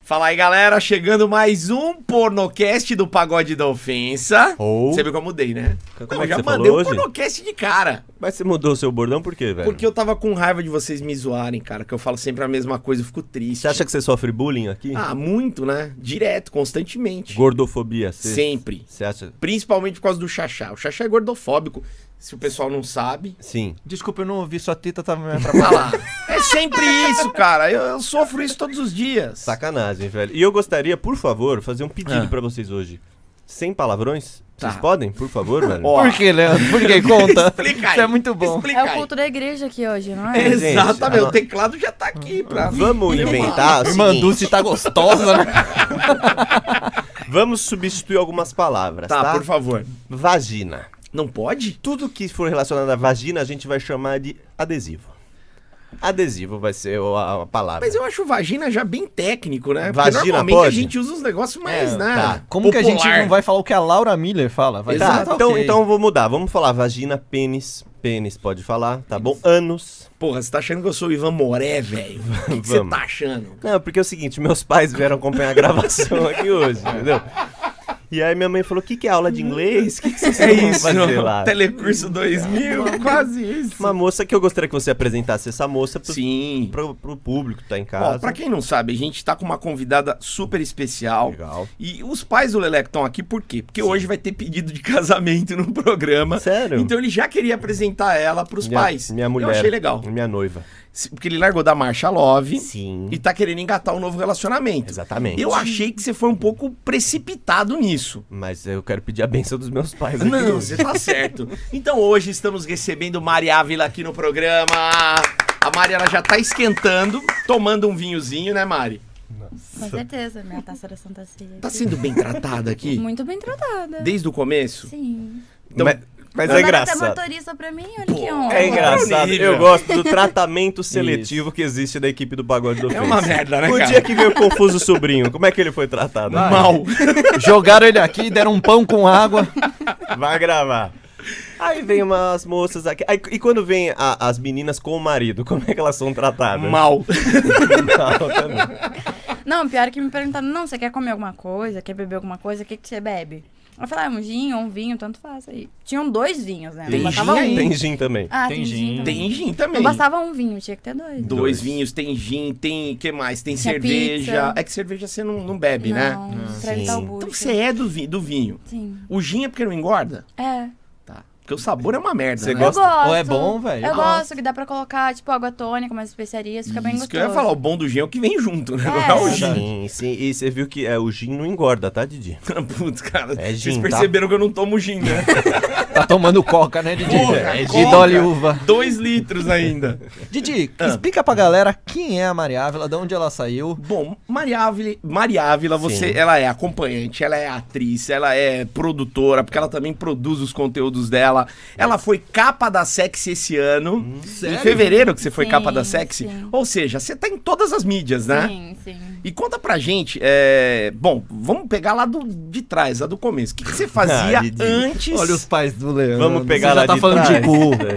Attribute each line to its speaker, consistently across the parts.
Speaker 1: Fala aí, galera. Chegando mais um pornocast do Pagode da Ofensa.
Speaker 2: Ou.
Speaker 1: Você viu que eu mudei, né?
Speaker 2: Uh. Como
Speaker 1: eu
Speaker 2: é que
Speaker 1: já
Speaker 2: você
Speaker 1: mandei
Speaker 2: falou
Speaker 1: um
Speaker 2: hoje?
Speaker 1: pornocast de cara.
Speaker 2: Mas você mudou o seu bordão por quê, velho?
Speaker 1: Porque eu tava com raiva de vocês me zoarem, cara. Que eu falo sempre a mesma coisa, eu fico triste.
Speaker 2: Você acha que você sofre bullying aqui?
Speaker 1: Ah, muito, né? Direto, constantemente.
Speaker 2: Gordofobia, você...
Speaker 1: Sempre.
Speaker 2: Você acha...
Speaker 1: Principalmente por causa do Xaxá. O Xaxá é gordofóbico. Se o pessoal não sabe.
Speaker 2: Sim.
Speaker 3: Desculpa, eu não ouvi, sua teta tava me atrapalhando.
Speaker 1: Olha lá. É sempre isso, cara. Eu, eu sofro isso todos os dias.
Speaker 2: Sacanagem, velho. E eu gostaria, por favor, fazer um pedido
Speaker 1: Ah.
Speaker 2: pra vocês hoje. Sem palavrões? Vocês
Speaker 1: Tá.
Speaker 2: podem, por favor, velho?
Speaker 1: Ó.
Speaker 3: Por que, Leandro? Por que? Conta.
Speaker 1: Explica aí.
Speaker 3: Isso é muito bom.
Speaker 1: Explica
Speaker 4: É o
Speaker 1: aí.
Speaker 4: culto da igreja aqui hoje, não é?
Speaker 2: É. gente,
Speaker 1: Exatamente,
Speaker 2: a
Speaker 1: o
Speaker 2: no-
Speaker 1: teclado já tá aqui pra mim.
Speaker 2: Vamos inventar o
Speaker 3: Irmã
Speaker 2: seguinte,
Speaker 3: Dulce tá gostosa, né?
Speaker 2: Vamos substituir algumas palavras, tá?
Speaker 1: Tá, por favor.
Speaker 2: Vagina.
Speaker 1: Não pode?
Speaker 2: Tudo que for relacionado à vagina, a gente vai chamar de adesivo. Adesivo vai ser o- a, a palavra.
Speaker 1: Mas eu acho vagina já bem técnico, né?
Speaker 2: Vagina
Speaker 1: normalmente
Speaker 2: pode?
Speaker 1: a gente usa uns negócios mais,
Speaker 2: É,
Speaker 1: né?
Speaker 2: tá.
Speaker 3: Como que a gente
Speaker 1: popular.
Speaker 3: não vai falar o que a Laura Miller fala? Vai
Speaker 2: Tá,
Speaker 1: Exato,
Speaker 2: então,
Speaker 3: ok.
Speaker 2: então eu vou mudar. Vamos falar vagina, pênis. Pênis pode falar, tá bom? Anos.
Speaker 1: Porra, você tá achando que eu sou o Ivan Moré, velho? O que que você
Speaker 2: Vamos.
Speaker 1: tá achando?
Speaker 2: Não, porque é o seguinte, meus pais vieram acompanhar a gravação aqui hoje, entendeu? E aí minha mãe falou, o que, que é aula de inglês? O que, que vocês
Speaker 1: É
Speaker 2: vão fazer lá?
Speaker 1: Telecurso 2000, quase isso.
Speaker 2: Uma moça que eu gostaria que você apresentasse essa moça pro,
Speaker 1: Sim.
Speaker 2: pro, pro público que tá em casa.
Speaker 1: Ó, pra quem não sabe, a gente tá com uma convidada super especial.
Speaker 2: Legal.
Speaker 1: E os pais do Leleco estão aqui por quê? Porque hoje vai ter pedido de casamento no programa.
Speaker 2: Sério?
Speaker 1: Então ele já queria apresentar ela pros
Speaker 2: minha,
Speaker 1: pais.
Speaker 2: Minha mulher.
Speaker 1: Eu achei legal.
Speaker 2: Minha noiva.
Speaker 1: Se- Porque ele largou da marcha Love
Speaker 2: Sim.
Speaker 1: e tá querendo engatar um novo relacionamento.
Speaker 2: Exatamente.
Speaker 1: Eu achei que você foi um pouco precipitado nisso.
Speaker 2: Mas eu quero pedir a benção dos meus pais. aqui
Speaker 1: Não,
Speaker 2: hoje.
Speaker 1: você tá certo. Então hoje estamos recebendo Maria Ávila aqui no programa. A Mari ela já tá esquentando, tomando um vinhozinho, né, Mari?
Speaker 4: Com certeza, minha taça da Santa Ceia.
Speaker 1: Tá
Speaker 4: aqui.
Speaker 1: sendo bem tratada aqui?
Speaker 4: Muito bem tratada.
Speaker 1: Desde o começo?
Speaker 4: Sim.
Speaker 1: Então,
Speaker 2: mas, mas é
Speaker 4: Mandaram até
Speaker 2: engraçado.
Speaker 4: motorista pra mim, olha
Speaker 1: Pô,
Speaker 4: que honra.
Speaker 2: É engraçado.
Speaker 1: Nível.
Speaker 2: Eu gosto do tratamento seletivo que existe da equipe do Pagode do
Speaker 1: É uma merda, né,
Speaker 2: O
Speaker 1: cara?
Speaker 2: dia que veio o Confuso Sobrinho, como é que ele foi tratado?
Speaker 3: Vai.
Speaker 1: Mal.
Speaker 3: Jogaram ele aqui, deram um pão com água.
Speaker 2: Vai gravar. Aí vem umas moças aqui. Aí, e quando vem a- as meninas com o marido, como é que elas são tratadas?
Speaker 1: Mal.
Speaker 2: Mal também.
Speaker 4: Não, pior que me perguntaram, não, você quer comer alguma coisa? Quer beber alguma coisa? O que, que você bebe? Eu falei, ah, um gin, um vinho, tanto faz. Aí, tinham dois vinhos, né?
Speaker 1: Tem
Speaker 4: não bastava
Speaker 1: gin
Speaker 4: um.
Speaker 1: aí?
Speaker 2: Tem gin também.
Speaker 4: Ah,
Speaker 3: Tem
Speaker 4: tem,
Speaker 3: gin.
Speaker 4: gin. também.
Speaker 1: Tem gin também.
Speaker 4: Não bastava um vinho, tinha que ter dois.
Speaker 1: Dois,
Speaker 2: Dois.
Speaker 1: vinhos, tem gin, tem. que mais? Tem
Speaker 4: Tinha
Speaker 1: cerveja.
Speaker 4: pizza.
Speaker 1: É que cerveja você não, não bebe, né?
Speaker 4: não, pra evitar
Speaker 2: Sim.
Speaker 4: o bucho.
Speaker 1: Então você é do, vi- do vinho.
Speaker 4: Sim.
Speaker 1: O gin é porque não engorda?
Speaker 4: É.
Speaker 1: Tá. Porque o sabor é uma merda.
Speaker 2: Você
Speaker 1: né?
Speaker 2: gosta?
Speaker 4: Eu gosto.
Speaker 3: Ou é bom, velho?
Speaker 4: Eu
Speaker 3: Eu gosto.
Speaker 4: gosto, que dá pra colocar, tipo, água tônica, umas especiarias, fica bem
Speaker 1: Isso
Speaker 4: gostoso.
Speaker 1: que eu ia falar, o bom do gin é o que vem junto, né?
Speaker 4: É.
Speaker 1: Não é o gin.
Speaker 2: Sim, Tá, sim. E você viu que é, o gin não engorda, tá, Didi?
Speaker 1: né? Putz, cara.
Speaker 2: É
Speaker 1: vocês
Speaker 2: gin, tá?
Speaker 1: perceberam que eu não tomo gin, né?
Speaker 3: Tá tomando coca, né, Didi?
Speaker 1: Porra,
Speaker 3: É,
Speaker 1: coca. Ah.
Speaker 3: de dole uva.
Speaker 1: Dois litros ainda.
Speaker 3: Didi, explica pra galera quem é a Maria Ávila, de onde ela saiu.
Speaker 1: Bom, Maria Ávila, Maria Ávila, você,
Speaker 2: Sim.
Speaker 1: ela é acompanhante, ela é atriz, ela é produtora, porque ela também produz os conteúdos dela. Ela foi capa da Sexy esse ano. em fevereiro que você foi
Speaker 4: Sim,
Speaker 1: capa da Sexy.
Speaker 4: sim.
Speaker 1: Ou seja, você tá em todas as mídias, né?
Speaker 4: Sim, sim.
Speaker 1: E conta pra gente, é... bom, vamos pegar lá do, de trás, lá do começo. O que, que você fazia
Speaker 2: Ah, Didi.
Speaker 1: antes?
Speaker 3: Olha os pais do Leandro.
Speaker 2: Vamos pegar
Speaker 3: Você já
Speaker 2: lá
Speaker 3: tá
Speaker 2: de
Speaker 3: falando
Speaker 2: trás.
Speaker 3: de cu.
Speaker 1: Eu
Speaker 3: tá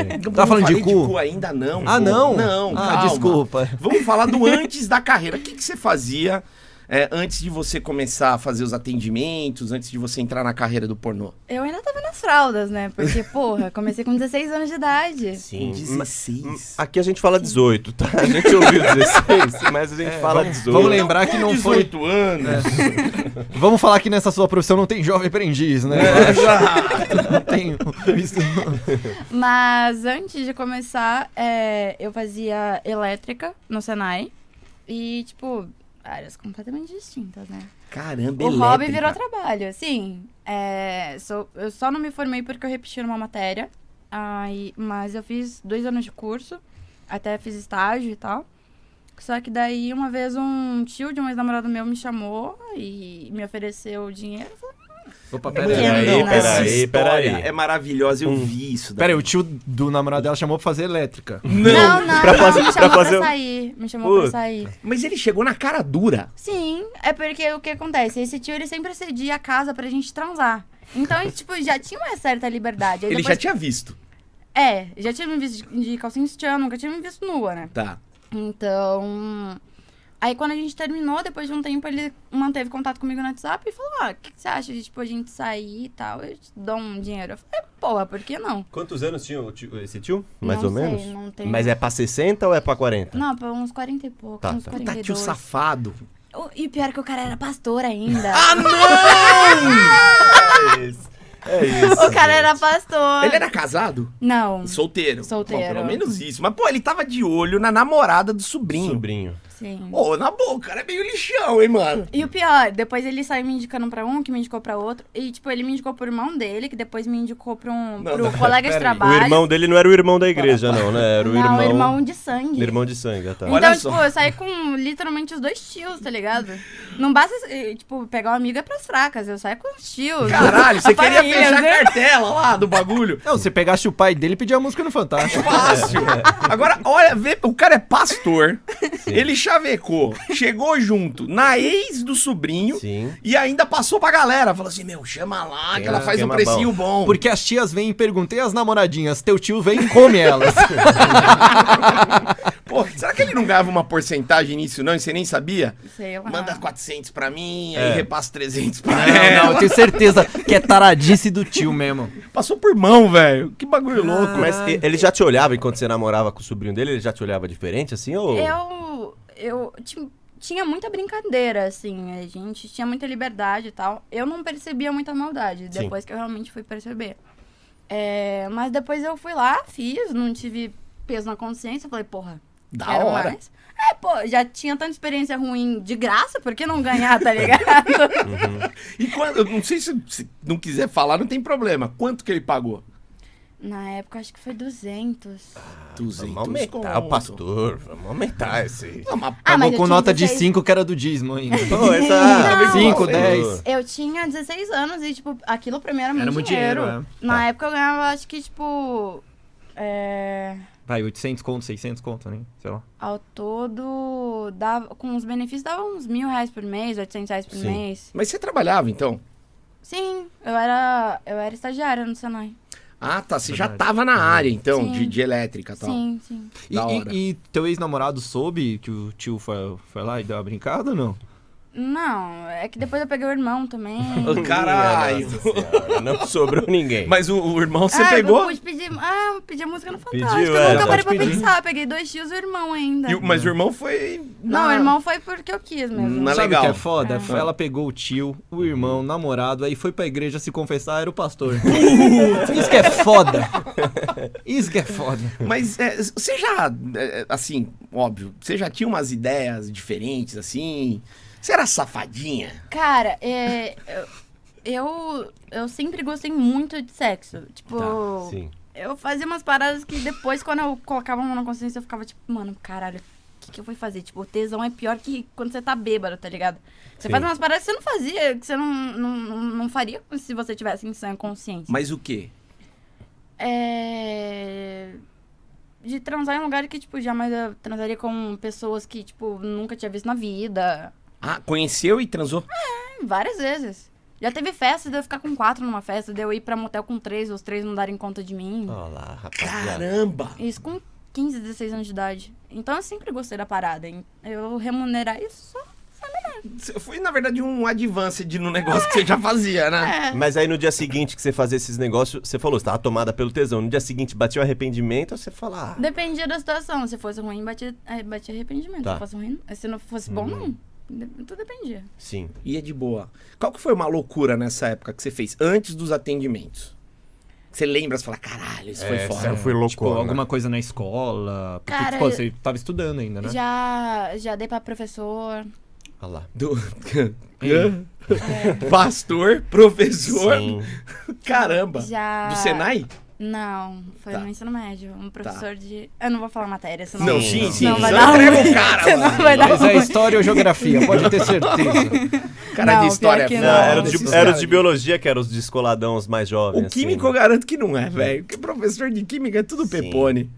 Speaker 1: não
Speaker 3: falando de
Speaker 1: falei
Speaker 3: cu?
Speaker 1: ainda não.
Speaker 3: Ah,
Speaker 1: pô.
Speaker 3: não?
Speaker 1: Não,
Speaker 3: Ah,
Speaker 1: calma.
Speaker 3: desculpa.
Speaker 1: Vamos falar do antes da carreira. O que, que você fazia é, antes de você começar a fazer os atendimentos, antes de você entrar na carreira do pornô?
Speaker 4: Eu ainda tava nas fraldas, né? Porque, porra, comecei com 16 anos de idade.
Speaker 2: Sim. Hum,
Speaker 1: 16.
Speaker 2: Aqui a gente fala 18, tá? A gente ouviu 16, mas a gente
Speaker 1: É,
Speaker 2: fala 18.
Speaker 3: Vamos lembrar que não foi. É.
Speaker 1: 18 anos.
Speaker 3: Vamos falar que nessa sua profissão não tem jovem aprendiz, né?
Speaker 1: Exato.
Speaker 3: Não tem visto.
Speaker 4: Mas antes de começar, é, eu fazia elétrica no Senai. E, tipo, áreas completamente distintas, né?
Speaker 1: Caramba,
Speaker 4: O hobby virou
Speaker 1: elétrica.
Speaker 4: trabalho, assim. é, sou- eu só não me formei porque eu repeti numa matéria. Aí, mas eu fiz dois anos de curso, até fiz estágio e tal. Só que daí uma vez um tio de um ex-namorado meu me chamou e me ofereceu dinheiro. Eu falei,
Speaker 3: Opa,
Speaker 4: Peraí,
Speaker 1: Mano,
Speaker 4: peraí,
Speaker 1: essa
Speaker 2: peraí.
Speaker 1: história É maravilhosa, eu
Speaker 2: Hum.
Speaker 1: vi isso. daí.
Speaker 3: Peraí, o tio do namorado dela chamou pra fazer elétrica.
Speaker 4: Não, não,
Speaker 2: pra
Speaker 4: não,
Speaker 2: fazer-
Speaker 4: me
Speaker 2: pra
Speaker 4: chamou pra,
Speaker 2: fazer-
Speaker 4: sair. Me chamou pra
Speaker 2: Putz.
Speaker 4: sair.
Speaker 1: Mas ele chegou na cara dura.
Speaker 4: Sim, é porque o que acontece? Esse tio ele sempre cedia a casa pra gente transar. Então, ele, tipo, já tinha uma certa liberdade. Aí
Speaker 1: Ele já
Speaker 4: depois-
Speaker 1: tinha visto.
Speaker 4: É,
Speaker 2: Tá.
Speaker 4: já tinha me visto de de calcinha sutiã, nunca tinha me visto nua, né?
Speaker 1: Tá.
Speaker 4: Então, Aí quando a gente terminou, depois de um tempo, ele manteve contato comigo no WhatsApp e falou, ó, o que, que você acha de, tipo, a gente sair e tal? Eu te dou um dinheiro. Eu falei, porra, por que não?
Speaker 2: Quantos anos tinha o tio- esse tio? Mais
Speaker 4: Não
Speaker 2: ou
Speaker 4: sei,
Speaker 2: menos?
Speaker 4: não tenho-
Speaker 2: Mas é pra 60 ou é pra 40?
Speaker 4: Não, pra uns 40 e pouco,
Speaker 2: Tá,
Speaker 4: uns
Speaker 2: tá.
Speaker 1: Puta
Speaker 4: 42.
Speaker 1: que o safado.
Speaker 4: O- E pior é que o cara era pastor ainda.
Speaker 2: É isso. É isso.
Speaker 4: o cara era pastor.
Speaker 1: Ele é era casado?
Speaker 4: Não.
Speaker 1: Solteiro.
Speaker 4: Ah. Hum. Solteiro.
Speaker 1: Bom, pelo menos isso. Mas, pô, ele tava de olho na namorada do sobrinho.
Speaker 2: Sobrinho.
Speaker 4: Sim.
Speaker 1: Pô, na boa, o cara é meio lixão, hein, mano?
Speaker 4: E o pior, depois ele saiu me indicando pra um, que me indicou pra outro. E, tipo, ele me indicou pro irmão dele, que depois me indicou pra um
Speaker 1: Não,
Speaker 4: pro
Speaker 1: não,
Speaker 4: colega de
Speaker 1: pera aí.
Speaker 2: O
Speaker 4: trabalho.
Speaker 2: irmão dele não era o irmão da igreja, não, né? Era o
Speaker 4: não,
Speaker 2: irmão.
Speaker 4: irmão de sangue.
Speaker 2: Irmão de sangue, ah, tá.
Speaker 1: Olha
Speaker 4: Então,
Speaker 1: só.
Speaker 4: tipo, eu saí com literalmente os dois tios, tá ligado? Não basta, eh, tipo, pegar uma amiga pras fracas, eu saio com os tios.
Speaker 1: Caralho, você
Speaker 4: A
Speaker 1: queria
Speaker 4: família,
Speaker 1: fechar a
Speaker 4: né?
Speaker 1: cartela lá do bagulho.
Speaker 3: Não, você pegasse o pai dele e pedia a música no Fantástico.
Speaker 1: Fácil. Agora, olha, vê, o cara é pastor, ele chavecou, chegou junto na ex do sobrinho
Speaker 2: Sim.
Speaker 1: e ainda passou pra galera. Falou assim, meu, chama lá, que
Speaker 2: Queima-
Speaker 1: ela faz um
Speaker 2: queima
Speaker 1: precinho bom.
Speaker 3: Porque as tias vêm e perguntam, e as namoradinhas? Teu tio vem e come elas.
Speaker 1: Pô, será que ele não ganhava uma porcentagem nisso não e você nem sabia?
Speaker 4: Sei lá.
Speaker 1: Manda 400 pra mim,
Speaker 2: É.
Speaker 1: aí repassa 300 pra
Speaker 3: Não,
Speaker 1: ela.
Speaker 3: não, eu tenho certeza que é taradice do tio mesmo.
Speaker 1: Passou por mão, velho. Que bagulho louco.
Speaker 2: Mas e- ele já te olhava enquanto você namorava com o sobrinho dele? Ele já te olhava diferente, assim? Ou...
Speaker 4: Eu, É eu ti- tinha muita brincadeira, assim, a gente tinha muita liberdade e tal. Eu não percebia muita maldade,
Speaker 2: Sim.
Speaker 4: depois que eu realmente fui perceber. É, mas depois eu fui lá, fiz, não tive peso na consciência, falei, porra,
Speaker 1: Da
Speaker 4: quero
Speaker 1: hora.
Speaker 4: mais. É, pô, já tinha tanta experiência ruim de graça, por que não ganhar, tá ligado?
Speaker 1: E quando, eu não sei se, se não quiser falar, não tem problema. Quanto que ele pagou?
Speaker 4: na época, acho que foi 200.
Speaker 1: 200
Speaker 2: Vamos aumentar
Speaker 1: conto.
Speaker 2: o pastor. Vamos aumentar esse.
Speaker 1: Não, mas-
Speaker 4: Ah, mas
Speaker 3: Pagou
Speaker 4: eu
Speaker 3: com
Speaker 4: tinha
Speaker 3: nota de
Speaker 4: 16.
Speaker 3: 5 que era do dízimo ainda.
Speaker 2: Pô,
Speaker 3: é
Speaker 2: essa...
Speaker 4: Não.
Speaker 3: Cinco,
Speaker 1: Não.
Speaker 3: dez.
Speaker 4: Eu tinha 16 anos e, tipo, aquilo pra mim era muito,
Speaker 3: Era muito
Speaker 4: dinheiro. é.
Speaker 3: dinheiro, é.
Speaker 4: Na época eu ganhava, acho que, tipo. É,
Speaker 3: Vai, 800 conto, 600 conto, né? Sei lá.
Speaker 4: ao todo, dava, com os benefícios, dava uns mil reais por mês, 800 reais por
Speaker 2: Sim.
Speaker 4: mês.
Speaker 1: Mas você trabalhava, então?
Speaker 4: Sim, eu era, eu era estagiária no Senai.
Speaker 1: Ah, tá. Você já
Speaker 3: Verdade.
Speaker 1: tava na área, então,
Speaker 4: Sim.
Speaker 1: de, de elétrica tá? e tal.
Speaker 4: Sim, sim.
Speaker 3: E,
Speaker 1: Da
Speaker 3: e-
Speaker 1: hora.
Speaker 3: e teu ex-namorado soube que o tio foi, foi lá e deu uma brincada ou não?
Speaker 4: Não, é que depois eu peguei o irmão também.
Speaker 1: Ô, Caralho.
Speaker 2: Nossa senhora, não sobrou ninguém.
Speaker 1: Mas o, o irmão você
Speaker 4: Ah, Eu
Speaker 1: pegou? tá
Speaker 4: pude pedir, ah, eu pedi a música no
Speaker 2: Pediu,
Speaker 4: Fantástico.
Speaker 2: é,
Speaker 4: eu nunca
Speaker 2: pode
Speaker 4: parei pra
Speaker 3: pedir.
Speaker 4: pensar. Peguei dois tios e o irmão ainda.
Speaker 1: E o- mas o irmão foi.
Speaker 4: né? Não, o
Speaker 1: na-
Speaker 4: irmão foi porque eu quis mesmo.
Speaker 1: Na- Tá
Speaker 3: Sabe
Speaker 1: legal. Uhum.
Speaker 3: o que é foda? Foi- Ela pegou o tio, o irmão, o namorado, aí foi pra igreja se confessar, era o pastor. Isso que é foda. Isso que é foda.
Speaker 1: Mas é, você já. é, assim, óbvio, você já tinha umas ideias diferentes, assim. Você era safadinha?
Speaker 4: Cara, é, eu- eu, eu sempre gostei muito de sexo. Tipo,
Speaker 1: Tá,
Speaker 2: Sim.
Speaker 4: eu fazia umas paradas que depois, quando eu colocava a mão na consciência, eu ficava tipo, mano, caralho, o que, que eu fui fazer? Tipo, o tesão é pior que quando você tá bêbado, tá ligado? Você
Speaker 2: Sim.
Speaker 4: faz umas paradas que você não fazia, que você não, não, não, não faria se você tivesse em sã consciência.
Speaker 1: Mas o quê?
Speaker 4: É. De transar em um lugar que, tipo, jamais eu transaria com pessoas que, tipo, nunca tinha visto na vida.
Speaker 1: Ah, conheceu e transou?
Speaker 4: Várias vezes. Já teve festa de eu ficar com quatro numa festa, de eu ir pra motel com três, os três não darem conta de mim.
Speaker 2: Olha lá, rapaziada.
Speaker 1: Caramba!
Speaker 4: Isso com 15, 16 anos de idade. Então eu sempre gostei da parada. hein? Eu remunerar isso só.
Speaker 1: Cê- Foi, na verdade, um advance de um negócio que você já fazia, né?
Speaker 4: É.
Speaker 2: Mas aí no dia seguinte que você fazia esses negócios, você falou, você tava tomada pelo tesão. No dia seguinte bateu arrependimento, você fala, ah,
Speaker 4: Dependia da situação. Se fosse ruim, batia, eh, batia arrependimento.
Speaker 2: Tá.
Speaker 4: Se fosse ruim, eh, se não fosse bom,
Speaker 1: Uhum.
Speaker 4: não. De- Tudo dependia.
Speaker 2: sim.
Speaker 1: Ia é de boa. Qual que foi uma loucura nessa época que você fez antes dos atendimentos? Você lembra, você fala, caralho, isso É, foi foda.
Speaker 2: foi
Speaker 3: Tipo,
Speaker 1: né?
Speaker 3: alguma coisa na escola. Porque, tipo,
Speaker 4: Cara,
Speaker 3: pô, você tava estudando ainda, né?
Speaker 4: Já, já dei pra professor.
Speaker 2: Olha lá.
Speaker 1: Do...
Speaker 4: É.
Speaker 1: Pastor, professor,
Speaker 2: Sim.
Speaker 1: caramba. Tá.
Speaker 4: Já.
Speaker 1: Do Senai?
Speaker 4: Não, foi
Speaker 1: Tá.
Speaker 4: no ensino médio. Um professor de. Eu não vou falar matéria, senão.
Speaker 1: Não, sim, sim.
Speaker 4: Não vai
Speaker 1: só
Speaker 4: dar
Speaker 1: entrega
Speaker 4: ruim.
Speaker 1: o cara,
Speaker 4: Senão
Speaker 1: mano.
Speaker 4: vai dar
Speaker 3: Mas é história ou geografia, pode ter certeza.
Speaker 1: Cara,
Speaker 4: Não,
Speaker 1: de história é
Speaker 4: pior que
Speaker 1: foda.
Speaker 2: Não, era, os
Speaker 1: desses
Speaker 2: de, era os
Speaker 1: caras.
Speaker 2: de biologia que eram os descoladão, os mais jovens.
Speaker 1: O químico eu
Speaker 2: assim,
Speaker 1: garanto que não é, velho. Porque professor de química é tudo
Speaker 2: Sim.
Speaker 1: pepone.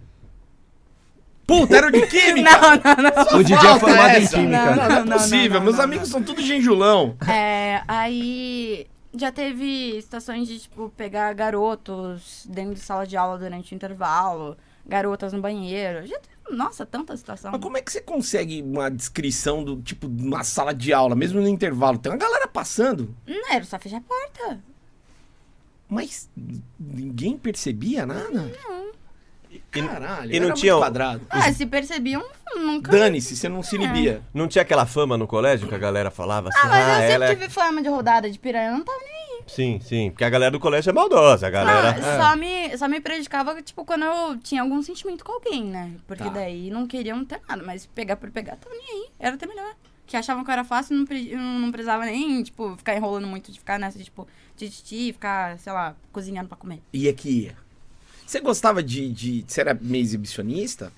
Speaker 1: Puta, era o de química?
Speaker 4: Não, não,
Speaker 3: O DJ é
Speaker 1: Falta
Speaker 3: formado em
Speaker 1: essa. Não, não,
Speaker 3: química.
Speaker 4: Não,
Speaker 1: é
Speaker 4: não,
Speaker 1: possível.
Speaker 4: não, não,
Speaker 1: Meus
Speaker 4: não,
Speaker 1: amigos são tudo genjulão.
Speaker 4: não. É, aí. Já teve situações de, tipo, pegar garotos dentro de sala de aula durante o intervalo, garotas no banheiro. Já teve nossa, tanta situação.
Speaker 1: Mas como é que você consegue uma descrição do tipo de uma sala de aula, mesmo no intervalo? Tem uma galera passando,
Speaker 4: Não, era só fechar a porta.
Speaker 1: mas ninguém percebia nada? Caralho,
Speaker 2: e não
Speaker 1: era
Speaker 2: tinha
Speaker 1: muito
Speaker 2: o-
Speaker 1: quadrado.
Speaker 3: é,
Speaker 4: Ah, se percebiam, nunca.
Speaker 1: Dane-se, você não se inibia.
Speaker 2: Não tinha aquela fama no colégio que a galera falava assim,
Speaker 4: Ah,
Speaker 2: ah,
Speaker 4: mas eu sempre
Speaker 2: ela é...
Speaker 4: tive fama de rodada de piranha, eu não tava nem.
Speaker 2: Sim, sim, porque a galera do colégio é maldosa, a galera...
Speaker 4: Ah, só, me, só me prejudicava, tipo, quando eu tinha algum sentimento com alguém, né? Porque
Speaker 1: Tá.
Speaker 4: daí não queriam ter nada, mas pegar por pegar, tava nem aí. Era até melhor. Que achavam que eu era fácil, não, pre- não não precisava nem, tipo, ficar enrolando muito, de ficar nessa, de, tipo, tititi, ficar, sei lá, cozinhando pra comer.
Speaker 1: Ia é que ia. Você gostava de. de você era meio exibicionista?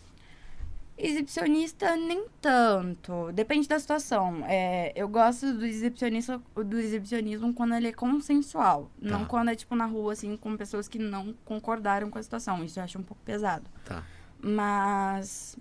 Speaker 4: Exibicionista, nem tanto. Depende da situação. É, eu gosto do exibicionista, do exibicionismo quando ele é consensual. Não quando é, tipo, na rua, assim, com pessoas que não concordaram com a situação. Isso eu acho um pouco pesado.
Speaker 1: Tá.
Speaker 4: Mas.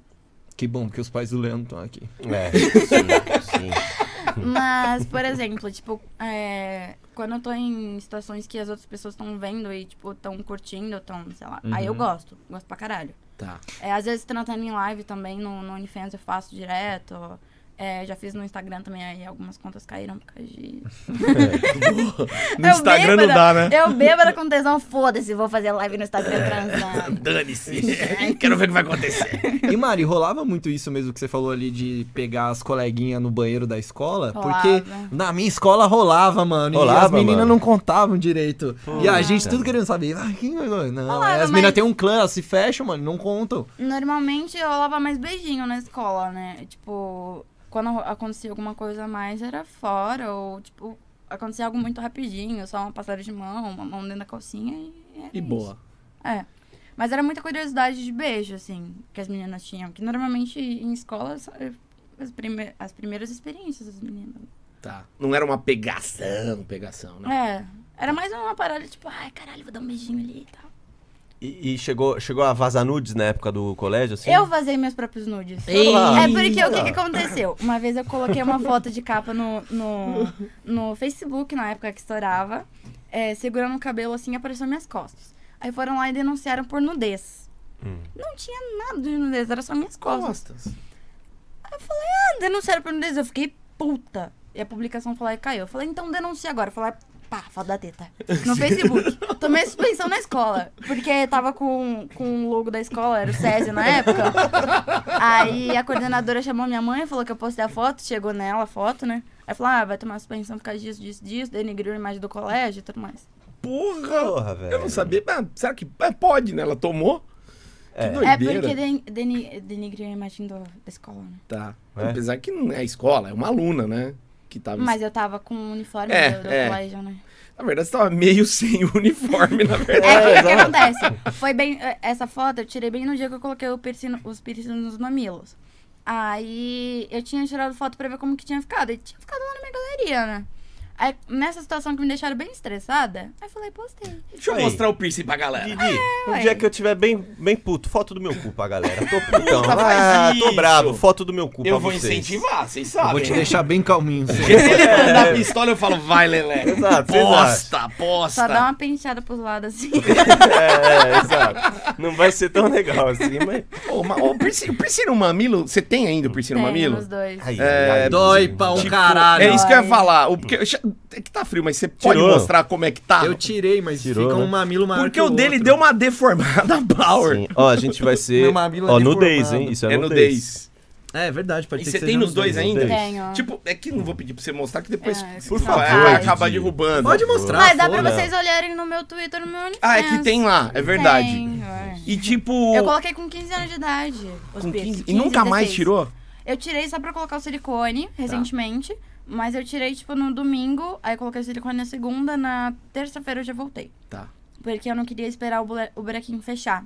Speaker 3: Que bom que os pais do Leandro estão aqui.
Speaker 4: Ah.
Speaker 2: É, sim, sim.
Speaker 4: Mas, por exemplo, tipo, é, quando eu tô em situações que as outras pessoas estão vendo e, tipo, estão curtindo, estão, sei lá. Aí eu gosto. Gosto pra caralho.
Speaker 1: Tá.
Speaker 4: É, às vezes tratando em live também, no, no OnlyFans eu faço direto. É, já fiz no Instagram também, aí algumas contas caíram por causa de.
Speaker 1: No
Speaker 4: Eu
Speaker 1: Instagram não dá,
Speaker 4: bêbada-
Speaker 1: né?
Speaker 4: Eu bêbada com tesão, foda-se, vou fazer live no Instagram transando.
Speaker 1: Dane-se. Quero ver o que vai acontecer.
Speaker 3: E Mari, rolava muito isso mesmo que você falou ali de pegar as coleguinhas no banheiro da escola?
Speaker 4: Rolava.
Speaker 3: Porque na minha escola rolava, mano. e
Speaker 2: Rolava,
Speaker 3: as meninas
Speaker 2: mano.
Speaker 3: não contavam direito. e a
Speaker 2: Puta.
Speaker 3: gente tudo querendo saber. Ah, quem vai lá? Não,
Speaker 4: Rolava,
Speaker 3: aí as meninas
Speaker 4: mas-
Speaker 3: têm um clã, elas se fecham, mano, não contam.
Speaker 4: Normalmente eu rolava mais beijinho na escola, né? Tipo, quando ro- acontecia alguma coisa a mais era fora, ou tipo, acontecia algo muito rapidinho, só uma passada de mão, uma mão dentro da calcinha e. era
Speaker 1: E
Speaker 4: isso.
Speaker 1: boa.
Speaker 4: É. Mas era muita curiosidade de beijo, assim, que as meninas tinham. Que normalmente em escola sa- as, prime- as primeiras experiências das meninas.
Speaker 1: Tá. Não era uma pegação, pegação, né?
Speaker 4: É. Era mais uma parada, tipo, ai, caralho, vou dar um beijinho ali e tal.
Speaker 2: E, e chegou, chegou a vazar nudes na época do colégio, assim?
Speaker 4: Eu vazei meus próprios nudes.
Speaker 2: Eita!
Speaker 4: É porque o que, que aconteceu? Uma vez eu coloquei uma foto de capa no, no, no Facebook, na época que estourava, é, segurando o cabelo assim, apareceu minhas costas. Aí foram lá e denunciaram por nudez.
Speaker 2: Hum.
Speaker 4: Não tinha nada de nudez, era só minhas costas.
Speaker 1: Costas.
Speaker 4: denunciaram por nudez, eu fiquei puta. E a publicação foi lá e caiu. Eu falei, então denuncia agora. Eu falei, pá, foto da teta. No Facebook. Tomei suspensão na escola. Porque tava com, com o logo da escola, era o SESI na época. Aí a coordenadora chamou minha mãe, falou que eu postei a foto, chegou nela a foto, né? Aí falou, ah, vai tomar suspensão por causa disso, disso, disso, denigriu a imagem do colégio e tudo mais.
Speaker 1: Porra!
Speaker 2: Porra, velho.
Speaker 1: Eu não sabia. Mas será que é, pode, né? Ela tomou.
Speaker 2: É.
Speaker 1: Que
Speaker 4: É
Speaker 1: doideira.
Speaker 4: porque den, deni- denigriu a imagem do- da escola, né?
Speaker 1: Tá.
Speaker 2: É.
Speaker 1: Apesar que não é escola, é uma aluna, né? Que tava.
Speaker 4: Mas eu tava com o uniforme
Speaker 1: É,
Speaker 4: do, do
Speaker 1: é.
Speaker 4: colégio, né?
Speaker 1: Na verdade, você tava meio sem uniforme, na verdade.
Speaker 4: É, o que acontece? Foi bem. eh, Essa foto eu tirei bem no dia que eu coloquei o piercing, no- os piercings nos mamilos. Aí eu tinha tirado foto pra ver como que tinha ficado. E tinha ficado lá na minha galeria, né? Aí, nessa situação que me deixaram bem estressada, aí eu falei, postei.
Speaker 1: Deixa eu
Speaker 2: Aí.
Speaker 1: mostrar o piercing pra galera.
Speaker 2: Didi, um
Speaker 4: Ah, é, ué.
Speaker 2: dia que eu tiver bem, bem puto, foto do meu cu pra galera. Tô putão.
Speaker 4: Tá
Speaker 1: Puta, faz
Speaker 2: ah, tô
Speaker 1: isso.
Speaker 2: bravo, foto do meu cu pra
Speaker 1: Eu vou
Speaker 2: vocês.
Speaker 1: incentivar, vocês
Speaker 3: Eu
Speaker 1: sabem.
Speaker 3: vou te deixar bem calminho. você-
Speaker 1: Porque se ele mandar pistola, eu falo, vai, Lelé.
Speaker 2: Exato,
Speaker 1: Posta,
Speaker 4: Só dá
Speaker 1: posta.
Speaker 4: uma penteada pros lados assim.
Speaker 2: É, é, exato. Não vai ser tão legal assim, mas...
Speaker 1: Ô, ma- ô, piercing- o piercing no mamilo, você tem ainda o piercing no
Speaker 4: Tem,
Speaker 1: mamilo?
Speaker 4: Os né, dois.
Speaker 2: Ai,
Speaker 1: É,
Speaker 2: ai, ai,
Speaker 3: Dói
Speaker 2: Didi.
Speaker 3: pra um
Speaker 1: Tipo,
Speaker 3: caralho.
Speaker 1: É isso que eu ia
Speaker 4: Ai.
Speaker 1: falar. O, porque, é que tá frio, mas você pode
Speaker 2: Tirou.
Speaker 1: mostrar como é que tá?
Speaker 3: Eu tirei, mas
Speaker 2: Tirou,
Speaker 3: fica
Speaker 2: né?
Speaker 3: um mamilo maior
Speaker 1: Porque
Speaker 3: que
Speaker 1: o dele
Speaker 3: outro.
Speaker 1: deu uma deformada power.
Speaker 2: Sim. Ó, a gente vai ser...
Speaker 3: Meu mamilo é
Speaker 2: Ó, nudez,
Speaker 3: deformado.
Speaker 2: hein? Isso é,
Speaker 1: É nudez.
Speaker 3: É verdade, pode
Speaker 1: E
Speaker 3: ser
Speaker 1: você
Speaker 3: que
Speaker 1: tem
Speaker 3: seja
Speaker 1: nos
Speaker 3: um
Speaker 1: dois ainda?
Speaker 2: nudez.
Speaker 4: Tenho.
Speaker 1: Tipo, é que não vou pedir pra você mostrar, que depois,
Speaker 4: É,
Speaker 1: por
Speaker 4: que
Speaker 1: favor,
Speaker 4: saudade.
Speaker 1: vai acabar derrubando.
Speaker 3: Pode mostrar.
Speaker 4: Mas dá pra
Speaker 3: foda.
Speaker 4: vocês olharem no meu Twitter, no meu OnlyFans.
Speaker 1: Ah, é que tem lá, é verdade.
Speaker 4: Tem, ué.
Speaker 1: E tipo.
Speaker 4: Eu coloquei com 15 anos de idade. Os
Speaker 1: com 15
Speaker 4: piercings,
Speaker 1: e nunca
Speaker 4: 15,
Speaker 1: mais
Speaker 4: 16.
Speaker 1: tirou?
Speaker 4: Eu tirei só pra colocar o silicone recentemente. Mas eu tirei, tipo, no domingo. Aí eu coloquei o silicone na segunda. Na terça-feira eu já voltei.
Speaker 1: Tá.
Speaker 4: Porque eu não queria esperar o, bule- o buraquinho fechar.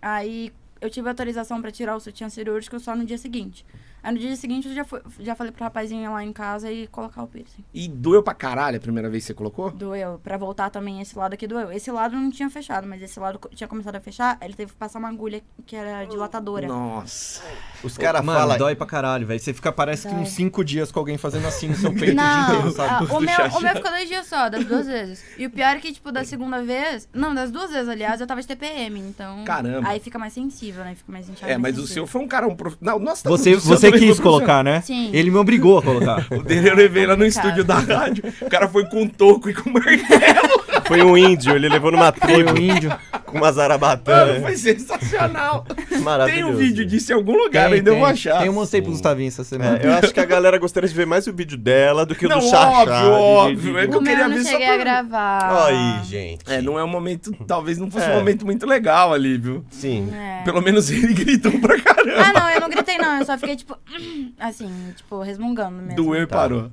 Speaker 4: Aí eu tive autorização pra tirar o sutiã cirúrgico só no dia seguinte. Aí no dia seguinte eu já, fui, já falei pro rapazinho ir lá em casa e colocar o piercing.
Speaker 1: E doeu pra caralho a primeira vez que você colocou?
Speaker 4: Doeu. Pra voltar também, esse lado aqui doeu. Esse lado não tinha fechado, mas esse lado co- tinha começado a fechar, aí ele teve que passar uma agulha que era dilatadora.
Speaker 1: Nossa.
Speaker 2: Os caras
Speaker 3: Mano,
Speaker 2: falam.
Speaker 3: dói pra caralho, velho. Você fica, parece que
Speaker 4: Dói.
Speaker 3: uns 5 dias com alguém fazendo assim no seu peito o dia
Speaker 4: Não,
Speaker 3: inteiro, sabe?
Speaker 4: ah, o, meu, o meu ficou dois dias só, das duas vezes. E o pior é que, tipo, da segunda vez. Não, das duas vezes, aliás, eu tava de TPM, então.
Speaker 1: Caramba.
Speaker 4: Aí fica mais sensível, né? Fica mais inchado.
Speaker 1: É,
Speaker 4: mais
Speaker 1: mas o
Speaker 4: sensível.
Speaker 1: seu foi um cara, um prof... Não, nossa,
Speaker 3: Você, você quis colocar, né?
Speaker 4: Sim.
Speaker 3: Ele me obrigou a colocar.
Speaker 1: O dele eu levei lá no
Speaker 4: Complicado.
Speaker 1: estúdio da rádio. O cara foi com um toco e com um martelo.
Speaker 2: Foi um índio, ele levou numa
Speaker 3: Foi um
Speaker 2: tribo
Speaker 3: índio.
Speaker 2: com uma zarabatana.
Speaker 3: É.
Speaker 1: Mano, foi sensacional. Tem
Speaker 2: Maravilhoso.
Speaker 1: um vídeo disso em algum lugar,
Speaker 3: Tá Tem,
Speaker 1: ainda eu vou
Speaker 3: tem.
Speaker 1: achar.
Speaker 3: Tem, um eu mostrei pro Gustavinho essa semana.
Speaker 2: É, eu acho que a galera gostaria de ver mais o vídeo dela do que o
Speaker 1: Não,
Speaker 2: do Chachá.
Speaker 1: óbvio, óbvio, é que
Speaker 4: O
Speaker 1: eu
Speaker 4: meu
Speaker 1: queria
Speaker 4: eu
Speaker 1: ver
Speaker 4: não
Speaker 1: só
Speaker 4: cheguei
Speaker 1: pra-
Speaker 4: a gravar.
Speaker 2: Aí, gente.
Speaker 1: É, não é um momento, talvez não fosse
Speaker 2: É.
Speaker 1: um momento muito legal ali, viu?
Speaker 2: Sim.
Speaker 4: É.
Speaker 1: Pelo menos ele gritou pra caramba.
Speaker 4: Ah, não, eu não gritei, não. Eu só fiquei, tipo, assim, tipo, resmungando mesmo.
Speaker 1: Doeu e parou.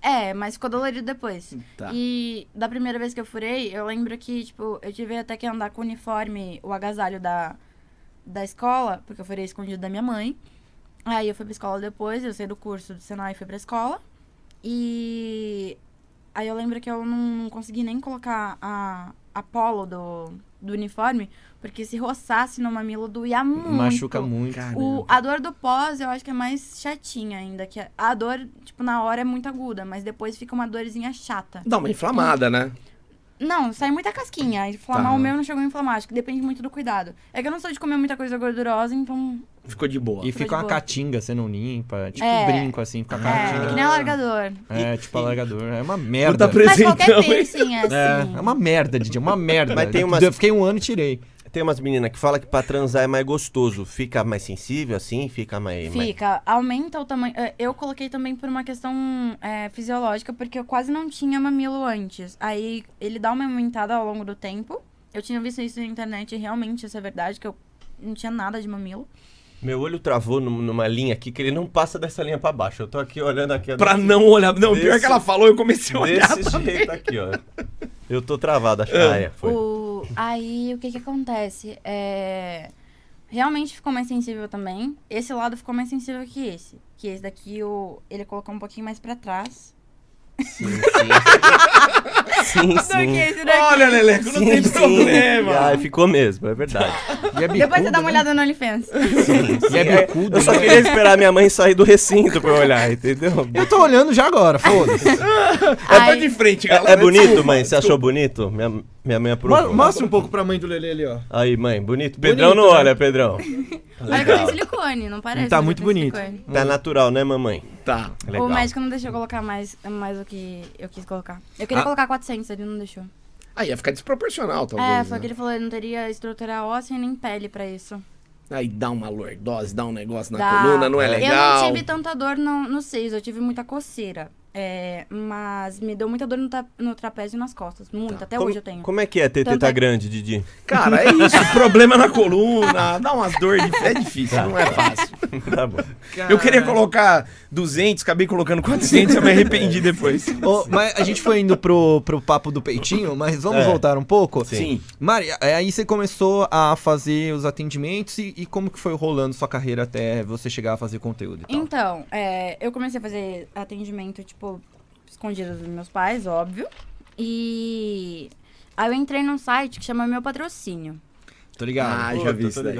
Speaker 4: É, mas ficou dolorido depois.
Speaker 1: Tá.
Speaker 4: E da primeira vez que eu furei, eu lembro que, tipo, eu tive até que andar com o uniforme, o agasalho da, da escola, porque eu furei escondido da minha mãe. Aí eu fui pra escola depois, eu saí do curso do Senai e fui pra escola. E aí eu lembro que eu não consegui nem colocar a, a polo do, do uniforme, porque se roçasse no mamilo doía muito.
Speaker 3: Machuca muito.
Speaker 4: O, a dor do pós eu acho que é mais chatinha ainda. Que a, a dor, tipo, na hora é muito aguda, mas depois fica uma dorzinha chata.
Speaker 1: Dá uma inflamada, né?
Speaker 4: Não, sai muita casquinha. Inflamar
Speaker 1: Tá.
Speaker 4: o meu não chegou a inflamar, acho que depende muito do cuidado. É que eu não sou de comer muita coisa gordurosa, então.
Speaker 1: Ficou de boa.
Speaker 3: E
Speaker 4: Ficou
Speaker 3: fica
Speaker 4: de
Speaker 3: uma
Speaker 4: boa.
Speaker 3: catinga, você não limpa. Tipo
Speaker 4: É.
Speaker 3: brinco, assim, fica a
Speaker 1: Ah,
Speaker 4: É,
Speaker 1: tá.
Speaker 4: que
Speaker 3: catinga.
Speaker 4: nem alargador.
Speaker 3: É, tipo alargador. É uma
Speaker 1: Puta
Speaker 3: merda.
Speaker 4: Mas qualquer
Speaker 1: presentão, hein?
Speaker 4: piercing é assim.
Speaker 3: É, é uma merda, Didi, é uma merda.
Speaker 2: Mas tem
Speaker 3: Eu-
Speaker 2: umas-
Speaker 3: Eu fiquei um ano e tirei.
Speaker 2: Tem umas meninas que falam que pra transar é mais gostoso. Fica mais sensível, assim? Fica mais... mais-
Speaker 4: Fica, aumenta o tamanho. Eh, Eu coloquei também por uma questão eh, fisiológica, porque eu quase não tinha mamilo antes. Aí ele dá uma aumentada ao longo do tempo. Eu tinha visto isso na internet e realmente isso é verdade, que eu não tinha nada de mamilo.
Speaker 2: Meu olho travou num- numa linha aqui que ele não passa dessa linha pra baixo. Eu tô aqui olhando aqui. ó,
Speaker 1: Pra
Speaker 2: desse-
Speaker 1: não olhar. Não, pior
Speaker 2: Desse-
Speaker 1: que ela falou, eu comecei a olhar.
Speaker 2: Desse jeito aqui, ó. Eu tô travado, acho que ah, é, foi.
Speaker 4: O... Aí o que que acontece? É... Realmente ficou mais sensível também. Esse lado ficou mais sensível que esse. Que esse daqui o... ele colocou um pouquinho mais pra trás.
Speaker 2: Sim, sim. sim,
Speaker 4: Do que
Speaker 2: sim.
Speaker 4: esse daqui.
Speaker 1: Olha, Leleco, não tem problema.
Speaker 2: Ah, ficou mesmo, é verdade.
Speaker 3: E é bicudo,
Speaker 4: Depois você dá uma
Speaker 3: né?
Speaker 4: olhada no OnlyFans.
Speaker 3: E é bicudo.
Speaker 2: Eu só
Speaker 3: né?
Speaker 2: queria esperar minha mãe sair do recinto pra eu olhar, entendeu?
Speaker 3: Eu tô olhando já agora, foda-se.
Speaker 1: Eu tô
Speaker 4: Ai.
Speaker 1: de frente, galera.
Speaker 2: É, é bonito,
Speaker 1: desculpa,
Speaker 2: mãe? Você achou
Speaker 1: desculpa.
Speaker 2: bonito? Minha, minha mãe
Speaker 3: Mo-
Speaker 2: aprovou.
Speaker 3: Mostra um pouco pra mãe do Lelê ali, ó.
Speaker 2: Aí, mãe, bonito. Pedrão não
Speaker 3: né?
Speaker 2: olha, Pedrão.
Speaker 4: Olha que eu tenho
Speaker 2: Legal.
Speaker 4: silicone, não parece.
Speaker 3: Tá
Speaker 4: mas eu
Speaker 3: muito
Speaker 4: tenho
Speaker 3: bonito.
Speaker 4: silicone.
Speaker 2: Tá natural, né, mamãe?
Speaker 1: Tá.
Speaker 4: O médico não deixou eu colocar mais, mais o que eu quis colocar. Eu queria
Speaker 1: Ah.
Speaker 4: colocar 400, ele não deixou.
Speaker 1: Aí ia ficar desproporcional, talvez.
Speaker 4: é, foi
Speaker 1: né?
Speaker 4: que ele falou que não teria estrutura óssea e nem pele pra isso.
Speaker 1: Aí dá uma lordose, dá um negócio na
Speaker 4: Dá.
Speaker 1: coluna, não é legal.
Speaker 4: Eu não tive tanta dor no, no seio, eu tive muita coceira. É, mas me deu muita dor no, tra- no trapézio e nas costas.
Speaker 1: Tá.
Speaker 4: Muita, até
Speaker 2: como,
Speaker 4: hoje eu tenho.
Speaker 2: Como é que é ter
Speaker 4: Tanto
Speaker 2: teta
Speaker 4: é-
Speaker 2: grande, Didi?
Speaker 1: Cara, é isso. problema na coluna, dá umas dores. É difícil, não é fácil.
Speaker 2: tá bom.
Speaker 1: Eu queria colocar 200, acabei colocando 400, eu me arrependi depois.
Speaker 3: É. Ô, mas a gente foi indo pro, pro papo do peitinho, mas vamos
Speaker 2: É.
Speaker 3: voltar um pouco?
Speaker 1: Sim.
Speaker 3: Mari, é, aí você começou a fazer os atendimentos e, e como que foi rolando sua carreira até você chegar a fazer conteúdo
Speaker 1: Tá.
Speaker 3: e tal?
Speaker 4: Então, é, eu comecei a fazer atendimento, tipo, escondido dos meus pais, óbvio. E aí eu entrei num site que chama Meu Patrocínio.
Speaker 3: Tô ligado.
Speaker 1: Ah, já vi isso daí.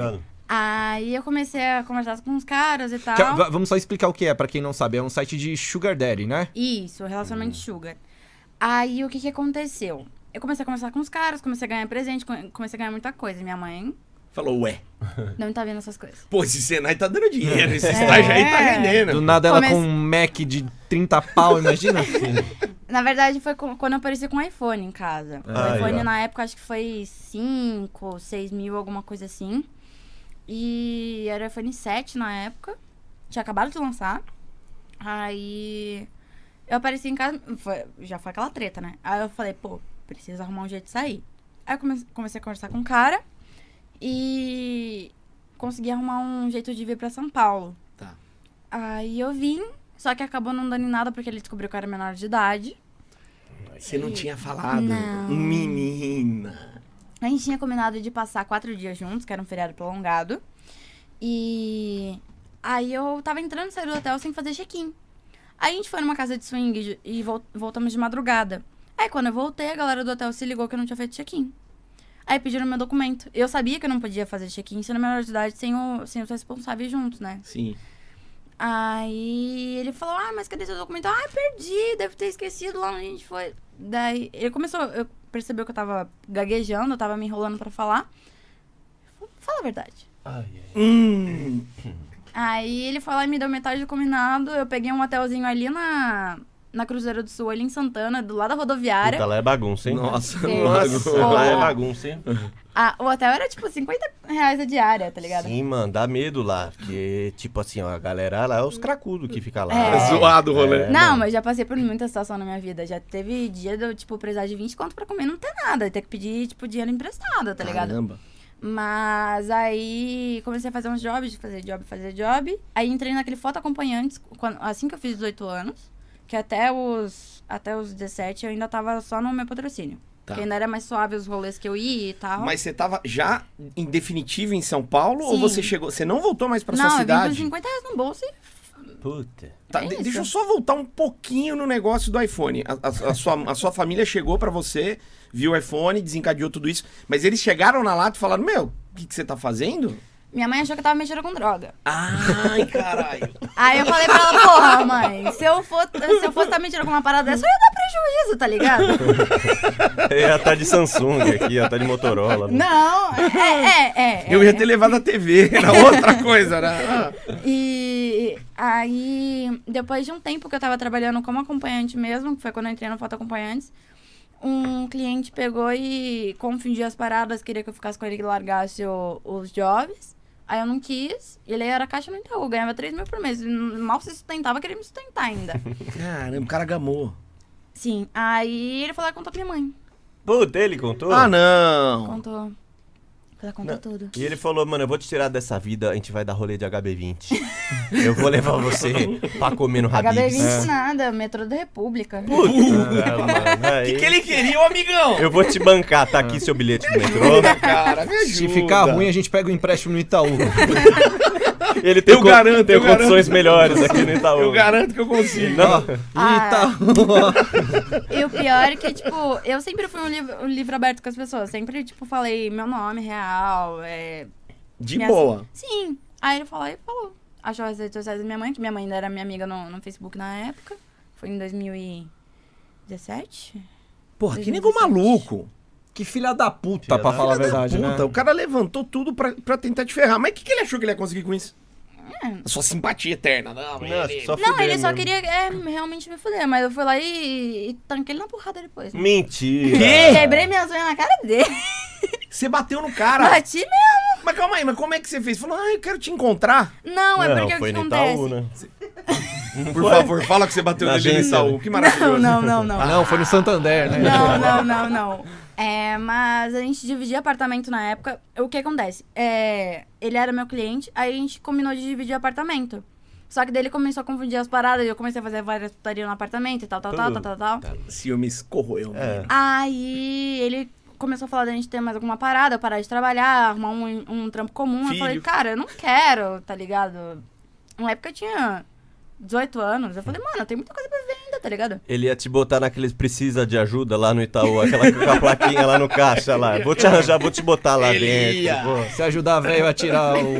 Speaker 4: Aí eu comecei a conversar com os caras e tal.
Speaker 3: Que- é, va- vamos só explicar o que é, pra quem não sabe. É um site de sugar daddy, né?
Speaker 4: Isso, relacionamento sugar. Aí o que que aconteceu? Eu comecei a conversar com os caras, comecei a ganhar presente, come- comecei a ganhar muita coisa. Minha mãe
Speaker 1: Falou, ué.
Speaker 4: não tá vendo essas coisas.
Speaker 1: Pô, esse Senai tá dando dinheiro, esse estágio aí tá rendendo.
Speaker 3: É. Do nada ela
Speaker 4: Comece-
Speaker 3: com um Mac de 30 pau, imagina?
Speaker 4: Na verdade, foi co- quando eu apareci com o iPhone em casa.
Speaker 2: Ah,
Speaker 4: o iPhone
Speaker 2: é.
Speaker 4: na época acho que foi 5, 6 mil, alguma coisa assim. E era o iPhone 7 na época. Tinha acabado de lançar. Aí eu apareci em casa. foi- já foi aquela treta, né? Aí eu falei, pô, preciso arrumar um jeito de sair. Aí eu come- comecei a conversar com o cara e consegui arrumar um jeito de vir pra São Paulo.
Speaker 1: Tá.
Speaker 4: Aí eu vim, só que acabou não dando em nada porque ele descobriu que eu era menor de idade.
Speaker 1: Você não tinha falado. Um
Speaker 4: Não.
Speaker 1: Menina.
Speaker 4: A gente tinha combinado de passar quatro dias juntos, que era um feriado prolongado. E Aí eu tava entrando e saindo do hotel sem fazer check-in. Aí a gente foi numa casa de swing de- e vol- voltamos de madrugada. Aí quando eu voltei, a galera do hotel se ligou que eu não tinha feito check-in. Aí pediram meu documento. Eu sabia que eu não podia fazer check-in sendo menor de idade sem, o, sem os responsáveis juntos, né?
Speaker 1: Sim.
Speaker 4: Aí ele falou, ah, mas cadê seu documento? Ah, perdi, deve ter esquecido lá onde a gente foi. Daí ele começou, eu percebeu que eu tava gaguejando, eu tava me enrolando pra falar. Falei, Fala a verdade.
Speaker 1: Hum.
Speaker 4: Aí ele foi lá e me deu metade do combinado. Eu peguei um hotelzinho ali na, na Cruzeiro do Sul, ali em Santana, do lado da rodoviária.
Speaker 2: Puta, lá é bagunça, hein?
Speaker 1: Nossa,
Speaker 4: Sim.
Speaker 1: nossa.
Speaker 4: Nossa.
Speaker 2: lá é bagunça, hein?
Speaker 4: Ah, o hotel era tipo 50 reais a diária, tá ligado?
Speaker 2: Sim, mano, dá medo lá. Porque, tipo assim, ó, a galera lá é os cracudos que fica lá.
Speaker 4: É.
Speaker 1: Zoado o rolê.
Speaker 2: É,
Speaker 4: Não,
Speaker 2: mano.
Speaker 4: mas já passei por muita situação na minha vida. Já teve dia de eu, tipo, precisar de 20 conto pra comer, não ter nada. e Ter que pedir, tipo, dinheiro emprestado, tá ligado?
Speaker 1: Caramba.
Speaker 4: Mas aí comecei a fazer uns jobs, de fazer job, fazer job. Aí entrei naquele foto acompanhantes quando- assim que eu fiz 18 anos, que até os até os 17 eu ainda tava só no meu patrocínio.
Speaker 1: Tá.
Speaker 4: Que ainda era mais suave os rolês que eu ia e tal.
Speaker 1: Mas você tava já em definitivo em São Paulo ou
Speaker 4: Sim.
Speaker 1: você chegou, você não voltou mais pra
Speaker 4: não,
Speaker 1: sua
Speaker 4: eu vim com
Speaker 1: cidade?
Speaker 4: 50 reais no bolso e
Speaker 2: Puta.
Speaker 1: Tá,
Speaker 4: É
Speaker 1: de-
Speaker 4: isso.
Speaker 1: deixa eu só voltar um pouquinho no negócio do iPhone. A, a- a sua, a sua família chegou pra você, viu o iPhone, desencadeou tudo isso, mas eles chegaram na lata e falaram: Meu, o que, que você tá fazendo?
Speaker 4: minha mãe achou que eu tava mexendo com droga.
Speaker 1: Ai, caralho.
Speaker 4: Aí eu falei pra ela, porra, mãe, se eu, for, se eu fosse estar mentindo com uma parada dessa, eu ia dar prejuízo, tá ligado?
Speaker 2: Ela tá de Samsung aqui, ela tá de Motorola. né?
Speaker 4: Não, é, é, é. é.
Speaker 1: Eu ia ter levado a TV, era outra coisa, né? Ah.
Speaker 4: E aí, depois de um tempo que eu tava trabalhando como acompanhante mesmo, que foi quando eu entrei no Foto Acompanhantes, um cliente pegou e confundiu as paradas, queria que eu ficasse com ele e largasse o- os jobs. Aí eu não quis, ele era caixa no Itaú, ganhava 3 mil por mês. Mal se sustentava, queria me sustentar ainda.
Speaker 1: Caramba, o cara gamou.
Speaker 4: Sim, aí ele falou, contou pra minha mãe.
Speaker 2: Puta, ele contou?
Speaker 1: Ah, não.
Speaker 4: Contou. Ela contou
Speaker 2: Não.
Speaker 4: tudo.
Speaker 2: E ele falou, mano, eu vou te tirar dessa vida, a gente vai dar rolê de HB20. eu vou levar você pra comer no Habib's.
Speaker 4: HB20 nada, metrô da República.
Speaker 2: É. Puta, mano, aí-
Speaker 1: ele queria, o amigão?
Speaker 2: Eu vou te bancar, tá aqui seu bilhete do metrô.
Speaker 1: Cara, me ajuda.
Speaker 3: Se ficar ruim, a gente pega o empréstimo no Itaú.
Speaker 2: Ele tem,
Speaker 1: Eu garanto,
Speaker 2: tem
Speaker 1: eu garanto.
Speaker 2: condições melhores aqui no Itaú.
Speaker 1: eu garanto que eu consigo.
Speaker 2: Não,
Speaker 4: Ah.
Speaker 3: Itaú.
Speaker 4: E o pior é que, tipo, eu sempre fui um livro, um livro aberto com as pessoas. Sempre, tipo, falei meu nome real. É...
Speaker 1: De
Speaker 4: Minhas-
Speaker 1: boa.
Speaker 4: Sim. Aí ele falou e falou. Achou as redes sociais da minha mãe, que minha mãe ainda era minha amiga no, no Facebook na época. Foi em 2017?
Speaker 1: Porra, que nego maluco.
Speaker 3: Que filha da puta,
Speaker 2: Filha
Speaker 3: Tá pra
Speaker 2: da-
Speaker 3: falar a
Speaker 1: Filha da
Speaker 3: verdade,
Speaker 1: puta,
Speaker 3: né?
Speaker 1: O cara levantou tudo pra, pra tentar te ferrar. Mas o que, que ele achou que ele ia conseguir com isso? A sua simpatia eterna. Não,
Speaker 2: não, acho que
Speaker 1: ele...
Speaker 2: só
Speaker 4: Não,
Speaker 2: fuder
Speaker 4: ele só
Speaker 2: mesmo.
Speaker 4: queria é, realmente me fuder, mas eu fui lá e, e tanquei ele na porrada depois.
Speaker 2: Hum.
Speaker 4: né?
Speaker 2: Mentira.
Speaker 1: Quê?
Speaker 4: Quebrei minhas unhas na cara dele.
Speaker 1: Você bateu no cara. Mas...
Speaker 4: Bati mesmo.
Speaker 1: calma aí, mas como é que você fez? Falou, ah, eu quero te encontrar.
Speaker 4: Não, é
Speaker 2: Não,
Speaker 4: porque o
Speaker 2: foi
Speaker 4: que
Speaker 2: no
Speaker 4: acontece?
Speaker 2: Itaú, né?
Speaker 1: Por favor, fala que você bateu
Speaker 2: Na
Speaker 1: nele no
Speaker 2: agência,
Speaker 1: Itaú.
Speaker 2: né?
Speaker 1: Que maravilhoso.
Speaker 4: Não, não, não, não.
Speaker 3: Não, foi no Santander, né?
Speaker 4: Não, não, não, não. É, mas a gente dividia apartamento na época. O que acontece? É, ele era meu cliente, aí a gente combinou de dividir apartamento. Só que daí ele começou a confundir as paradas e eu comecei a fazer várias putarias no apartamento e tal, tal, tal, tal, tal, tal.
Speaker 1: Tá, Ciúmes corroeu.
Speaker 2: É.
Speaker 4: Aí ele começou a falar da gente ter mais alguma parada, eu parar de trabalhar, arrumar um, um trampo comum. Eu
Speaker 1: Filho.
Speaker 4: falei, cara, eu não quero, tá ligado? Na época eu tinha 18 anos. Eu falei, mano, tem muita coisa pra ver ainda, tá ligado?
Speaker 2: Ele ia te botar naqueles precisa de ajuda lá no Itaú, aquela com a plaquinha lá no caixa lá. Vou te arranjar, vou te botar lá
Speaker 1: Ele
Speaker 2: Tá dentro.
Speaker 1: ia.
Speaker 2: pô.
Speaker 3: Se ajudar, velho, a tirar o
Speaker 2: O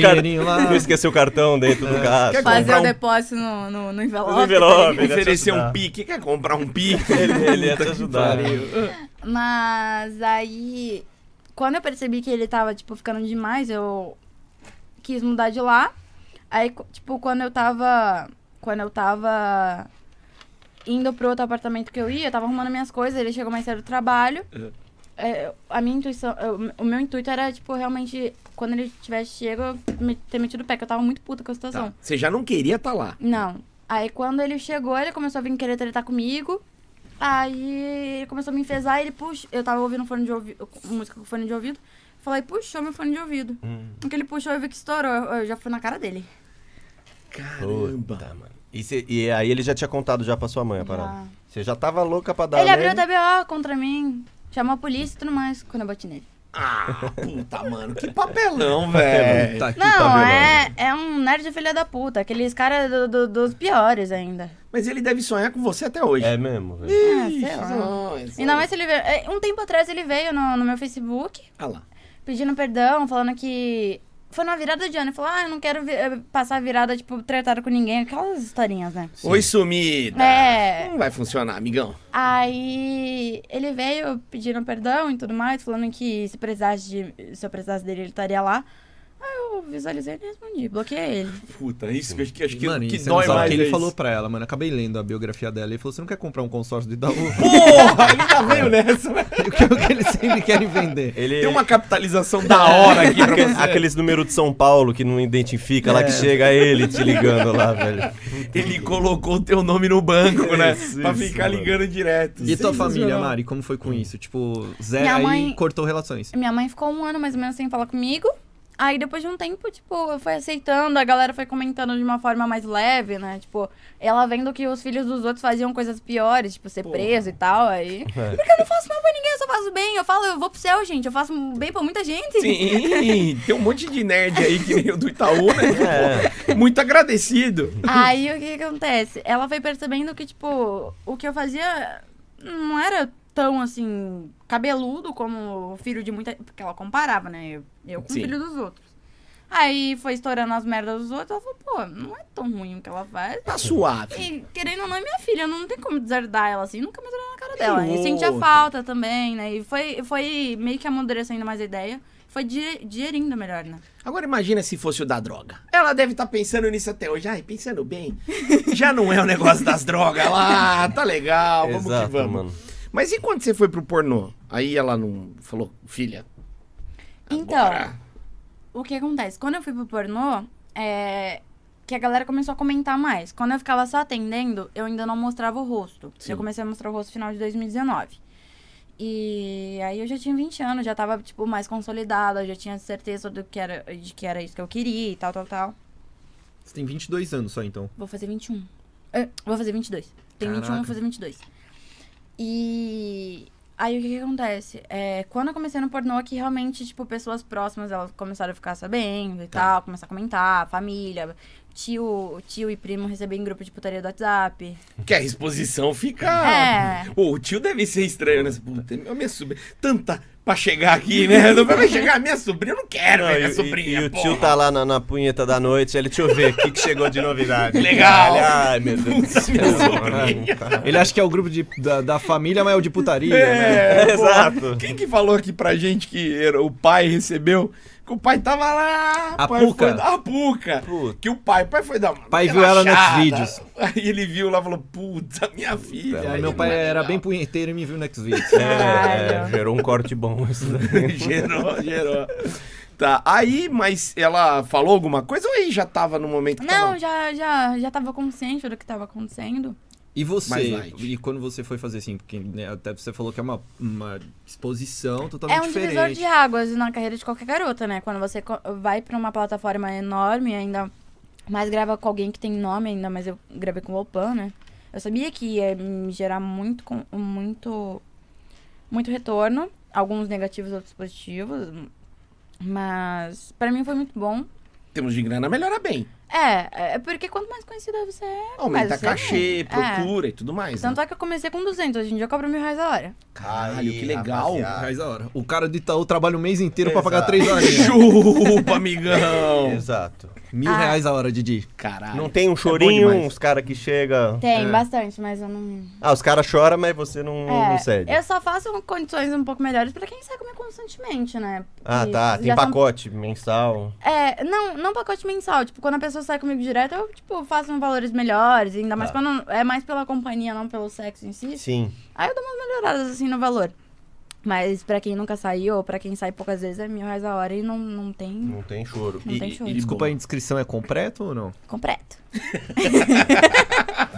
Speaker 2: cara
Speaker 3: dinheirinho lá. É.
Speaker 2: não esqueceu o cartão dentro do caixa.
Speaker 1: Quer comprar
Speaker 4: Fazer o
Speaker 1: um-
Speaker 4: depósito no, no, no envelope.
Speaker 2: No envelope.
Speaker 4: tá ligado?
Speaker 1: Oferecer
Speaker 2: Ele ia te
Speaker 1: um
Speaker 2: ajudar.
Speaker 1: pique. Quer comprar um pique?
Speaker 2: Ele, ele ia te
Speaker 1: Puta que
Speaker 2: ajudar.
Speaker 1: pariu.
Speaker 4: Mas aí, quando eu percebi que ele tava, tipo, ficando demais, eu quis mudar de lá. Aí, co- tipo, quando eu tava. Quando eu tava indo pro outro apartamento que eu ia, eu tava arrumando minhas coisas, ele chegou mais cedo do trabalho.
Speaker 1: Uhum.
Speaker 4: É, a minha intuição, eu- o meu intuito era, tipo, realmente, quando ele tivesse chego, eu me- ter metido o pé, que eu tava muito puta com a situação.
Speaker 1: Tá. Você já não queria estar lá.
Speaker 4: Não. Aí quando ele chegou, ele começou a vir querer tretar comigo. Aí ele começou a me enfesar, ele puxa. Eu tava ouvindo um fone de ouvido, música com fone de ouvido. Falei, puxou meu fone de ouvido. No que ele puxou, eu vi que estourou. Eu, eu já fui na cara dele.
Speaker 1: Caramba.
Speaker 2: Puta, Tá, mano. E, cê- e aí ele já tinha contado já pra sua mãe a parada.
Speaker 4: Já.
Speaker 2: Você já tava louca pra dar
Speaker 4: ele abriu
Speaker 2: nele.
Speaker 4: a TBO contra mim, chamou a polícia e tudo mais quando eu bati nele.
Speaker 1: Ah, puta, mano, que papelão, velho.
Speaker 3: Puta que tá
Speaker 1: tá
Speaker 4: Não,
Speaker 3: pariu.
Speaker 4: é, é um nerd filha da puta. Aqueles caras do- do- dos piores ainda.
Speaker 1: Mas ele deve sonhar com você até hoje.
Speaker 2: É mesmo, velho.
Speaker 4: Ah, sei lá.
Speaker 1: Sonhos,
Speaker 4: Ainda mais se ele veio. é, Um tempo atrás ele veio no, no meu Facebook
Speaker 1: Ah lá.
Speaker 4: pedindo perdão, falando que. Foi na virada de ano. Ele falou: Ah, eu não quero vi- eh, passar a virada, tipo, tratado com ninguém. Aquelas historinhas, né?
Speaker 1: Oi, sumida.
Speaker 4: É.
Speaker 1: Não vai funcionar, amigão.
Speaker 4: Aí ele veio pedindo perdão e tudo mais, falando que se precisasse de. Se eu precisasse dele, ele estaria lá. Aí eu visualizei e respondi, bloqueei ele.
Speaker 1: Puta, isso que, acho que,
Speaker 3: Mano, e
Speaker 1: que
Speaker 3: você não
Speaker 1: dói
Speaker 3: sabe o
Speaker 1: mais.
Speaker 3: que ele
Speaker 1: é
Speaker 3: falou
Speaker 1: isso.
Speaker 3: pra ela, mano. Acabei lendo a biografia dela. Ele falou: você não quer comprar um consórcio do Itaú?
Speaker 1: Porra, ele já veio nessa, É. né?
Speaker 3: o que é o que eles sempre querem vender?
Speaker 2: Ele,
Speaker 1: Tem uma capitalização da hora aqui pra
Speaker 2: Aquele-
Speaker 1: você.
Speaker 2: Aqueles números de São Paulo que não identifica lá, que
Speaker 3: É.
Speaker 2: chega ele te ligando lá, velho.
Speaker 1: Ah, Ele colocou o teu nome no banco, né?
Speaker 2: Isso,
Speaker 1: pra
Speaker 2: isso,
Speaker 1: ficar
Speaker 2: mano.
Speaker 1: ligando direto.
Speaker 3: E tua
Speaker 1: Sensacional.
Speaker 3: família, Mari, como foi
Speaker 1: Hum.
Speaker 3: com isso? Tipo, Zé
Speaker 4: Minha
Speaker 3: aí
Speaker 4: mãe-
Speaker 3: cortou relações.
Speaker 4: Minha mãe ficou um ano mais ou menos sem falar comigo. Aí depois de um tempo, tipo, eu fui aceitando, a galera foi comentando de uma forma mais leve, né? Tipo, ela vendo que os filhos dos outros faziam coisas piores, tipo, ser preso e tal. Aí. Porque eu não faço mal pra ninguém, eu só faço bem. Eu falo, eu vou pro céu, gente, eu faço bem pra muita gente.
Speaker 1: Sim, tem um monte de nerd aí que nem o do Itaú, né?
Speaker 2: É.
Speaker 1: Pô, Muito agradecido.
Speaker 4: Aí o que, que acontece? Ela foi percebendo que, tipo, o que eu fazia não era tão assim, cabeludo como o filho de muita. Porque ela comparava, né? Eu, eu com
Speaker 1: Sim.
Speaker 4: o filho dos outros. Aí foi estourando as merdas dos outros, ela falou, pô, não é tão ruim o que ela faz.
Speaker 1: Tá suave.
Speaker 4: E querendo ou não, é minha filha, não tem como deserdar ela assim, nunca mais olhar na cara dela.
Speaker 1: E
Speaker 4: E sentia
Speaker 1: outra.
Speaker 4: falta também, né? E foi, foi meio que amadurecendo mais a ideia. Foi di- digerindo melhor, né?
Speaker 1: Agora imagina se fosse o da droga. Ela deve estar pensando nisso até hoje. Ai, pensando bem, já não é o negócio das drogas lá, tá legal, vamos que
Speaker 2: Exato,
Speaker 1: vamos.
Speaker 2: mano.
Speaker 1: Mas e quando você foi pro pornô? Aí ela não falou, filha,
Speaker 4: Então.
Speaker 1: agora...
Speaker 4: o que acontece? Quando eu fui pro pornô, é. Que a galera começou a comentar mais. Quando eu ficava só atendendo, eu ainda não mostrava o rosto.
Speaker 1: Sim.
Speaker 4: Eu comecei a mostrar o rosto no final de 2019. E aí eu já tinha 20 anos, já tava, tipo, mais consolidada, eu já tinha certeza do que era, de que era isso que eu queria e tal, tal, tal.
Speaker 3: Você tem 22 anos só, então.
Speaker 4: Vou fazer 21. É, vou fazer 22. Tem 21,
Speaker 3: Caraca.
Speaker 4: vou fazer 22. E aí o que, que acontece? É, quando eu comecei no pornô, é que realmente, tipo, pessoas próximas, elas começaram a ficar sabendo e tal, começar a comentar, família, tio, tio e primo receber em grupo de putaria do WhatsApp.
Speaker 1: Que a exposição fica.
Speaker 4: É.
Speaker 1: Pô, o tio deve ser estranho nessa. Puta, meu- minha sobrinha. Tanta pra chegar aqui, né? Não vai chegar minha sobrinha, eu não quero
Speaker 2: Não,
Speaker 1: ver
Speaker 2: e,
Speaker 1: minha
Speaker 2: e-
Speaker 1: sobrinha.
Speaker 2: e o
Speaker 1: porra.
Speaker 2: tio tá lá na, na punheta da noite, ele, deixa eu ver, o que, que chegou de novidade?
Speaker 1: Legal.
Speaker 2: Ele, ai, meu Deus do
Speaker 1: Puta,
Speaker 2: céu,
Speaker 1: minha
Speaker 2: mano.
Speaker 1: sobrinha.
Speaker 3: Ele acha que é o grupo de- da, da família, mas é o de putaria, né?
Speaker 1: É, pô.
Speaker 2: Exato.
Speaker 1: Quem que falou aqui pra gente que era- o pai recebeu? Que o pai tava lá.
Speaker 3: A
Speaker 1: pai
Speaker 3: Puca?
Speaker 1: foi dar- A Puca.
Speaker 2: Puta.
Speaker 1: Que o pai, pai foi dar uma.
Speaker 3: Pai viu ela nos
Speaker 1: relaxada.
Speaker 3: vídeos.
Speaker 1: Aí ele viu lá e falou: Puta, minha filha.
Speaker 3: E
Speaker 1: mas
Speaker 3: aí meu
Speaker 1: não
Speaker 3: pai
Speaker 1: é
Speaker 3: era
Speaker 1: legal.
Speaker 3: bem punheteiro e me viu no X-Videos.
Speaker 2: É, gerou um corte bom isso daí.
Speaker 1: gerou, gerou. Tá, aí, mas ela falou alguma coisa ou aí já tava no momento que
Speaker 4: Não,
Speaker 1: tava...
Speaker 4: já, já, já tava consciente do que tava acontecendo.
Speaker 3: E
Speaker 1: Mais
Speaker 3: você?
Speaker 1: light.
Speaker 3: E quando você foi fazer assim? Porque né, até você falou que é uma, uma exposição totalmente
Speaker 4: É um divisor
Speaker 3: diferente.
Speaker 4: de águas na carreira de qualquer garota, né? Quando você co- vai pra uma plataforma enorme, ainda mais grava com alguém que tem nome, ainda mais eu gravei com o Lopan, né? Eu sabia que ia me gerar muito, com- muito, muito retorno, alguns negativos, outros positivos, mas pra mim foi muito bom.
Speaker 1: Temos de grana, melhora bem.
Speaker 4: É, é porque quanto mais conhecida você é,
Speaker 1: Aumenta
Speaker 4: mais você
Speaker 1: cachê,
Speaker 4: é.
Speaker 1: procura e tudo mais.
Speaker 4: Tanto
Speaker 1: né?
Speaker 4: é que eu comecei com 200, hoje em dia eu cobro mil reais a hora.
Speaker 1: Caralho, que legal.
Speaker 3: Mas da hora. O cara do Itaú trabalha o mês inteiro pra pagar
Speaker 2: Exato.
Speaker 3: 3 horas.
Speaker 1: Chupa, amigão.
Speaker 2: Exato.
Speaker 3: Mil
Speaker 4: Ah.
Speaker 3: reais a hora, Didi.
Speaker 1: Caralho.
Speaker 2: Não tem um chorinho,
Speaker 1: demais.
Speaker 2: uns caras que chega.
Speaker 4: É Tem,
Speaker 3: É.
Speaker 4: bastante, mas eu não...
Speaker 2: Ah, os caras choram, mas você não,
Speaker 4: É,
Speaker 2: não cede.
Speaker 4: Eu só faço condições um pouco melhores pra quem sai comer constantemente, né?
Speaker 2: Ah,
Speaker 4: E
Speaker 2: tá.
Speaker 4: já
Speaker 2: Tem
Speaker 4: são-
Speaker 2: pacote mensal.
Speaker 4: É, não, não pacote mensal. Tipo, quando a pessoa sai comigo direto, eu, tipo, faço valores melhores. Ainda mais
Speaker 2: Tá.
Speaker 4: quando é mais pela companhia, não pelo sexo em si.
Speaker 2: Sim.
Speaker 4: Aí eu dou umas melhoradas, assim, no valor. Mas pra quem nunca saiu, ou pra quem sai poucas vezes, é mil reais a hora e não, não tem
Speaker 2: Não tem choro.
Speaker 4: Não tem choro.
Speaker 3: Desculpa, a
Speaker 1: boa.
Speaker 3: indiscrição é completo ou não?
Speaker 4: completo.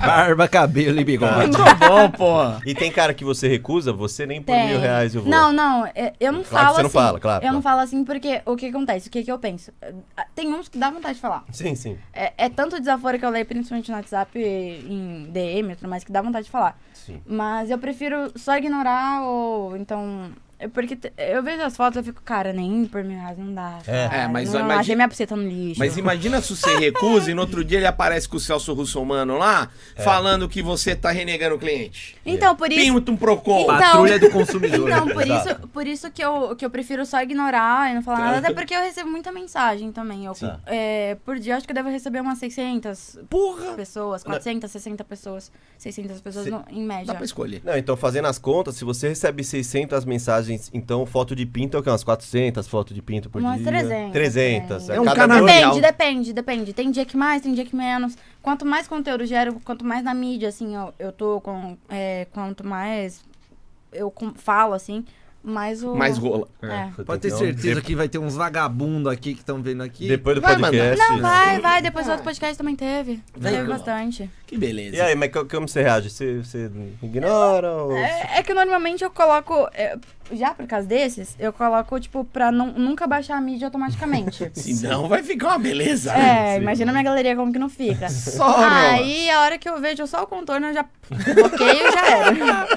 Speaker 3: Barba, cabelo e bigode.
Speaker 1: Tá bom, pô.
Speaker 2: E tem cara que você recusa, você nem por
Speaker 4: Tem.
Speaker 2: mil reais eu vou.
Speaker 4: Não, não, é- eu
Speaker 2: Claro que
Speaker 4: não falo
Speaker 2: você não
Speaker 4: assim.
Speaker 2: fala, claro,
Speaker 4: Eu não
Speaker 2: claro.
Speaker 4: falo assim porque o que acontece? O que, que eu penso? Ah, Tem uns que dá vontade de falar.
Speaker 2: Sim, sim.
Speaker 4: É, é tanto desaforo que eu leio, principalmente no WhatsApp, em DM e tudo mais, que dá vontade de falar.
Speaker 2: Sim.
Speaker 4: Mas eu prefiro só ignorar ou então É Porque te- eu vejo as fotos, eu fico, cara, nem por mil reais não dá.
Speaker 3: É.
Speaker 4: cara.
Speaker 1: É, mas
Speaker 4: não,
Speaker 1: imagina-
Speaker 4: Achei minha buceta no lixo.
Speaker 1: Mas imagina se você recusa e no outro dia ele aparece com o Celso Russomano lá,
Speaker 3: É.
Speaker 1: falando que você tá renegando o cliente.
Speaker 4: Então, por
Speaker 1: Tem
Speaker 4: isso.
Speaker 1: um PROCON.
Speaker 4: Então-
Speaker 3: Patrulha do consumidor.
Speaker 1: né?
Speaker 4: Então,
Speaker 2: né?
Speaker 4: por
Speaker 3: Exato.
Speaker 4: isso, por isso que, eu, que eu prefiro só ignorar e não falar nada, até porque eu recebo muita mensagem também. Eu,
Speaker 3: Tá.
Speaker 4: é, por dia, eu acho que eu devo receber umas 600
Speaker 1: Porra!
Speaker 4: pessoas, 460 pessoas, 600 pessoas
Speaker 2: Se-
Speaker 4: no- em
Speaker 1: Dá
Speaker 4: média.
Speaker 1: pra escolher.
Speaker 2: Não, então fazendo as contas, se você recebe 600 mensagens, então foto de pinto é o quê? Umas 400 fotos de pinto por
Speaker 4: Umas
Speaker 2: dia?
Speaker 4: 300,
Speaker 2: 300.
Speaker 4: é.
Speaker 2: a
Speaker 1: É um
Speaker 2: cada
Speaker 1: canal-
Speaker 2: dois-
Speaker 1: Real.
Speaker 4: Depende, depende, depende. Tem dia que mais, tem dia que menos. Quanto mais conteúdo eu gero, quanto mais na mídia, assim, eu, eu tô com. é, quanto mais eu com- falo, assim, mais o.
Speaker 1: Mais rola.
Speaker 4: É.
Speaker 3: Pode ter
Speaker 2: Então,
Speaker 3: certeza que vai ter uns vagabundos aqui que estão vendo aqui.
Speaker 2: Depois do
Speaker 1: Vai, mano.
Speaker 2: podcast.
Speaker 4: Não, vai, vai. Depois do outro podcast também teve.
Speaker 1: Vai,
Speaker 4: teve
Speaker 1: Cláudio.
Speaker 4: bastante.
Speaker 1: Que beleza.
Speaker 2: E aí, mas co- como você reage? Você, você ignora ou...
Speaker 4: É, é que normalmente eu coloco. é, já por causa desses, eu coloco, tipo, pra não, nunca baixar a mídia automaticamente.
Speaker 1: Senão vai ficar uma beleza. né?
Speaker 4: É, imagina minha galeria como que não fica.
Speaker 1: Só,
Speaker 4: Aí a hora que eu vejo só o contorno, eu já bloqueio e já era.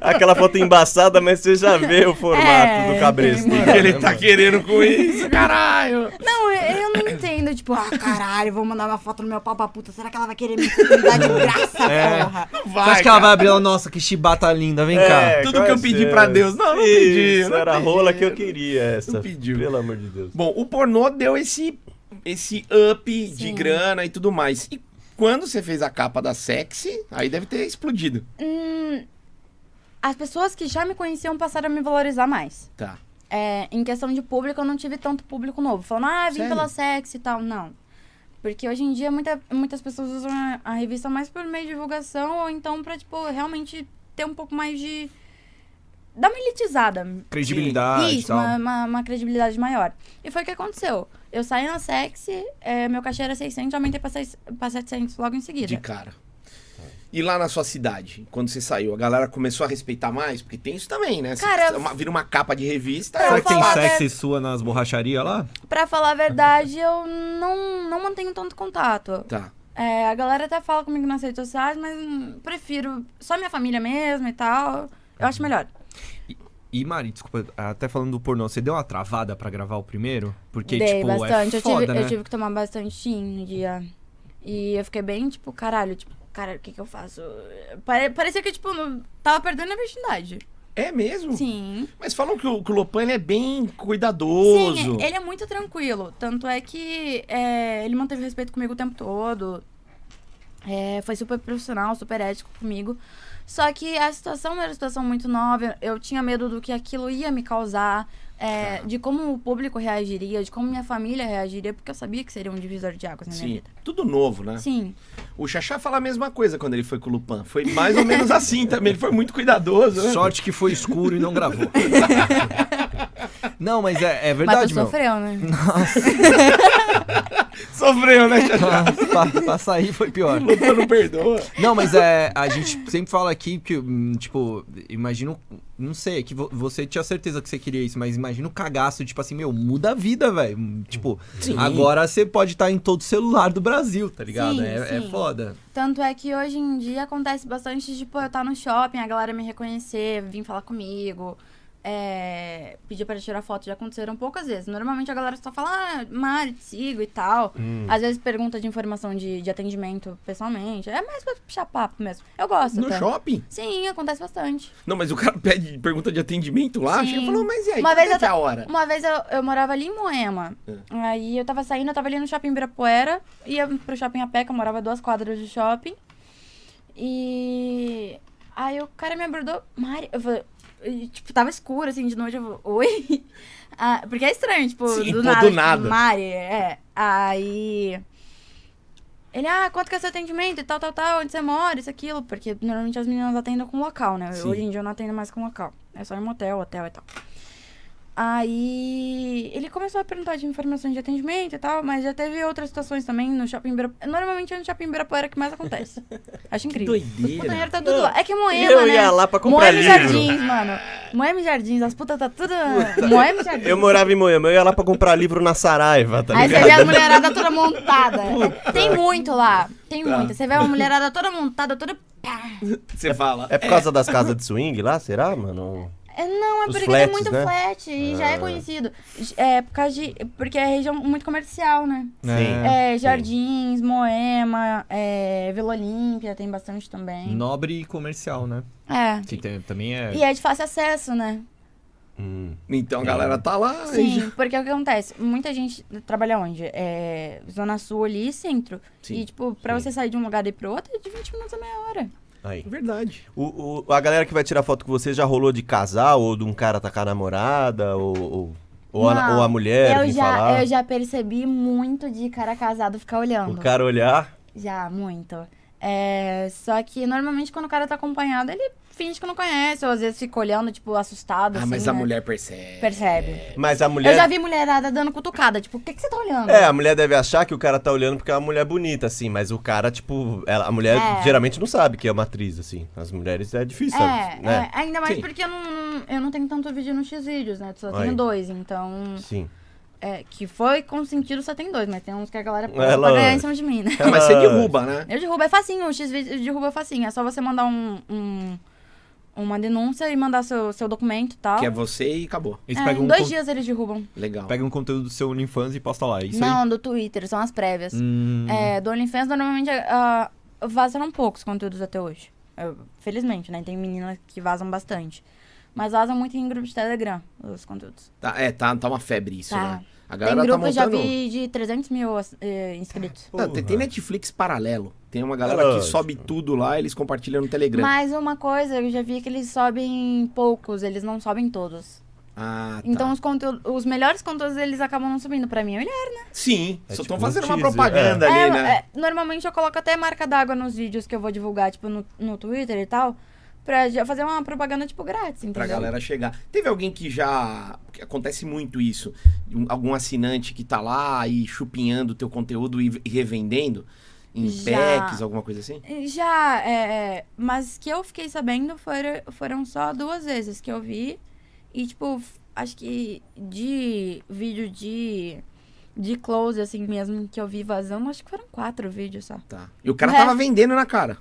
Speaker 2: Aquela foto embaçada, mas você já vê o formato
Speaker 4: É,
Speaker 2: do cabresto.
Speaker 1: meu. Ele
Speaker 3: É.
Speaker 1: tá querendo com isso, caralho.
Speaker 4: Não, eu, eu não entendo, tipo, ah, caralho, vou mandar uma foto no meu pau pra puta. Será que ela vai querer me, me dar de graça,
Speaker 3: É.
Speaker 4: porra?
Speaker 1: Vai,
Speaker 3: Você acha que ela
Speaker 1: cara.
Speaker 3: vai abrir? ela, Nossa, que chibata linda, vem cá.
Speaker 2: É,
Speaker 1: Tudo que eu
Speaker 2: qual
Speaker 1: pedi
Speaker 2: é?
Speaker 1: pra Deus. Não, não pedi,
Speaker 2: Isso,
Speaker 1: não
Speaker 2: era a
Speaker 1: pedi.
Speaker 2: rola que eu queria essa.
Speaker 1: Não pediu.
Speaker 2: Pelo amor de Deus.
Speaker 1: Bom, o pornô deu esse, esse up de grana e tudo mais. E quando você fez a capa da sexy, aí deve ter explodido.
Speaker 4: Hum, as pessoas que já me conheciam passaram a me valorizar mais.
Speaker 1: Tá.
Speaker 4: É, em questão de público, eu não tive tanto público novo. Falando, ah, vim
Speaker 1: Sério?
Speaker 4: pela sexy e tal. Não. Porque hoje em dia muita, muitas pessoas usam a, a revista mais por meio de divulgação ou então pra, tipo, realmente ter um pouco mais de. dar uma elitizada,
Speaker 3: Credibilidade e
Speaker 4: Isso,
Speaker 3: tal.
Speaker 4: uma, uma- uma credibilidade maior. E foi o que aconteceu. Eu saí na sexy, eh, meu cachê era 600, aumentei pra, seis, pra 700 logo em seguida.
Speaker 1: De cara. E lá na sua cidade, quando você saiu, a galera começou a respeitar mais? Porque tem isso também, né? Você
Speaker 4: Cara,
Speaker 1: uma- vira uma capa de revista.
Speaker 4: Cara,
Speaker 3: Será que tem
Speaker 4: falar,
Speaker 3: sexy sua nas borracharias lá?
Speaker 4: Pra falar a verdade, eu não, não mantenho tanto contato.
Speaker 1: Tá.
Speaker 4: Eh, a galera até fala comigo nas redes sociais, mas hum, prefiro só minha família mesmo e tal. Eu acho melhor.
Speaker 3: E, Mari, desculpa, até falando do pornô, você deu uma travada pra gravar o primeiro? Porque,
Speaker 4: Dei
Speaker 3: tipo,
Speaker 4: bastante.
Speaker 3: é foda,
Speaker 4: eu, tive,
Speaker 3: né?
Speaker 4: eu tive que tomar bastante gin no dia. E eu fiquei bem, tipo, caralho, tipo, cara, o que que eu faço? Pare- Parecia que, tipo, eu tava perdendo a virgindade.
Speaker 1: É
Speaker 3: Hum.
Speaker 1: mesmo?
Speaker 4: Sim.
Speaker 1: Mas falam que o, que o Lopan ele é bem cuidadoso.
Speaker 4: Sim, ele é muito tranquilo. Tanto é que é, ele manteve respeito comigo o tempo todo. É, foi super profissional, super ético comigo. Só que a situação era uma situação muito nova. Eu tinha medo do que aquilo ia me causar, é, de como o público reagiria, de como minha família reagiria, porque eu sabia que seria um divisor de águas na minha
Speaker 1: Sim,
Speaker 4: vida.
Speaker 1: tudo novo, né?
Speaker 4: Sim.
Speaker 1: O Xaxá fala a mesma coisa quando ele foi com o Lupan. Foi mais ou menos assim também. Ele foi muito cuidadoso, né?
Speaker 3: Sorte que foi escuro e não gravou. não, mas é, é
Speaker 4: Mas
Speaker 3: verdade,
Speaker 4: tu
Speaker 3: meu.
Speaker 4: sofreu, né?
Speaker 1: Sofreu, né, Xaxá?
Speaker 3: pra, pra- pra sair foi pior.
Speaker 1: O Lupan não perdoa.
Speaker 4: tá.
Speaker 3: Não, mas é. A gente sempre fala aqui que, hum, tipo, imagino. Não sei, é que vo- você tinha certeza que você queria isso, mas imagina o cagaço, tipo assim, meu, muda a vida, velho. Hum, Tipo, agora você pode estar em todo celular do Brasil, tá ligado?
Speaker 4: Sim,
Speaker 3: é, é
Speaker 4: sim.
Speaker 3: foda.
Speaker 4: Tanto é que hoje em dia acontece bastante, tipo, eu estar no shopping, a galera me reconhecer, vir falar comigo, é, pedir pra tirar foto, já aconteceram poucas vezes. Normalmente a galera só fala, ah, Mari, te sigo e tal.
Speaker 1: Hum.
Speaker 4: Às vezes pergunta de informação de, de atendimento pessoalmente. É mais pra puxar papo mesmo. Eu gosto.
Speaker 1: No
Speaker 4: até.
Speaker 1: shopping?
Speaker 4: Sim, acontece bastante.
Speaker 1: Não, mas o cara pede pergunta de atendimento lá.
Speaker 4: Sim.
Speaker 1: Chega e falou, mas e aí?
Speaker 4: Uma
Speaker 1: Uma
Speaker 4: vez
Speaker 1: vez é
Speaker 4: eu
Speaker 1: que é
Speaker 4: ta-
Speaker 1: a hora?
Speaker 4: Uma vez eu, eu morava ali em Moema.
Speaker 1: É.
Speaker 4: Aí eu tava saindo, eu tava ali no shopping Ibirapuera. Ia pro shopping a pé, que eu morava duas quadras do shopping. E. Aí o cara me abordou. Mari. Eu falei, e, tipo, tava escuro assim de noite. Eu falei, oi? Ah, porque é estranho, tipo,
Speaker 1: Sim,
Speaker 4: do
Speaker 1: pô,
Speaker 4: nada.
Speaker 1: do
Speaker 4: tipo,
Speaker 1: nada.
Speaker 4: Mari, é. Aí. Ele, ah, quanto que é seu atendimento e tal, tal, tal, onde você mora, isso, aquilo. Porque normalmente as meninas atendem com local, né?
Speaker 1: Sim.
Speaker 4: Hoje em dia eu não atendo mais com local. É só em motel, hotel e tal. Aí ele começou a perguntar de informações de atendimento e tal, mas já teve outras situações também no shopping Ibirapuera. Normalmente é no shopping Ibirapuera que mais acontece. Acho incrível. Os putanheiros tá tudo lá. É que Moema,
Speaker 2: eu
Speaker 4: né?
Speaker 2: ia lá pra comprar
Speaker 4: Moema e
Speaker 2: livro.
Speaker 4: Jardins, mano. Moema e Jardins, as putas tá tudo... Moema e Jardins.
Speaker 2: Eu morava em Moema, eu ia lá pra comprar livro na Saraiva, tá
Speaker 4: Aí você
Speaker 2: ligado?
Speaker 4: vê a mulherada toda montada. Tem muito lá. Tem
Speaker 2: Tá.
Speaker 4: muito. Você vê a mulherada toda montada, toda. pá.
Speaker 1: Você fala.
Speaker 2: É por causa das casas de swing lá, será, mano?
Speaker 4: É, não, é Não,
Speaker 2: Os
Speaker 4: porque
Speaker 2: flats,
Speaker 4: tem muito
Speaker 2: né?
Speaker 4: flat e já é conhecido. É, por causa de. Porque é região muito comercial, né? É, Jardins, Moema, é, Vila Olímpia tem bastante também.
Speaker 3: Nobre e comercial, né?
Speaker 4: É.
Speaker 3: Que tem- também é.
Speaker 4: E é de fácil acesso, né?
Speaker 2: Hum.
Speaker 1: Então a galera tá lá. e já-
Speaker 4: Sim, porque o que acontece? Muita gente trabalha onde? É, Zona Sul ali e centro.
Speaker 1: Sim,
Speaker 4: e, tipo, pra
Speaker 2: sim.
Speaker 4: você sair de um lugar e ir pro outro é de 20 minutos a meia hora.
Speaker 2: Aí.
Speaker 1: Verdade.
Speaker 2: O, o- a galera que vai tirar foto com você já rolou de casal ou de um cara atacar a namorada ou, ou, ou a,
Speaker 4: Não,
Speaker 2: ou a mulher
Speaker 4: eu,
Speaker 2: vir
Speaker 4: já,
Speaker 2: falar?
Speaker 4: eu já percebi muito de cara casado ficar olhando.
Speaker 2: O cara olhar.
Speaker 4: Já, muito. É, só que normalmente quando o cara tá acompanhado, ele finge que não conhece, ou às vezes fica olhando, tipo, assustado.
Speaker 1: Ah,
Speaker 4: assim,
Speaker 1: mas a
Speaker 4: né?
Speaker 1: mulher é, percebe.
Speaker 4: Percebe.
Speaker 2: Mas a
Speaker 4: Eu já
Speaker 2: mulher.
Speaker 4: vi mulherada dando cutucada, tipo, o que, que você tá olhando?
Speaker 2: É, a mulher deve achar que o cara tá olhando porque é uma mulher bonita, assim, mas o cara, tipo, ela, a mulher
Speaker 4: É.
Speaker 2: geralmente não sabe que é uma atriz, assim. As mulheres é difícil,
Speaker 4: É,
Speaker 2: sabe? né?
Speaker 4: é, ainda mais
Speaker 1: Sim.
Speaker 4: porque eu não, eu não tenho tanto vídeo no X-Vídeos, né? Só
Speaker 2: Aí.
Speaker 4: tenho dois, então.
Speaker 2: Sim.
Speaker 4: É, que foi consentido só tem dois, mas tem uns que a galera pula
Speaker 2: Ela-
Speaker 4: pra ganhar em cima de mim, né?
Speaker 1: Ah, mas você derruba, né?
Speaker 4: Eu derrubo, é facinho, o X derruba é facinho. É só você mandar um, um- uma denúncia e mandar seu, seu documento e tal.
Speaker 1: Que é você e acabou.
Speaker 3: Eles
Speaker 4: É,
Speaker 3: pegam,
Speaker 4: em
Speaker 3: um
Speaker 4: dois
Speaker 3: con-
Speaker 4: dias eles derrubam.
Speaker 1: Legal.
Speaker 3: pegam um conteúdo do seu OnlyFans e posta lá. é Isso
Speaker 4: Não, do Twitter, são as prévias.
Speaker 3: aí. Hum,
Speaker 1: Uhum.
Speaker 4: É, do OnlyFans, normalmente, ah, vazaram poucos conteúdos até hoje. Eu- felizmente, né? Tem meninas que vazam bastante. Mas vazam muito em grupo de Telegram, os conteúdos.
Speaker 1: Tá, é, tá, tá uma febre isso,
Speaker 4: Tá.
Speaker 1: né? A
Speaker 4: Tem
Speaker 1: galera
Speaker 4: grupo,
Speaker 1: tá
Speaker 4: eu já
Speaker 1: montando.
Speaker 4: vi de 300 mil as- eh, inscritos.
Speaker 1: Não, tem, tem Netflix paralelo. Tem uma galera
Speaker 2: Ah,
Speaker 1: que sobe tudo lá, eles compartilham no Telegram.
Speaker 4: Mas uma coisa, eu já vi que eles sobem poucos, eles não sobem todos.
Speaker 1: Ah, tá.
Speaker 4: Então os, conteúdos, os melhores conteúdos eles acabam não subindo pra mim. Ele é,
Speaker 1: Sim,
Speaker 2: É
Speaker 1: só
Speaker 2: tipo
Speaker 1: estão
Speaker 2: um
Speaker 1: fazendo uma
Speaker 2: teaser,
Speaker 1: propaganda
Speaker 4: é,
Speaker 1: ali, né?
Speaker 4: é, normalmente eu coloco até marca d'água nos vídeos que eu vou divulgar, tipo, no, no Twitter e tal, pra já fazer uma propaganda, tipo, grátis, entendeu?
Speaker 1: Pra galera chegar. Teve alguém que já. que Acontece muito isso. um- algum assinante que tá lá e chupinhando o teu conteúdo e, e revendendo em
Speaker 4: Já.
Speaker 1: packs, alguma coisa assim?
Speaker 4: Já, é, é, mas que eu fiquei sabendo foram, foram só duas vezes que eu vi. E, tipo, f- acho que de vídeo de, de close, assim mesmo, que eu vi vazando, acho que foram quatro vídeos só.
Speaker 1: Tá. E o cara
Speaker 4: É.
Speaker 1: tava vendendo na cara.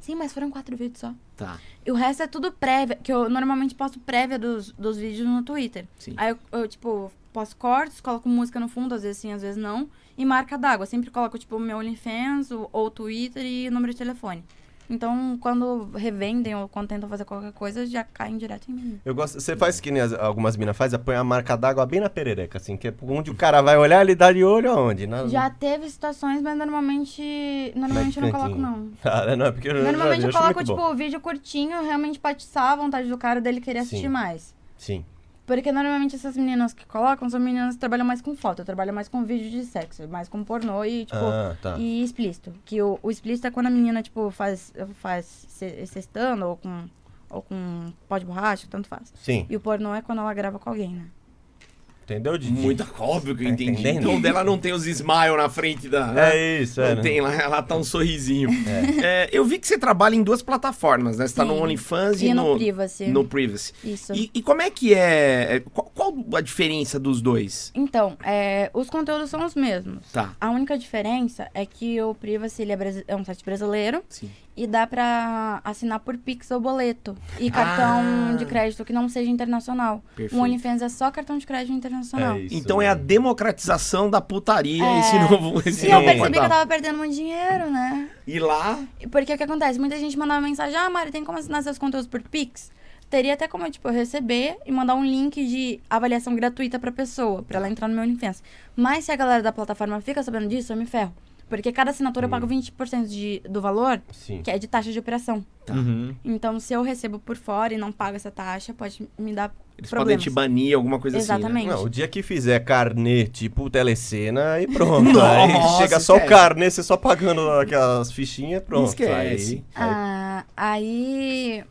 Speaker 4: Sim, mas foram quatro vídeos só.
Speaker 1: Tá.
Speaker 4: E o resto é tudo prévia, que eu normalmente posto prévia dos, dos vídeos no Twitter.
Speaker 1: Sim.
Speaker 4: Aí eu, eu, tipo, posto cortes, coloco música no fundo, às vezes sim, às vezes não. E marca d'água. Sempre coloco, tipo, meu OnlyFans ou, ou Twitter e número de telefone. Então, quando revendem ou quando tentam fazer qualquer coisa, já caem direto em mim.
Speaker 2: Eu gosto. Você faz que nem as- algumas minas fazem, põe a marca d'água bem na perereca, assim, que é onde o cara vai olhar, ele dá de olho aonde? Na...
Speaker 4: Já teve situações, mas normalmente. Normalmente eu não coloco, não.
Speaker 2: Ah, não, é porque eu já-
Speaker 4: Normalmente
Speaker 2: já
Speaker 4: eu
Speaker 2: acho
Speaker 4: coloco,
Speaker 2: muito bom.
Speaker 4: tipo, vídeo curtinho, realmente pra atiçar a vontade do cara dele querer assistir
Speaker 2: Sim.
Speaker 4: mais.
Speaker 2: Sim.
Speaker 4: Porque normalmente essas meninas que colocam são meninas que trabalham mais com foto, trabalham mais com vídeo de sexo, mais com pornô e, tipo,
Speaker 2: ah, tá.
Speaker 4: e explícito. Que o, o explícito é quando a menina, tipo, faz, faz se- sextando ou com, ou com pó de borracha, tanto faz.
Speaker 2: Sim.
Speaker 4: E o pornô é quando ela grava com alguém, né?
Speaker 2: Entendeu, Didi?
Speaker 1: Muito óbvio que eu
Speaker 2: Tá
Speaker 1: entendi.
Speaker 2: entendendo?
Speaker 1: Então dela não tem os smile na frente da.
Speaker 2: É isso, é.
Speaker 1: Não
Speaker 2: né?
Speaker 1: tem lá, ela tá um sorrisinho. É, eu vi que você trabalha em duas plataformas, né? Você tá no
Speaker 4: Sim.
Speaker 1: OnlyFans e,
Speaker 4: E no
Speaker 1: no,
Speaker 4: privacy.
Speaker 1: no Privacy.
Speaker 4: Isso.
Speaker 1: E, e como é que é. é, Qual, qual a diferença dos dois?
Speaker 4: Então, é, os conteúdos são os mesmos.
Speaker 1: Tá,
Speaker 4: A única diferença é que o Privacy ele é, brasi- é um site brasileiro
Speaker 1: sim.
Speaker 4: e dá pra assinar por Pix ou boleto e cartão
Speaker 1: Ah.
Speaker 4: de crédito que não seja internacional.
Speaker 1: Perfeito.
Speaker 4: O OnlyFans é só cartão de crédito internacional.
Speaker 2: É isso,
Speaker 1: então é a
Speaker 2: né?
Speaker 1: democratização da putaria
Speaker 4: É.
Speaker 1: esse novo. Esse
Speaker 4: E
Speaker 1: novo
Speaker 4: eu percebi que eu
Speaker 1: portal.
Speaker 4: tava perdendo muito dinheiro, né?
Speaker 1: E lá.
Speaker 4: Porque o que acontece? Muita gente mandava mensagem, ah, Mari, tem como assinar seus conteúdos por Pix? Teria até como, tipo, eu receber e mandar um link de avaliação gratuita pra pessoa, pra ela entrar no meu OnlyFans. Mas se a galera da plataforma fica sabendo disso, eu me ferro. Porque cada assinatura eu pago 20% de, do valor,
Speaker 2: Hum. Sim.
Speaker 4: que é de taxa de operação.
Speaker 1: Tá.
Speaker 3: uhum.
Speaker 4: Então, se eu recebo por fora e não pago essa taxa, pode me dar
Speaker 1: Eles podem
Speaker 4: problemas.
Speaker 1: te banir, alguma coisa assim, né?
Speaker 4: Exatamente.
Speaker 2: assim, né? Não, o dia que fizer carnê, tipo telecena, aí pronto.
Speaker 1: Nossa, é.
Speaker 2: aí chega só o
Speaker 1: esquece.
Speaker 2: carnê, você só pagando aquelas fichinhas, pronto.
Speaker 1: é Esquece.
Speaker 2: Aí, aí-
Speaker 4: Ah, aí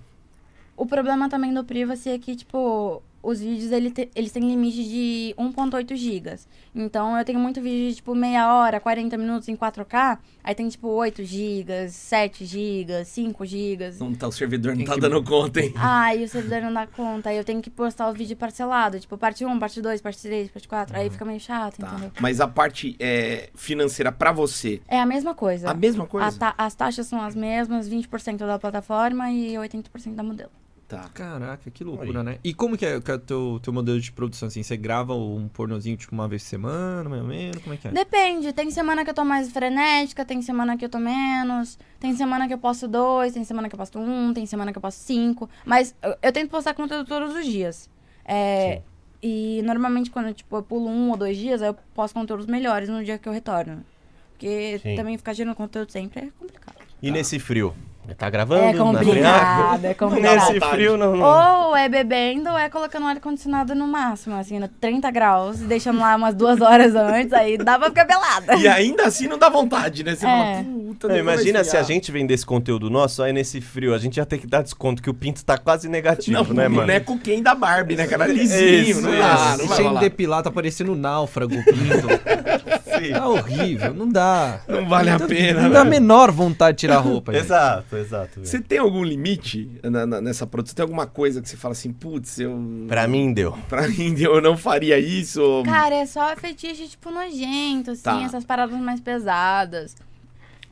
Speaker 4: o problema também do privacy é que, tipo, os vídeos ele te- eles têm limite de 1.8 gigas. Então eu tenho muito vídeo de, tipo, meia hora, 40 minutos em 4K, aí tem, tipo, 8 gigas, 7 gigas, 5 gigas.
Speaker 1: assim. Né? Não tá, o servidor não
Speaker 3: Tem
Speaker 1: tá
Speaker 3: que-
Speaker 1: dando conta, hein?
Speaker 4: Aí o servidor não dá conta, aí eu tenho que postar o vídeo parcelado, tipo, parte 1, parte 2, parte 3, parte 4, aí fica meio chato,
Speaker 1: Tá.
Speaker 4: entendeu?
Speaker 1: Mas a parte é, financeira pra você,
Speaker 4: É Ah, a mesma coisa.
Speaker 1: a mesma
Speaker 4: A
Speaker 1: coisa?
Speaker 4: ta- as taxas são as mesmas, 20% da plataforma e 80% da modelo.
Speaker 1: Tá.
Speaker 3: Caraca, que loucura, né? E como que é o que é o teu, teu modelo de produção, assim? Você grava um pornozinho, tipo, uma vez por semana, mais ou menos? Como é que é?
Speaker 4: Depende, tem semana que eu tô mais frenética, tem semana que eu tô menos, tem semana que eu posto dois, tem semana que eu posto um, tem semana que eu posto cinco. Mas eu, eu tento postar conteúdo todos os dias. É, e normalmente quando tipo, eu pulo um ou dois dias, aí eu posto conteúdos melhores no dia que eu retorno. Porque
Speaker 2: Sim.
Speaker 4: também ficar gerando conteúdo sempre é complicado.
Speaker 2: E nesse frio? Tá gravando?
Speaker 4: é
Speaker 2: na
Speaker 4: complicado, é
Speaker 2: friagem?
Speaker 4: complicado.
Speaker 2: Nesse frio não. não.
Speaker 4: Ou é bebendo ou é colocando ar condicionado no máximo, assim, no 30 graus, e deixando lá umas duas horas antes, aí dá pra ficar pelada.
Speaker 1: E ainda assim não dá vontade, né? Você
Speaker 4: É.
Speaker 1: fala, puta,
Speaker 2: Não,
Speaker 1: depois
Speaker 2: imagina
Speaker 1: vai
Speaker 2: se a
Speaker 1: esfriar.
Speaker 2: gente vendesse conteúdo nosso, aí nesse frio a gente ia ter que dar desconto, que o pinto tá quase negativo,
Speaker 1: Não, é
Speaker 2: né,
Speaker 1: o
Speaker 2: mano?
Speaker 1: boneco quem da Barbie, né, cara? Lisinho,
Speaker 2: Isso,
Speaker 1: não
Speaker 2: isso.
Speaker 1: dá, não vai
Speaker 3: sem
Speaker 1: rolar.
Speaker 3: depilar, tá parecendo um náufrago, pinto. tá horrível, não dá.
Speaker 1: Não vale
Speaker 2: Então,
Speaker 1: a pena,
Speaker 3: Não dá a
Speaker 1: velho.
Speaker 3: menor vontade de tirar a roupa, gente.
Speaker 2: Exato, exato. velho.
Speaker 1: Você tem algum limite na- na- nessa produção? Tem alguma coisa que você fala assim, putz, eu...
Speaker 2: Pra mim deu.
Speaker 1: Pra mim, eu não faria isso. ou-
Speaker 4: Cara, é só fetiche, tipo, nojento, assim,
Speaker 1: Tá.
Speaker 4: essas paradas mais pesadas.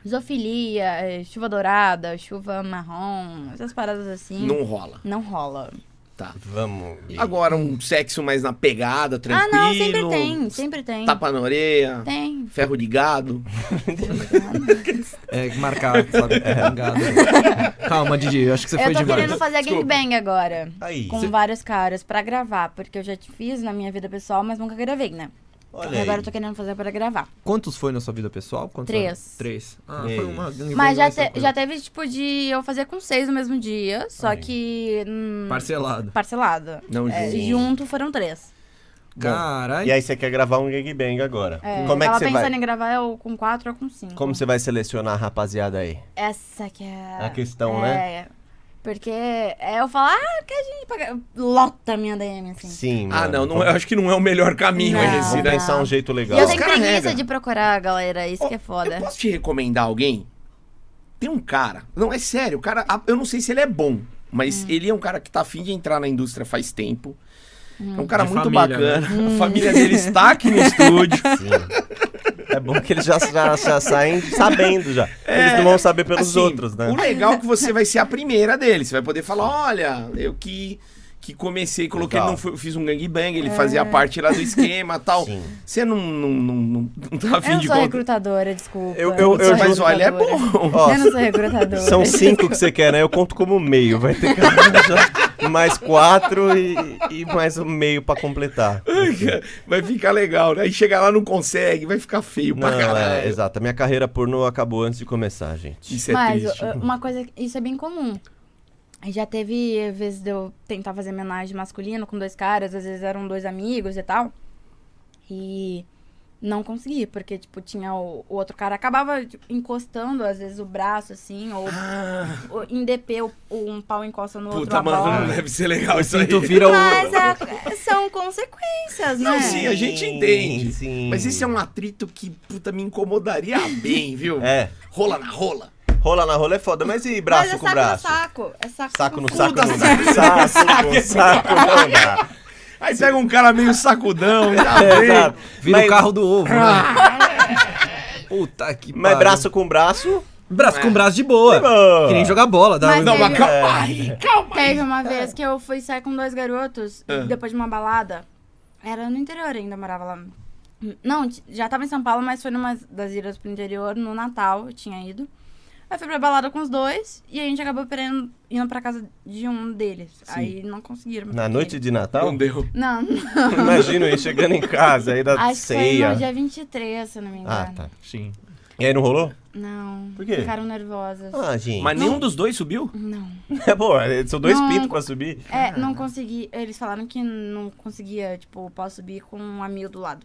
Speaker 4: Zoofilia, é, chuva dourada, chuva marrom, essas paradas assim.
Speaker 1: Não rola,
Speaker 4: Não rola.
Speaker 1: tá.
Speaker 2: Vamos.
Speaker 1: Agora, um sexo mais na pegada, tranquilo. Tá
Speaker 4: Ah, não, sempre tem, sempre tem.
Speaker 1: Tapa na orelha,
Speaker 4: Tem.
Speaker 1: ferro de gado.
Speaker 3: É, marcar, sabe? Obrigado. Calma, Didi, eu acho que você foi
Speaker 4: Eu tô
Speaker 3: demais.
Speaker 4: querendo fazer a gangbang agora.
Speaker 2: Aí.
Speaker 4: Com vários caras pra gravar, porque eu já te fiz na minha vida pessoal, mas nunca gravei, né?
Speaker 2: Olha
Speaker 4: Agora
Speaker 2: aí.
Speaker 4: eu tô querendo fazer pra gravar.
Speaker 3: Quantos foi na sua vida pessoal? Quantos
Speaker 4: Três.
Speaker 3: anos? Três. Ah,
Speaker 2: Três.
Speaker 3: foi uma gangue.
Speaker 4: Mas já,
Speaker 3: bem
Speaker 4: te-
Speaker 3: tranquila.
Speaker 4: já teve, tipo, de eu fazer com seis no mesmo dia, só
Speaker 2: Aí.
Speaker 4: que. hum,
Speaker 3: Parcelado.
Speaker 4: parcelado.
Speaker 1: Não
Speaker 4: É,
Speaker 1: junto.
Speaker 4: junto foram três.
Speaker 3: Caralho.
Speaker 2: E aí você quer gravar um gangbang agora.
Speaker 4: É,
Speaker 2: Como é
Speaker 4: eu
Speaker 2: que
Speaker 4: tava
Speaker 2: você
Speaker 4: pensando
Speaker 2: vai.
Speaker 4: em gravar ou com quatro ou com cinco.
Speaker 2: Como você vai selecionar a rapaziada aí?
Speaker 4: Essa que é
Speaker 2: A questão,
Speaker 4: é,
Speaker 2: né?
Speaker 4: Porque é eu falar, ah, que a gente paga. Lota a minha DM, assim.
Speaker 2: Sim,
Speaker 1: Ah, não,
Speaker 2: mano.
Speaker 1: não é- eu acho que não é o melhor caminho
Speaker 4: Não.
Speaker 1: esse,
Speaker 2: Vamos
Speaker 1: né?
Speaker 2: pensar um jeito
Speaker 4: E
Speaker 2: legal.
Speaker 4: eu tenho
Speaker 1: Os cara
Speaker 4: preguiça
Speaker 1: rega.
Speaker 4: de procurar a galera, isso que é foda.
Speaker 1: Eu posso te recomendar alguém? Tem um cara. Não, é sério, o cara. a- Eu não sei se ele é bom,
Speaker 4: Hum.
Speaker 1: mas ele é um cara que tá afim de entrar na indústria faz tempo.
Speaker 4: Hum.
Speaker 1: É um cara
Speaker 3: De
Speaker 1: muito
Speaker 3: família,
Speaker 2: né?
Speaker 1: bacana. A família dele está aqui no estúdio.
Speaker 2: É bom que eles já, já, já saem sabendo já. Eles não vão saber pelos
Speaker 1: É. Assim,
Speaker 2: outros, né?
Speaker 1: O legal é que você vai ser a primeira dele. Você vai poder falar: olha, eu que. Que comecei, coloquei,
Speaker 2: Legal.
Speaker 1: não fui- fiz um gangbang,
Speaker 4: É.
Speaker 1: ele fazia parte lá do esquema e tal.
Speaker 2: Sim.
Speaker 1: Você não, não, não, não, não tá afim
Speaker 4: Eu não
Speaker 1: de
Speaker 4: sou
Speaker 1: contar.
Speaker 4: recrutadora, desculpa.
Speaker 2: Eu-
Speaker 4: não
Speaker 2: eu-
Speaker 4: sou
Speaker 2: eu-
Speaker 1: Mas olha, é
Speaker 4: recrutadora.
Speaker 1: bom.
Speaker 2: Ó,
Speaker 4: Eu não sou recrutadora.
Speaker 2: são cinco que você quer, né? Eu conto como meio. Vai ter que arranjar mais quatro e, e mais um meio pra completar.
Speaker 1: Vai ficar legal, né? Aí chegar lá não consegue, vai ficar feio
Speaker 2: Não,
Speaker 1: pra
Speaker 2: é,
Speaker 1: caralho.
Speaker 2: exato. A minha carreira pornô acabou antes de começar, gente.
Speaker 1: Isso é
Speaker 4: Mas
Speaker 1: triste.
Speaker 4: uh, uma coisa, que- isso é bem comum. Já teve vezes de eu tentar fazer homenagem masculino com dois caras, às vezes eram dois amigos e tal. E não consegui, porque, tipo, tinha o, o outro cara, acabava tipo, encostando, às vezes, o braço, assim, ou,
Speaker 1: Ah,
Speaker 4: ou em DP, o- o- um pau encosta no outro.
Speaker 1: puta,
Speaker 4: a bola.
Speaker 1: mano, não deve ser legal isso aí.
Speaker 3: Sinto vira o.
Speaker 4: Mas é- são consequências, né?
Speaker 1: Não, sim,
Speaker 2: é
Speaker 1: a gente entende.
Speaker 2: Sim.
Speaker 1: Mas esse é um atrito que, puta, me incomodaria bem, viu?
Speaker 2: É.
Speaker 1: Rola na rola.
Speaker 2: Rola na rola é foda. Mas e
Speaker 4: Mas
Speaker 2: braço
Speaker 4: é
Speaker 2: com
Speaker 4: saco
Speaker 2: braço?
Speaker 4: no saco. É saco,
Speaker 2: Saco
Speaker 4: com
Speaker 2: no
Speaker 4: cu.
Speaker 2: saco,
Speaker 1: Puta,
Speaker 2: não
Speaker 1: saco.
Speaker 2: dá. Saco com saco não dá.
Speaker 1: Aí pega um cara meio sacudão, já
Speaker 2: É,
Speaker 1: vem.
Speaker 2: exato.
Speaker 3: Vira
Speaker 2: Mas-
Speaker 3: o carro do ovo, né? Puta que
Speaker 2: Mas
Speaker 3: pariu.
Speaker 2: braço com braço.
Speaker 3: Braço com braço de boa.
Speaker 2: boa.
Speaker 3: Que nem jogar bola, dá um-
Speaker 4: Mas é-
Speaker 1: Não,
Speaker 4: teve-
Speaker 1: mas calma aí, calma aí.
Speaker 4: Teve
Speaker 2: É.
Speaker 4: uma vez que eu fui sair com dois garotos
Speaker 1: Ah.
Speaker 4: depois de uma balada. Era no interior ainda, morava lá. Não, t- já tava em São Paulo, mas foi numa das idas pro interior, no Natal, eu tinha ido. Aí fui pra balada com os dois e a gente acabou perdendo, indo pra casa de um deles. Aí não conseguiram.
Speaker 2: Na
Speaker 4: porque-
Speaker 2: noite de Natal?
Speaker 1: Não deu.
Speaker 4: Não,
Speaker 2: Imagina ele chegando em casa aí da
Speaker 4: acho que foi
Speaker 2: ceia.
Speaker 4: no dia 23, se eu não me engano.
Speaker 2: Ah, tá.
Speaker 3: Sim.
Speaker 2: E aí não rolou?
Speaker 4: Não.
Speaker 2: Por quê?
Speaker 4: Ficaram nervosas.
Speaker 2: Ah, gente.
Speaker 1: Mas nenhum dos dois subiu?
Speaker 4: Não.
Speaker 2: é, Pô, são dois
Speaker 4: Não.
Speaker 2: pintos pra subir.
Speaker 4: É,
Speaker 1: Uhum.
Speaker 4: não consegui. Eles falaram que não conseguia, tipo, posso subir com um amigo do lado.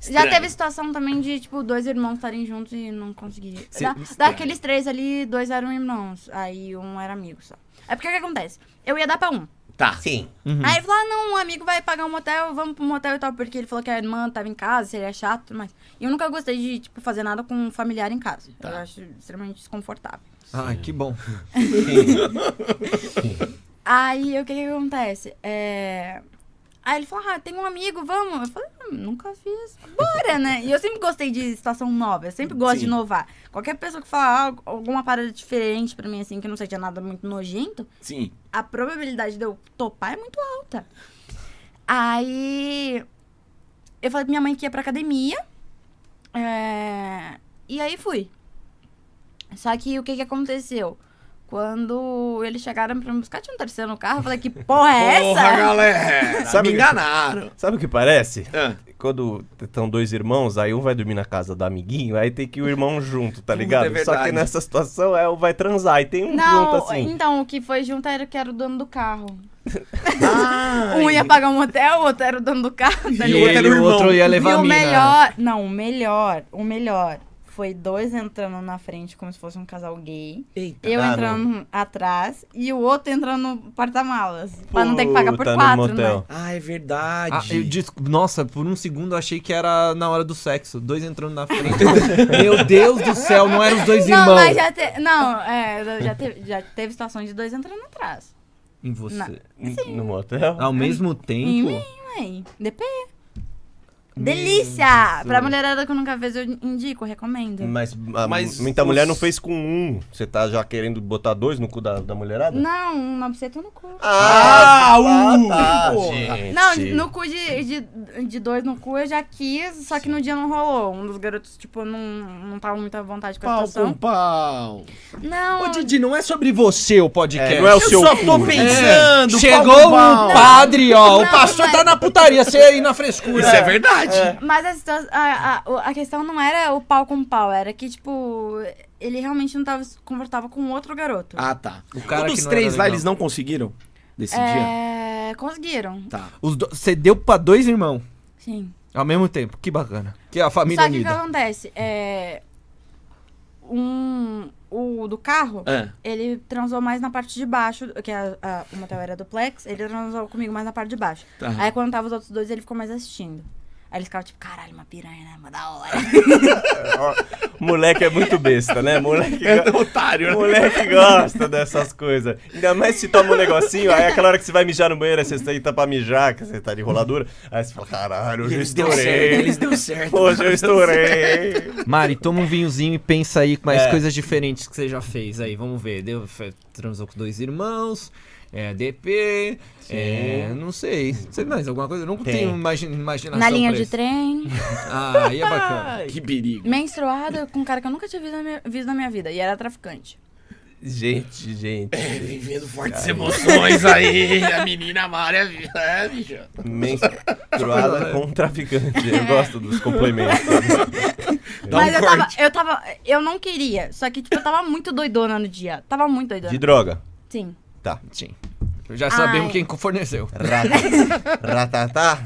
Speaker 4: Já
Speaker 1: Estranho.
Speaker 4: teve situação também de, tipo, dois irmãos estarem juntos e não conseguir.
Speaker 1: Sim,
Speaker 4: Da,
Speaker 1: estranho.
Speaker 4: daqueles três ali, dois eram irmãos. Aí um era amigo só. É porque o que acontece? Eu ia dar pra um.
Speaker 1: Tá.
Speaker 2: Sim.
Speaker 4: Aí ele falou: ah, não, um amigo vai pagar um motel, vamos pro motel e tal. Porque ele falou que a irmã tava em casa, seria chato, mas. E eu nunca gostei de, tipo, fazer nada com um familiar em casa.
Speaker 1: Tá.
Speaker 4: Eu acho extremamente desconfortável.
Speaker 3: Ah, que bom.
Speaker 4: Aí o que, que acontece? É... Aí ele falou, ah, tem um amigo, vamos. Eu falei, "Ah, nunca fiz. Bora, né? E eu sempre gostei de situação nova, eu sempre gosto de
Speaker 1: Sim.
Speaker 4: inovar. Qualquer pessoa que falar algo- alguma parada diferente pra mim, assim, que não seja nada muito nojento,
Speaker 1: Sim.
Speaker 4: a probabilidade de eu topar é muito alta. Aí eu falei pra minha mãe que ia pra academia. é, E aí fui. Só que o que que aconteceu? Quando eles chegaram pra me buscar, tinha um terceiro no carro. Eu falei, que porra
Speaker 1: Porra,
Speaker 4: é essa?
Speaker 1: galera!
Speaker 2: Sabe
Speaker 1: me
Speaker 2: que-
Speaker 1: enganaram.
Speaker 2: Sabe o que parece?
Speaker 1: Ah,
Speaker 2: Quando estão dois irmãos, aí um vai dormir na casa do amiguinho, aí tem que ir o irmão junto, tá
Speaker 1: Puta,
Speaker 2: ligado?
Speaker 1: é
Speaker 2: Só
Speaker 1: verdade.
Speaker 2: que nessa situação é o vai transar e tem um
Speaker 4: Não,
Speaker 2: junto assim.
Speaker 4: então, o que foi junto era que era o dono do carro.
Speaker 1: Ai.
Speaker 4: Um ia pagar um hotel, o outro era o dono do carro. Tá
Speaker 1: E
Speaker 3: E
Speaker 1: o outro
Speaker 4: ligado?
Speaker 1: era
Speaker 3: ele,
Speaker 1: o
Speaker 3: o outro
Speaker 1: irmão.
Speaker 3: ia
Speaker 4: E
Speaker 3: levar a
Speaker 4: o
Speaker 3: mina.
Speaker 4: melhor. Não, o melhor, o melhor foi dois entrando na frente como se fosse um casal gay.
Speaker 1: Eita.
Speaker 4: Eu
Speaker 2: Ah,
Speaker 4: entrando atrás e o outro entrando no porta-malas. Pra não ter que pagar por
Speaker 2: Puta, no
Speaker 4: quatro,
Speaker 2: motel.
Speaker 4: né?
Speaker 1: Ah, é verdade.
Speaker 3: Ah, eu dis- Nossa, por um segundo eu achei que era na hora do sexo. Dois entrando na frente. Meu Deus do céu, não eram os dois
Speaker 4: Não,
Speaker 3: irmãos.
Speaker 4: mas já, te... não, é, já, teve, já teve situação de dois entrando atrás.
Speaker 3: Em você.
Speaker 4: Não.
Speaker 2: N- No motel?
Speaker 3: Ao mesmo
Speaker 4: Em
Speaker 3: tempo.
Speaker 4: mim, mãe. DP. Delícia! Pra mulherada que nunca fez, eu indico, recomendo.
Speaker 2: Mas, a-
Speaker 1: Mas
Speaker 2: muita
Speaker 1: os-
Speaker 2: mulher não fez com um. Você tá já querendo botar dois no cu da, da mulherada?
Speaker 4: Não, uma buceta no cu.
Speaker 1: Ah,
Speaker 2: ah,
Speaker 1: uh,
Speaker 2: tá,
Speaker 1: porra.
Speaker 2: gente.
Speaker 4: Não, no cu de, de, de dois no cu eu já quis, só que no dia não rolou. Um dos garotos, tipo, não, não tava muito à vontade com a
Speaker 1: Pau com
Speaker 4: situação.
Speaker 1: pau.
Speaker 4: Não,
Speaker 3: Ô, Didi, não é sobre você o podcast.
Speaker 2: É, não é o
Speaker 1: Eu
Speaker 2: seu
Speaker 1: só
Speaker 2: cu.
Speaker 1: tô
Speaker 2: né?
Speaker 1: pensando. Pensando,
Speaker 3: Chegou
Speaker 1: pau
Speaker 3: um
Speaker 1: com pau.
Speaker 3: padre, ó.
Speaker 4: Não,
Speaker 3: o pastor
Speaker 4: mas-
Speaker 3: tá na putaria, você aí na frescura.
Speaker 1: Isso é, verdade.
Speaker 4: mas a, situa- a, a, o- a questão não era o pau com pau, era que, tipo, ele realmente não tava confortável com outro garoto.
Speaker 1: Ah, tá.
Speaker 3: O cara
Speaker 1: Um
Speaker 3: que
Speaker 1: dos
Speaker 3: não
Speaker 1: três
Speaker 3: era
Speaker 1: lá,
Speaker 3: legal.
Speaker 1: eles não conseguiram desse dia?
Speaker 4: é, conseguiram,
Speaker 1: Tá.
Speaker 3: Os do- Você deu pra dois irmãos
Speaker 4: sim.
Speaker 3: ao mesmo tempo. Que bacana. Que a família
Speaker 4: só que o que
Speaker 3: unida.
Speaker 4: acontece? É, um, o do carro,
Speaker 1: Ah,
Speaker 4: ele transou mais na parte de baixo, que a, a, o motel era duplex, ele transou comigo mais na parte de baixo.
Speaker 1: tá.
Speaker 4: Aí quando tava os outros dois, ele ficou mais assistindo. Aí eles ficavam tipo, caralho, uma piranha, né? Uma da hora.
Speaker 2: Moleque é muito besta, né? Moleque,
Speaker 1: É otário, né?
Speaker 2: moleque gosta dessas coisas. Ainda mais se toma um negocinho, aí aquela hora que você vai mijar no banheiro, aí você senta pra mijar, que você tá de roladura. Aí você fala, caralho, hoje eu estourei.
Speaker 1: deu certo.
Speaker 2: Hoje eu estourei.
Speaker 3: Mari, toma um vinhozinho e pensa aí mais
Speaker 2: É.
Speaker 3: coisas diferentes que você já fez aí. Vamos ver. Deu, fe- transou com dois irmãos. É, DP. É, não sei. Sei mais alguma coisa? Eu não
Speaker 2: Tem.
Speaker 3: tenho imagi imaginação.
Speaker 4: na linha
Speaker 3: pra
Speaker 4: de
Speaker 3: isso.
Speaker 4: trem,
Speaker 3: Ah, aí é bacana.
Speaker 1: Que perigo.
Speaker 4: menstruada com um cara que eu nunca tinha visto na minha, visto na minha vida. E era traficante.
Speaker 2: Gente, gente.
Speaker 1: É, vivendo fortes emoções aí. A menina Mária. É, bicho.
Speaker 2: Menstruada
Speaker 1: é.
Speaker 2: com traficante. Eu gosto dos complementos.
Speaker 1: Dá
Speaker 4: Mas
Speaker 1: um
Speaker 4: eu tava,
Speaker 1: corte.
Speaker 4: eu tava. Eu não queria. Só que, tipo, eu tava muito doidona no dia. Tava muito doidona.
Speaker 2: De droga.
Speaker 4: Sim.
Speaker 2: Tá.
Speaker 3: Sim. Já sabemos
Speaker 4: Ai.
Speaker 3: quem forneceu.
Speaker 2: Rata- Ratatá.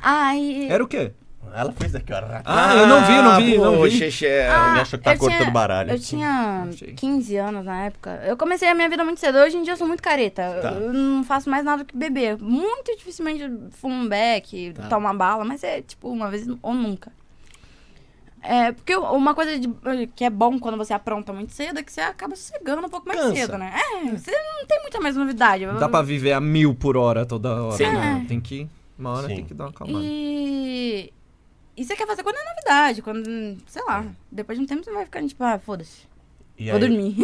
Speaker 4: Aí.
Speaker 3: Era o quê?
Speaker 2: Ela fez aqui, ó. Ratatá.
Speaker 3: Ah, eu não vi, não vi, não vi.
Speaker 1: Poxa, Xé.
Speaker 4: Ah,
Speaker 2: Ele achou que tá
Speaker 4: eu
Speaker 2: cortando
Speaker 4: tinha-
Speaker 2: baralho.
Speaker 4: Eu tinha
Speaker 3: Achei.
Speaker 4: 15 anos na época. Eu comecei a minha vida muito cedo. Hoje em dia eu sou muito careta.
Speaker 1: Tá.
Speaker 4: Eu não faço mais nada que beber. Muito dificilmente eu fumo um beck,
Speaker 1: Tá.
Speaker 4: tomo uma bala, mas é tipo uma vez ou nunca. É, porque uma coisa de- que é bom quando você apronta muito cedo é que você acaba sossegando um pouco mais
Speaker 1: Cansa.
Speaker 4: cedo, né? É, você não tem muita mais novidade.
Speaker 3: Não dá pra viver a mil por hora toda hora.
Speaker 1: Sim.
Speaker 3: né? Tem que. Uma hora
Speaker 2: Sim.
Speaker 3: tem que dar uma calmada.
Speaker 4: É. E... e você quer fazer quando é novidade, quando, sei lá, depois de um tempo você vai ficando tipo, ah, foda-se,
Speaker 2: E
Speaker 4: vou
Speaker 2: aí,
Speaker 4: dormir.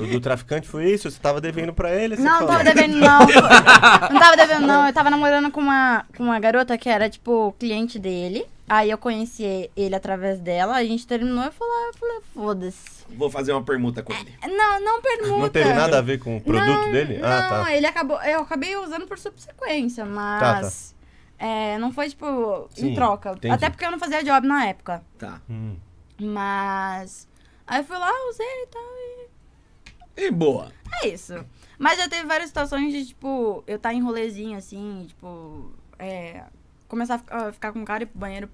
Speaker 2: O do traficante foi isso? Você tava devendo pra ele? Você
Speaker 4: Não, não
Speaker 2: falou.
Speaker 4: tava devendo, não. Não tava devendo, não. Eu tava namorando com uma, com uma garota que era, tipo, cliente dele. Aí eu conheci ele através dela, a gente terminou e falei, eu falei, foda-se.
Speaker 1: Vou fazer uma permuta com ele.
Speaker 4: Não, não permuta.
Speaker 2: Não teve nada a ver com o produto
Speaker 4: Não,
Speaker 2: dele?
Speaker 4: Não,
Speaker 2: ah, tá.
Speaker 4: ele acabou. Eu acabei usando por subsequência, mas. é, não foi, tipo,
Speaker 2: tá. Sim,
Speaker 4: em troca.
Speaker 2: entendi.
Speaker 4: Até porque eu não fazia job na época.
Speaker 1: Tá.
Speaker 2: Hum.
Speaker 4: Mas. Aí eu fui lá, usei e tal.
Speaker 1: E boa.
Speaker 4: É isso. Mas já teve várias situações de, tipo, eu tá em rolezinho, assim, tipo, é. Começar a ficar, a ficar com o cara e ir pro banheiro,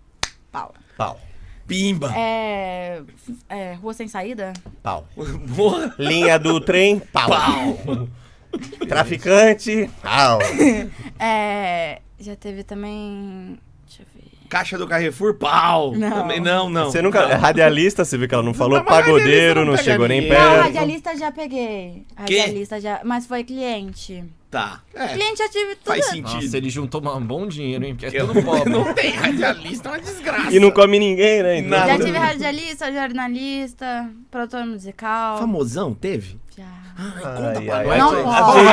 Speaker 4: pau.
Speaker 2: Pau,
Speaker 1: Pimba.
Speaker 4: É. é, rua sem saída?
Speaker 2: pau.
Speaker 1: Boa.
Speaker 2: Linha do trem, pau.
Speaker 1: Pau.
Speaker 2: Traficante, pau.
Speaker 4: É. Já teve também. Deixa eu ver.
Speaker 1: caixa do Carrefour, pau.
Speaker 4: Não.
Speaker 1: Também não, não.
Speaker 2: Você nunca. é Radialista, você viu que ela não falou.
Speaker 1: Não, mas radialista
Speaker 2: Pagodeiro,
Speaker 1: não
Speaker 2: não
Speaker 1: pega
Speaker 2: chegou nem
Speaker 1: ninguém.
Speaker 4: Não,
Speaker 1: É.
Speaker 2: perto.
Speaker 4: radialista já peguei.
Speaker 1: Quê?
Speaker 4: Radialista já. Mas foi cliente.
Speaker 1: Tá. É,
Speaker 4: Cliente já tive tudo.
Speaker 1: faz
Speaker 3: Nossa,
Speaker 1: sentido.
Speaker 3: ele juntou uma- um bom dinheiro, hein? Porque é
Speaker 1: Eu
Speaker 3: todo pobre.
Speaker 1: não tem radialista, é uma desgraça.
Speaker 2: E não come ninguém, né? Então,
Speaker 1: Nada.
Speaker 4: Já tive radialista, jornalista, produtor musical.
Speaker 1: Famosão teve?
Speaker 4: Já.
Speaker 1: Ai,
Speaker 2: Ai,
Speaker 1: conta
Speaker 2: ai,
Speaker 1: pra nós.
Speaker 2: ai.
Speaker 4: Não
Speaker 2: a, gente,
Speaker 4: posso.
Speaker 2: a gente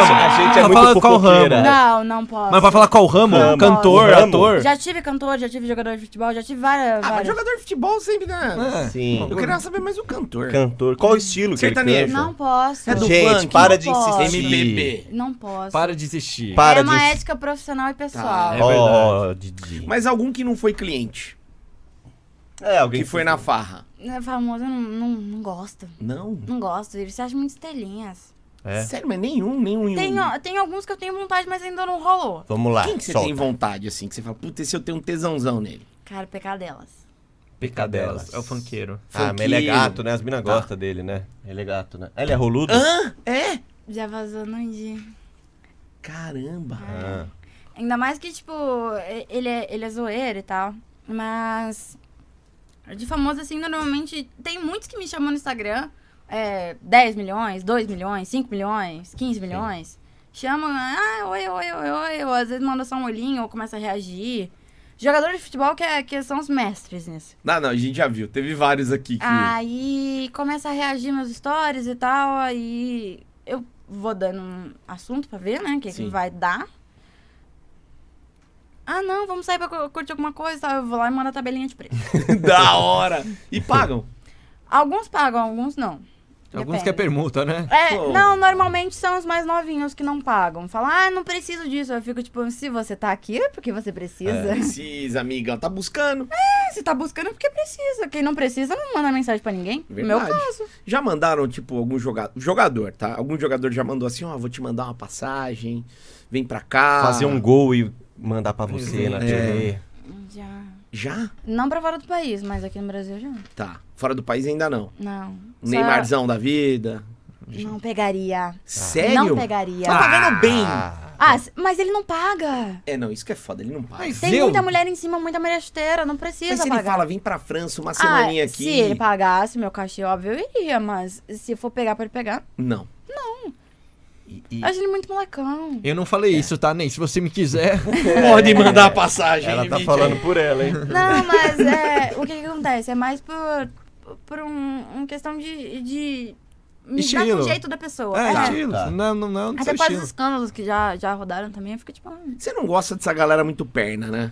Speaker 2: é
Speaker 3: Ah, fala
Speaker 2: muito
Speaker 3: qual
Speaker 2: fofoqueira.
Speaker 3: ramo.
Speaker 4: Não, não posso.
Speaker 3: Mas pra falar qual ramo?
Speaker 4: Ramo.
Speaker 3: Cantor,
Speaker 2: Ramo.
Speaker 3: ator?
Speaker 4: Já tive cantor, já tive jogador de futebol, já tive várias.
Speaker 1: Ah, mas
Speaker 4: várias.
Speaker 1: jogador de futebol sempre, né?
Speaker 3: É.
Speaker 2: Ah, Sim.
Speaker 1: Eu queria saber mais o cantor.
Speaker 2: Cantor. Qual o estilo que ele
Speaker 1: Sertanejo.
Speaker 2: canta?
Speaker 4: Não posso.
Speaker 1: É do
Speaker 2: Gente,
Speaker 1: funk.
Speaker 2: para de
Speaker 4: Não
Speaker 2: insistir.
Speaker 1: MPB.
Speaker 4: Não posso.
Speaker 3: Para de existir.
Speaker 2: Para é.
Speaker 4: é uma
Speaker 2: de insistir.
Speaker 4: ética profissional e pessoal.
Speaker 1: Tá,
Speaker 4: É
Speaker 2: Ó, Didi.
Speaker 1: Mas algum que não foi cliente,
Speaker 2: É, alguém
Speaker 1: que foi na farra.
Speaker 4: É Famoso, eu não, não, não gosto.
Speaker 1: Não.
Speaker 4: Não gosto. Eles se acham muito estrelinhas.
Speaker 2: É.
Speaker 1: Sério, mas nenhum, nenhum.
Speaker 4: Tem, ó, tem alguns que eu tenho vontade, mas ainda não rolou.
Speaker 2: Vamos lá.
Speaker 1: Quem que você
Speaker 2: solta.
Speaker 1: tem vontade, assim, que você fala, puta, esse eu tenho um tesãozão nele?
Speaker 4: Cara, pecadelas.
Speaker 3: Pecadelas. É o funkeiro.
Speaker 2: Ah, mas ele é
Speaker 1: Funkeiro.
Speaker 2: gato, né? As minas gostam dele, né? Ele é gato, né? Ele é roludo?
Speaker 1: Tá. Hã? É?
Speaker 4: Já vazou num dia.
Speaker 1: Caramba.
Speaker 2: Ah.
Speaker 4: Ainda mais que, tipo, e- ele é, ele é zoeiro e tal. Mas. De famoso, assim, normalmente. Tem muitos que me chamam no Instagram. É, 10 milhões, 2 milhões, 5 milhões, 15 milhões. Chamam, ah, oi, oi, oi, oi. Ou às vezes manda só um olhinho ou começa a reagir. Jogador de futebol que, é- que são os mestres nisso.
Speaker 1: Não, não, a gente já viu. Teve vários aqui que.
Speaker 4: Ah. Aí começa a reagir meus stories e tal, aí eu vou dando um assunto pra ver, né, o que, que
Speaker 1: Sim.
Speaker 4: vai dar. Ah, não, vamos sair pra cu- curtir alguma coisa e tal, eu vou lá e mando a tabelinha de preço.
Speaker 1: da hora. E pagam.
Speaker 4: alguns pagam, alguns não.
Speaker 3: Alguns que é
Speaker 4: Depende.
Speaker 3: permuta, né?
Speaker 4: É,
Speaker 1: Pô.
Speaker 4: não, normalmente são os mais novinhos que não pagam. Falam, ah, não preciso disso. Eu fico tipo, se você tá aqui é porque você precisa.
Speaker 1: Precisa, amiga. Tá buscando.
Speaker 4: Se você tá buscando é porque precisa. Quem não precisa não manda mensagem pra ninguém. No Meu
Speaker 1: Verdade.
Speaker 4: caso.
Speaker 1: Já mandaram, tipo, algum jogador. Jogador, tá? Algum jogador já mandou assim, ó, vou te mandar uma passagem. Vem pra cá.
Speaker 2: Fazer um gol e mandar pra você na
Speaker 1: É.
Speaker 2: TV.
Speaker 4: Já.
Speaker 1: Já?
Speaker 4: Não pra fora do país, mas aqui no Brasil já.
Speaker 1: Tá. Fora do país ainda não.
Speaker 4: Não.
Speaker 1: Um
Speaker 4: Só-
Speaker 1: Neymarzão da vida.
Speaker 2: Ah.
Speaker 4: Não pegaria.
Speaker 1: Sério?
Speaker 4: Não pegaria.
Speaker 1: Tá pagando bem.
Speaker 2: Ah,
Speaker 4: Ah, s- mas ele não paga.
Speaker 1: É, não, isso que é foda. Ele não paga.
Speaker 3: Mas
Speaker 4: Tem
Speaker 3: eu-
Speaker 4: muita mulher em cima, muita mulher esteira, não precisa
Speaker 1: Mas se ele
Speaker 4: pagar.
Speaker 1: fala, vem pra França uma
Speaker 4: ah,
Speaker 1: semaninha aqui.
Speaker 4: se ele pagasse meu cachê, óbvio, eu iria, mas se for pegar pra ele pegar,
Speaker 1: Não.
Speaker 2: e- e-
Speaker 4: eu acho ele muito molecão.
Speaker 3: Eu não falei
Speaker 1: É.
Speaker 3: isso, tá, nem Se você me quiser.
Speaker 1: Pode mandar a passagem.
Speaker 2: É. Ela tá
Speaker 1: Vicky.
Speaker 2: falando por ela, hein?
Speaker 4: Não, mas é, o que, que acontece? É mais por, por um, um questão de, de me dar com
Speaker 3: Estilo.
Speaker 4: o jeito da pessoa.
Speaker 3: É,
Speaker 4: É.
Speaker 3: estilo.
Speaker 2: Tá.
Speaker 3: Não, não, não, não
Speaker 4: Até
Speaker 3: seu
Speaker 4: é quase um
Speaker 3: estilo.
Speaker 4: os escândalos que já, já rodaram também, eu fico tipo, ah,
Speaker 1: Você não gosta dessa galera muito perna, né?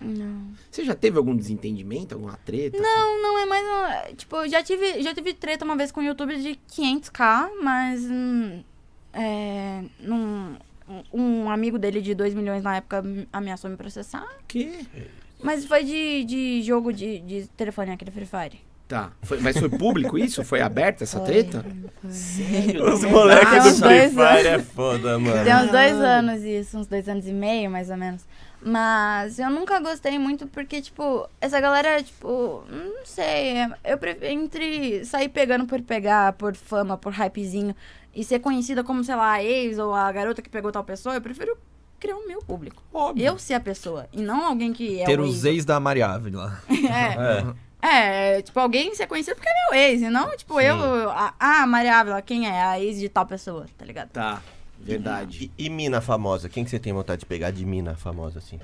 Speaker 4: não.
Speaker 1: Você já teve algum desentendimento, alguma treta?
Speaker 4: Não, não, é mais. um- é, Tipo, eu já tive, já tive treta uma vez com o YouTube de 500k, mas. hum, é, num- um, um amigo dele de 2 milhões na época me- ameaçou me processar.
Speaker 1: Que?
Speaker 4: Mas foi de, de jogo de, de telefone, aquele Free Fire.
Speaker 1: Tá. Foi- mas foi público isso? Foi aberta essa
Speaker 4: Foi.
Speaker 1: treta? Sério?
Speaker 2: Os moleques do
Speaker 4: Nossa.
Speaker 2: Free
Speaker 1: né?
Speaker 2: Fire é foda,
Speaker 4: Tem
Speaker 2: mano.
Speaker 4: uns dois anos isso, uns dois anos e meio, mais ou menos. Mas eu nunca gostei muito porque, tipo, essa galera, tipo, não sei. é- Eu prefiro entre sair pegando por pegar, por fama, por hypezinho e ser conhecida como, sei lá, a ex ou a garota que pegou tal pessoa, eu prefiro criar o meu público.
Speaker 3: Óbvio.
Speaker 4: Eu ser a pessoa e não alguém que é
Speaker 3: Ter
Speaker 4: o
Speaker 3: os
Speaker 4: ex.
Speaker 3: ex da Mariave lá.
Speaker 4: É.
Speaker 1: né?
Speaker 2: É.
Speaker 4: É, tipo, alguém ser conhecido porque é meu ex, e não, tipo, eu, a, a Maria Ávila, quem é? A ex de tal pessoa, tá ligado?
Speaker 1: Tá. Verdade.
Speaker 2: E, e mina famosa? Quem que você tem vontade de pegar de mina famosa, assim?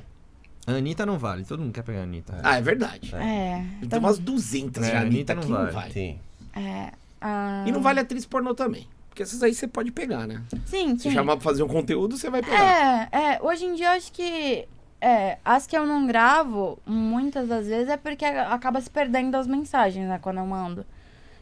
Speaker 3: A Anitta não vale, todo mundo quer pegar a Anitta.
Speaker 1: Ah, é verdade.
Speaker 4: É.
Speaker 1: Tem umas 200
Speaker 3: Uhum. É,
Speaker 1: já, Anitta,
Speaker 3: Anitta
Speaker 1: que
Speaker 3: não
Speaker 1: não
Speaker 3: vale.
Speaker 1: vai.
Speaker 2: Sim.
Speaker 4: É. ah,
Speaker 1: E não vale atriz pornô também. Porque essas aí você pode pegar, né?
Speaker 4: Sim,
Speaker 1: Se
Speaker 4: sim.
Speaker 1: chamar pra fazer um conteúdo, você vai pegar.
Speaker 4: É, é, hoje em dia eu acho que é, as que eu não gravo, muitas das vezes, é porque acaba se perdendo as mensagens, né, quando eu mando.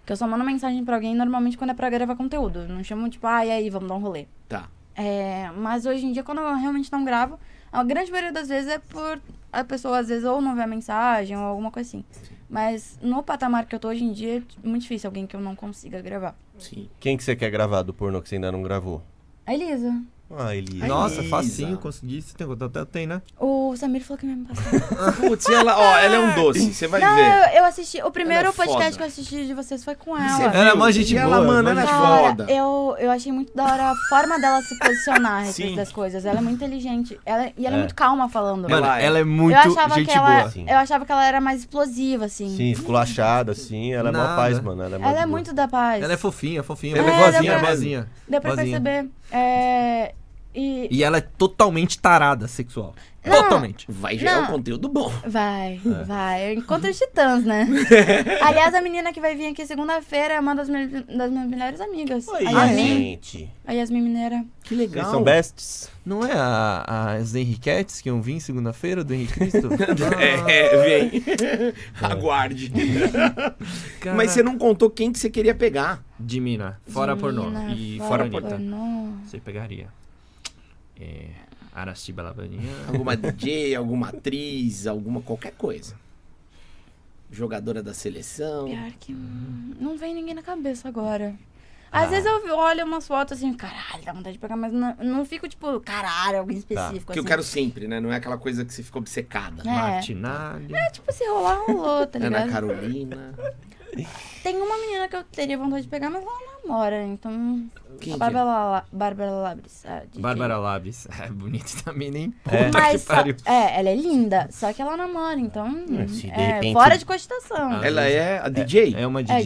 Speaker 4: Que eu só mando mensagem pra alguém normalmente quando é pra gravar conteúdo. Não chamo, tipo, ah, e aí, vamos dar um rolê.
Speaker 1: Tá.
Speaker 4: É, mas hoje em dia, quando eu realmente não gravo, a grande maioria das vezes é por a pessoa, às vezes, ou não vê a mensagem ou alguma coisa assim. Mas no patamar que eu tô hoje em dia, é muito difícil alguém que eu não consiga gravar.
Speaker 1: Sim.
Speaker 2: Quem que você quer gravar do pornô que você ainda não gravou?
Speaker 4: A Elisa.
Speaker 2: Ah, Elisa.
Speaker 3: Nossa, facinho, consegui. Você tem contato? Até Tem, né?
Speaker 4: O Samir falou que ia me passar.
Speaker 1: Putz, e ela, ó, ela é um doce, você vai
Speaker 4: Não,
Speaker 1: ver.
Speaker 4: eu, eu assisti. O primeiro
Speaker 1: Ela é
Speaker 4: podcast
Speaker 1: foda.
Speaker 4: que eu assisti de vocês foi com
Speaker 1: Você
Speaker 4: ela.
Speaker 1: viu?
Speaker 3: Ela é mó gente
Speaker 1: e ela,
Speaker 3: boa,
Speaker 1: mano,
Speaker 3: mó
Speaker 1: ela é
Speaker 4: Da hora.
Speaker 1: foda.
Speaker 4: Eu, eu achei muito da hora a forma dela se posicionar a respeito
Speaker 1: Sim.
Speaker 4: das coisas. Ela é muito inteligente. Ela, e ela é.
Speaker 2: É.
Speaker 4: muito calma falando.
Speaker 3: Mano,
Speaker 1: Ela é.
Speaker 3: ela é muito
Speaker 4: eu achava
Speaker 3: gente
Speaker 4: que ela,
Speaker 3: boa.
Speaker 2: Sim.
Speaker 4: Eu achava que ela era mais explosiva, assim.
Speaker 2: Sim, esculachada, assim. Ela é mó
Speaker 3: Nada.
Speaker 2: paz, mano. Ela é, mó
Speaker 4: Ela
Speaker 2: de
Speaker 4: é
Speaker 2: boa.
Speaker 4: muito da paz.
Speaker 3: Ela é fofinha, fofinha.
Speaker 1: Ela
Speaker 4: é
Speaker 3: vozinha,
Speaker 4: mesmo.
Speaker 3: vozinha.
Speaker 4: Deu pra
Speaker 3: vozinha.
Speaker 4: perceber. É... E...
Speaker 3: E ela é totalmente tarada sexual.
Speaker 4: É.
Speaker 3: Totalmente.
Speaker 1: Vai gerar
Speaker 4: Não.
Speaker 1: um conteúdo bom.
Speaker 4: Vai, vai. Encontra os titãs, né? Aliás, a menina que vai vir aqui segunda-feira é uma das, me- das minhas melhores amigas.
Speaker 2: Oi,
Speaker 4: a
Speaker 1: né?
Speaker 4: Yasmin.
Speaker 2: gente.
Speaker 4: A Yasmin Mineira.
Speaker 1: Que
Speaker 2: Vocês
Speaker 1: legal.
Speaker 2: são bests?
Speaker 3: Não é a, as Henriquetes que eu vim segunda-feira do Henrique Cristo?
Speaker 1: É, é, vem. Aguarde.
Speaker 3: Caraca.
Speaker 1: Mas você não contou quem que você queria pegar.
Speaker 3: Ah, De mina. Fora pornô.
Speaker 4: Menina,
Speaker 3: E fora Anitta.
Speaker 4: né? pornô.
Speaker 3: Você pegaria. É, Araciba Labaninha.
Speaker 1: Alguma DJ, alguma atriz, alguma qualquer coisa. Jogadora da seleção.
Speaker 4: Pior que hum, não vem ninguém na cabeça agora. Às vezes eu olho umas fotos assim, caralho, dá vontade de pegar, mas não, não fico tipo, caralho, alguém específico.
Speaker 1: Que eu
Speaker 4: assim.
Speaker 1: quero sempre, né? Não é aquela coisa que você fica obcecada.
Speaker 4: É.
Speaker 3: Martinalha.
Speaker 4: É, tipo, se rolar, rolou, tá
Speaker 1: Ana
Speaker 4: ligado?
Speaker 1: Carolina.
Speaker 4: Tem uma menina que eu teria vontade de pegar, mas ela namora, então.
Speaker 1: Quem
Speaker 4: A
Speaker 1: que-
Speaker 4: Bárbara, La- Bárbara Labris. a DJ.
Speaker 3: Bárbara Labres. É bonita também, nem
Speaker 2: É.
Speaker 4: Mas,
Speaker 3: que
Speaker 4: só-
Speaker 3: pariu.
Speaker 4: é, ela é linda, só que ela namora, então. hum,
Speaker 2: se de
Speaker 4: é,
Speaker 2: repente-
Speaker 4: Fora de cogitação.
Speaker 3: Ah.
Speaker 1: Ela é a DJ?
Speaker 3: É uma DJ.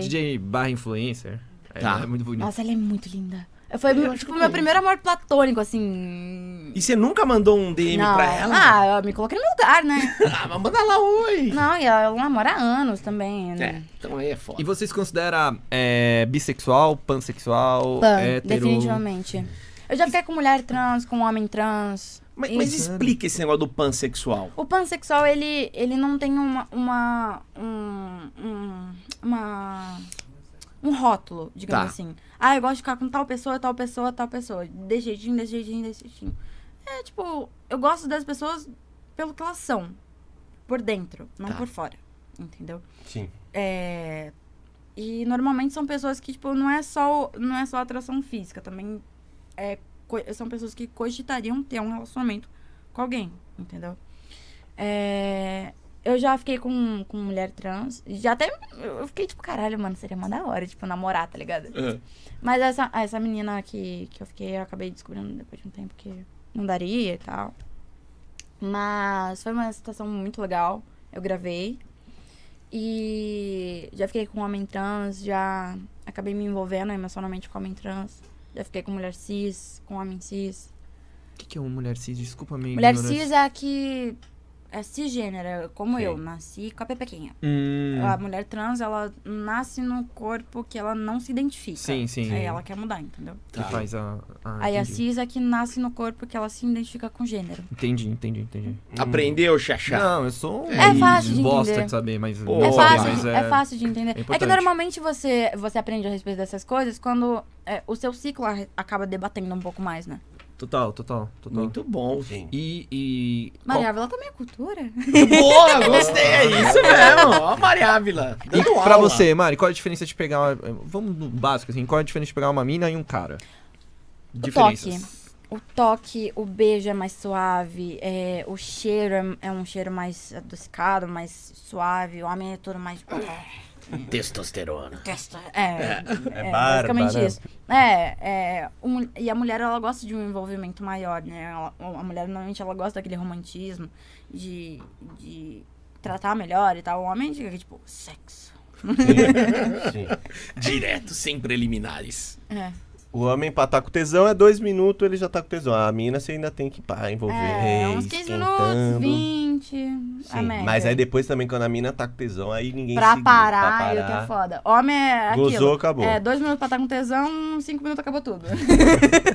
Speaker 3: DJ.
Speaker 4: DJ.
Speaker 3: barra influencer. É,
Speaker 1: Tá.
Speaker 3: ela É muito bonita.
Speaker 4: Nossa, ela é muito linda. Foi tipo meu primeiro amor platônico, assim.
Speaker 1: E você nunca mandou um DM
Speaker 4: não.
Speaker 1: pra ela?
Speaker 4: Ah, eu me coloquei no meu lugar, né?
Speaker 1: Ah, mas manda lá oi.
Speaker 4: não, e ela namora há anos também.
Speaker 1: É,
Speaker 4: Né?
Speaker 1: então aí é foda.
Speaker 3: E vocês considera é, bissexual, pansexual,
Speaker 4: Pan,
Speaker 3: hétero?
Speaker 4: definitivamente. Eu já fiquei com mulher trans, com homem trans.
Speaker 1: Mas, mas
Speaker 3: Isso.
Speaker 1: explica esse negócio do pansexual.
Speaker 4: O pansexual, ele, ele não tem uma. uma um, um, uma- um rótulo, digamos
Speaker 1: Tá.
Speaker 4: assim. Ah, eu gosto de ficar com tal pessoa, tal pessoa, tal pessoa. Desse jeitinho, desse jeitinho, desse jeitinho. É tipo, eu gosto das pessoas pelo que elas são. Por dentro, não
Speaker 1: Tá.
Speaker 4: por fora. Entendeu?
Speaker 2: Sim.
Speaker 4: É, E normalmente são pessoas que, tipo, não é só, o- não é só atração física, também é, co- são pessoas que cogitariam ter um relacionamento com alguém, entendeu? É, Eu já fiquei com, com mulher trans, já até eu fiquei tipo, caralho, mano, seria uma da hora, tipo, namorar, tá ligado?
Speaker 1: Ah,
Speaker 4: Mas essa, ah, essa menina que, que eu fiquei, eu acabei descobrindo depois de um tempo que não daria e tal. Mas foi uma situação muito legal. Eu gravei. E já fiquei com homem trans, já acabei me envolvendo emocionalmente com homem trans. Já fiquei com mulher cis, com homem cis.
Speaker 3: O que, que é uma mulher cis? Desculpa a minha
Speaker 4: Mulher
Speaker 3: ignorância.
Speaker 4: cis é a que é cisgênero, é como eu, nasci com a pepequinha.
Speaker 3: Hum,
Speaker 4: A mulher trans, ela nasce num corpo que ela não se identifica.
Speaker 3: Sim, sim.
Speaker 4: Aí é ela quer mudar, entendeu?
Speaker 3: que faz a... a-
Speaker 4: Aí a
Speaker 3: entendi.
Speaker 4: cis é que nasce no corpo que ela se identifica com gênero.
Speaker 3: Entendi, entendi, entendi.
Speaker 2: Hum,
Speaker 1: Aprendeu, Xaxá?
Speaker 3: Não, eu sou um
Speaker 4: É fácil de
Speaker 3: bosta
Speaker 4: entender.
Speaker 3: de saber, mas...
Speaker 1: Pô,
Speaker 3: não
Speaker 4: é,
Speaker 1: Óbvio,
Speaker 3: sei,
Speaker 4: fácil,
Speaker 3: mas
Speaker 4: de- é... fácil de entender. É, que
Speaker 3: importante.
Speaker 4: normalmente você, você aprende a respeito dessas coisas quando é, o seu ciclo a- acaba debatendo um pouco mais, né?
Speaker 3: Total, total, total.
Speaker 1: Muito bom.
Speaker 2: Sim.
Speaker 3: E... e...
Speaker 4: Maria Ávila também é cultura.
Speaker 1: Boa, gostei, é isso mesmo. Ó, a Maria Ávila.
Speaker 3: Ah. E
Speaker 1: dando
Speaker 3: pra
Speaker 1: aula.
Speaker 3: você, Mari, qual é a diferença de pegar uma... Vamos no básico, assim. Qual é a diferença de pegar uma mina e um cara? Diferenças.
Speaker 4: O toque, o beijo é mais suave, é, o cheiro é, é um cheiro mais adocicado, mais suave, o homem é todo mais.
Speaker 1: Testosterona.
Speaker 4: Testa. É, é,
Speaker 2: bárbara.
Speaker 4: basicamente isso. É, é o mul- e a mulher ela gosta de um envolvimento maior, né? Ela- a mulher normalmente ela gosta daquele romantismo, de, de tratar melhor e tal. O homem fica tipo, sexo.
Speaker 2: Sim.
Speaker 1: Direto, sem preliminares.
Speaker 4: É.
Speaker 2: O homem pra tá com tesão é dois minutos, ele já tá com tesão. A mina você ainda tem que pá, envolver.
Speaker 4: É, uns 15 minutos,
Speaker 2: esquentando.
Speaker 4: 20. a
Speaker 2: Sim,
Speaker 4: média.
Speaker 2: Mas aí depois também, quando a mina tá com tesão, aí ninguém
Speaker 4: Pra
Speaker 2: segura,
Speaker 4: parar,
Speaker 2: pra
Speaker 4: e o que é
Speaker 2: parar.
Speaker 4: foda. Homem é aquilo.
Speaker 2: Gozou, acabou.
Speaker 4: É, dois minutos pra estar com tesão, cinco minutos acabou tudo.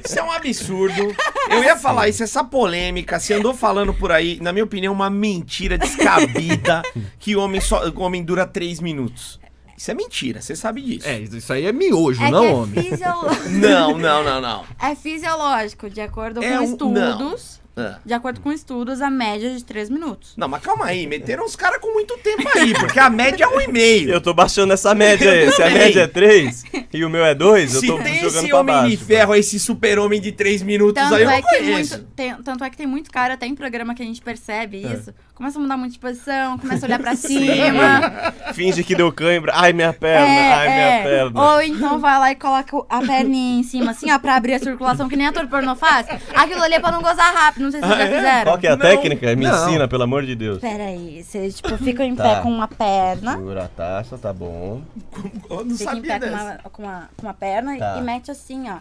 Speaker 1: Isso é um absurdo. Eu ia falar isso, essa polêmica. Você andou falando por aí, na minha opinião, uma mentira descabida que homem, só, homem dura três minutos. Isso é mentira, você sabe disso.
Speaker 3: É, isso aí é miojo,
Speaker 4: é
Speaker 3: não
Speaker 4: que
Speaker 3: homem?
Speaker 4: É, fisiolo...
Speaker 1: Não, não, não, não.
Speaker 4: é fisiológico, de acordo
Speaker 1: É
Speaker 4: com
Speaker 1: um- não.
Speaker 4: estudos.
Speaker 1: Ah.
Speaker 4: De acordo com estudos, a média é de 3 minutos.
Speaker 1: Não, mas calma aí, meteram os caras com muito tempo aí, porque a média é um e meio.
Speaker 2: Eu tô baixando essa média aí. Se a
Speaker 1: também.
Speaker 2: média é 3 e o meu é 2, eu
Speaker 1: Se
Speaker 2: tô
Speaker 1: tem
Speaker 2: jogando
Speaker 1: esse
Speaker 2: pra
Speaker 1: homem de
Speaker 2: baixo.
Speaker 1: ferro, esse super-homem de três minutos
Speaker 4: Tanto
Speaker 1: aí, eu
Speaker 4: é,
Speaker 1: não
Speaker 4: que
Speaker 1: conheço.
Speaker 4: muito, tem, tanto é que tem muito cara, até em programa que a gente percebe
Speaker 2: É.
Speaker 4: isso. Começa a mudar muito de posição, começa a olhar pra cima.
Speaker 2: Finge que deu cãibra. Ai, minha perna.
Speaker 4: É,
Speaker 2: Ai, minha
Speaker 4: é.
Speaker 2: perna.
Speaker 4: Ou então vai lá e coloca o- a perninha em cima, assim, ó, pra abrir a circulação, que nem ator pornô faz. Aquilo ali é pra não gozar rápido, não sei se vocês já fizeram.
Speaker 2: Qual que é a
Speaker 1: Não.
Speaker 2: técnica? Me
Speaker 3: Não.
Speaker 2: ensina, pelo amor de Deus.
Speaker 4: Peraí, vocês, tipo, ficam em
Speaker 2: Tá.
Speaker 4: pé com uma perna.
Speaker 2: Segura a taça, tá bom.
Speaker 1: Eu não
Speaker 4: Fica em
Speaker 1: sabia
Speaker 4: pé tá com
Speaker 1: dessa.
Speaker 4: uma, com uma, com uma perna e-
Speaker 2: Tá.
Speaker 4: e mete assim, ó.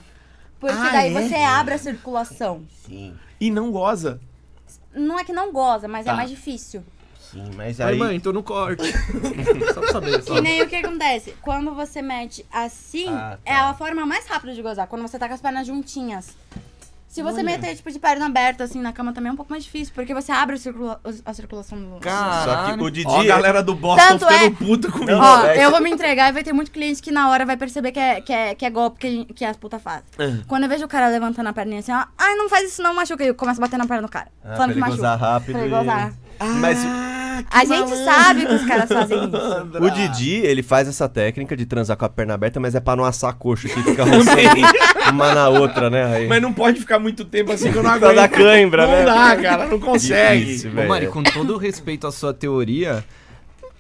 Speaker 4: Porque
Speaker 1: Ah,
Speaker 4: daí
Speaker 1: é?
Speaker 4: você abre a circulação.
Speaker 2: Sim,
Speaker 1: E não goza.
Speaker 4: Não é que não goza, mas
Speaker 2: Tá.
Speaker 4: é mais difícil.
Speaker 2: sim, mas
Speaker 3: Aí, mãe, tô no corte. só pra saber, só.
Speaker 4: Que nem o que acontece. Quando você mete assim,
Speaker 2: Ah, tá.
Speaker 4: é a forma mais rápida de gozar. Quando você tá com as pernas juntinhas. Se você meter, tipo, de perna aberta, assim, na cama também é um pouco mais difícil. Porque você abre a, circula- a circulação do...
Speaker 2: Só que o Didi.
Speaker 1: Ó, a
Speaker 4: Ah,
Speaker 1: galera do Boston
Speaker 4: Tanto
Speaker 1: ficando
Speaker 4: é-
Speaker 1: puta comigo.
Speaker 2: Não,
Speaker 4: Ó,
Speaker 2: é-
Speaker 4: eu vou me entregar e vai ter muito cliente que na hora vai perceber que é, que é, que é golpe que, que as putas fazem.
Speaker 2: É.
Speaker 4: Quando eu vejo o cara levantando a perninha assim, ó, ai, não faz isso não, machuca. E eu começo a bater na perna do cara.
Speaker 2: Ah, pra
Speaker 4: falando
Speaker 2: ele
Speaker 4: que machuca.
Speaker 2: gozar rápido.
Speaker 4: Pra ele
Speaker 2: e-
Speaker 4: gozar.
Speaker 1: Ah.
Speaker 2: Mas
Speaker 4: a gente sabe que os caras fazem isso.
Speaker 2: o Didi, ele faz essa técnica de transar com a perna aberta, mas é pra não assar a coxa que fica roçando uma na outra, né? Aí.
Speaker 1: Mas não pode ficar muito tempo assim que eu não
Speaker 2: Pra dar
Speaker 1: aguento.
Speaker 2: cãibra, né?
Speaker 1: Não dá, cara, não consegue.
Speaker 2: Difícil,
Speaker 3: Ô,
Speaker 2: velho.
Speaker 3: Mari, com todo o respeito à sua teoria,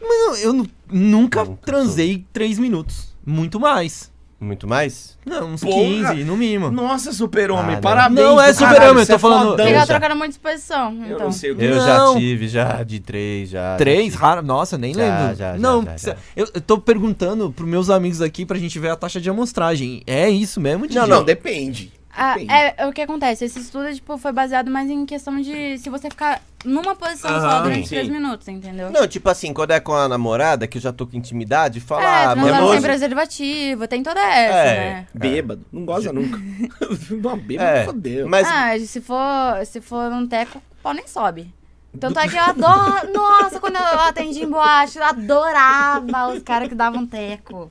Speaker 3: mano, eu nu- nunca
Speaker 2: Nunca
Speaker 3: transei três minutos. Muito mais.
Speaker 2: Muito mais?
Speaker 3: Não, uns
Speaker 1: Porra.
Speaker 3: 15, no mínimo.
Speaker 1: Nossa, super-homem,
Speaker 2: Ah, não.
Speaker 1: parabéns.
Speaker 3: Não é
Speaker 1: do caralho,
Speaker 3: super-homem, eu
Speaker 1: você
Speaker 3: tô falando-
Speaker 1: fodão.
Speaker 4: Fica
Speaker 2: já.
Speaker 4: trocando muito de posição, então.
Speaker 1: Eu não sei o que.
Speaker 2: Eu
Speaker 3: Não.
Speaker 2: já tive, já, de três, já.
Speaker 3: Três? Raro? Nossa, nem
Speaker 2: Já,
Speaker 3: lembro.
Speaker 2: já,
Speaker 3: não,
Speaker 2: já, já,
Speaker 3: cê-
Speaker 2: já.
Speaker 3: Eu, eu tô perguntando pros meus amigos aqui pra gente ver a taxa de amostragem. É isso mesmo, Didi?
Speaker 1: Não, não, depende.
Speaker 4: Ah,
Speaker 1: Depende.
Speaker 4: é, é o que acontece. Esse estudo tipo, foi baseado mais em questão de se você ficar numa posição
Speaker 3: Aham.
Speaker 4: só durante
Speaker 1: Sim.
Speaker 4: três minutos, entendeu?
Speaker 2: Não, tipo assim, quando é com a namorada, que eu já tô com intimidade, fala,
Speaker 4: é,
Speaker 2: ah,
Speaker 4: transando sem
Speaker 2: manoso.
Speaker 4: preservativo, tem toda essa,
Speaker 2: É.
Speaker 4: né?
Speaker 1: Bêbado, não goza nunca. Não, bêbado,
Speaker 2: É,
Speaker 1: fodeu.
Speaker 2: mas
Speaker 4: Ah, se for, se for um teco, o pau nem sobe. Tanto é que eu adoro. Nossa, quando eu atendi em boate, eu adorava os caras que davam um teco.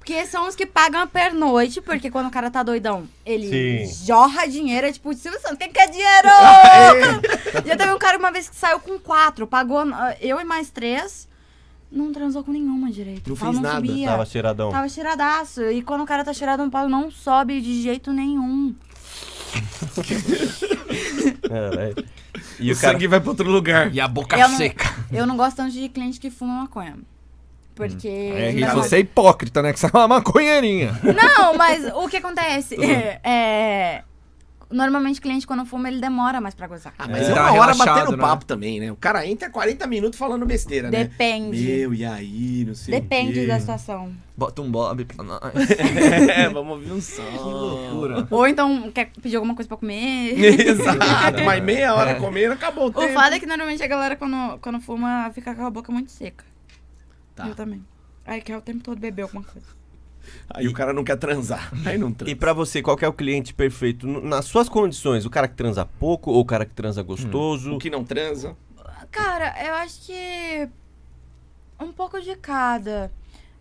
Speaker 4: Porque são os que pagam a pernoite, porque quando o cara tá doidão, ele
Speaker 2: Sim.
Speaker 4: jorra dinheiro. É tipo, Silvio Santos, quem quer dinheiro? Já teve um cara uma vez que saiu com quatro, pagou ah, eu e mais três, não transou com nenhuma direito.
Speaker 1: Não
Speaker 4: O pau
Speaker 1: fez
Speaker 4: não
Speaker 1: nada,
Speaker 4: Subia.
Speaker 2: tava cheiradão.
Speaker 4: Tava cheiradaço. E quando o cara tá cheirado, o pau não sobe de jeito nenhum.
Speaker 1: E
Speaker 2: Caralho. É, né? E
Speaker 1: o,
Speaker 2: o cara... É.
Speaker 1: sangue vai pra outro lugar.
Speaker 3: E a boca
Speaker 4: Eu não-
Speaker 3: seca.
Speaker 4: Eu não gosto tanto de cliente que fuma maconha. Porque.
Speaker 1: Hum.
Speaker 3: É, e
Speaker 4: Não.
Speaker 3: você é hipócrita, né? Que você é uma maconheirinha.
Speaker 4: Não, mas o que acontece? É. Normalmente cliente quando fuma, ele demora mais pra gozar.
Speaker 1: Ah, mas
Speaker 3: É.
Speaker 1: é, uma
Speaker 3: Tá
Speaker 1: hora
Speaker 3: relaxado,
Speaker 1: batendo
Speaker 3: né?
Speaker 1: papo também, né? O cara entra 40 minutos falando besteira, né?
Speaker 4: Depende.
Speaker 1: Meu, e aí, não sei o
Speaker 4: Depende
Speaker 1: quê.
Speaker 4: da situação.
Speaker 3: Bota um bob pra nós.
Speaker 1: É, vamos ouvir um som. Que
Speaker 3: Loucura.
Speaker 4: Ou então quer pedir alguma coisa pra comer.
Speaker 1: Exato, mas meia hora comendo, acabou o
Speaker 4: O
Speaker 1: tempo.
Speaker 4: fato é que normalmente a galera quando, quando fuma fica com a boca muito seca.
Speaker 1: Tá.
Speaker 4: Eu também. Aí quer o tempo todo beber alguma coisa.
Speaker 1: Aí o cara não quer transar. Aí não transa.
Speaker 2: E pra você, qual que é o cliente perfeito? N- Nas suas condições, o cara que transa pouco ou o cara que transa gostoso?
Speaker 1: Hum. O que não transa.
Speaker 4: Cara, eu acho que um pouco de cada.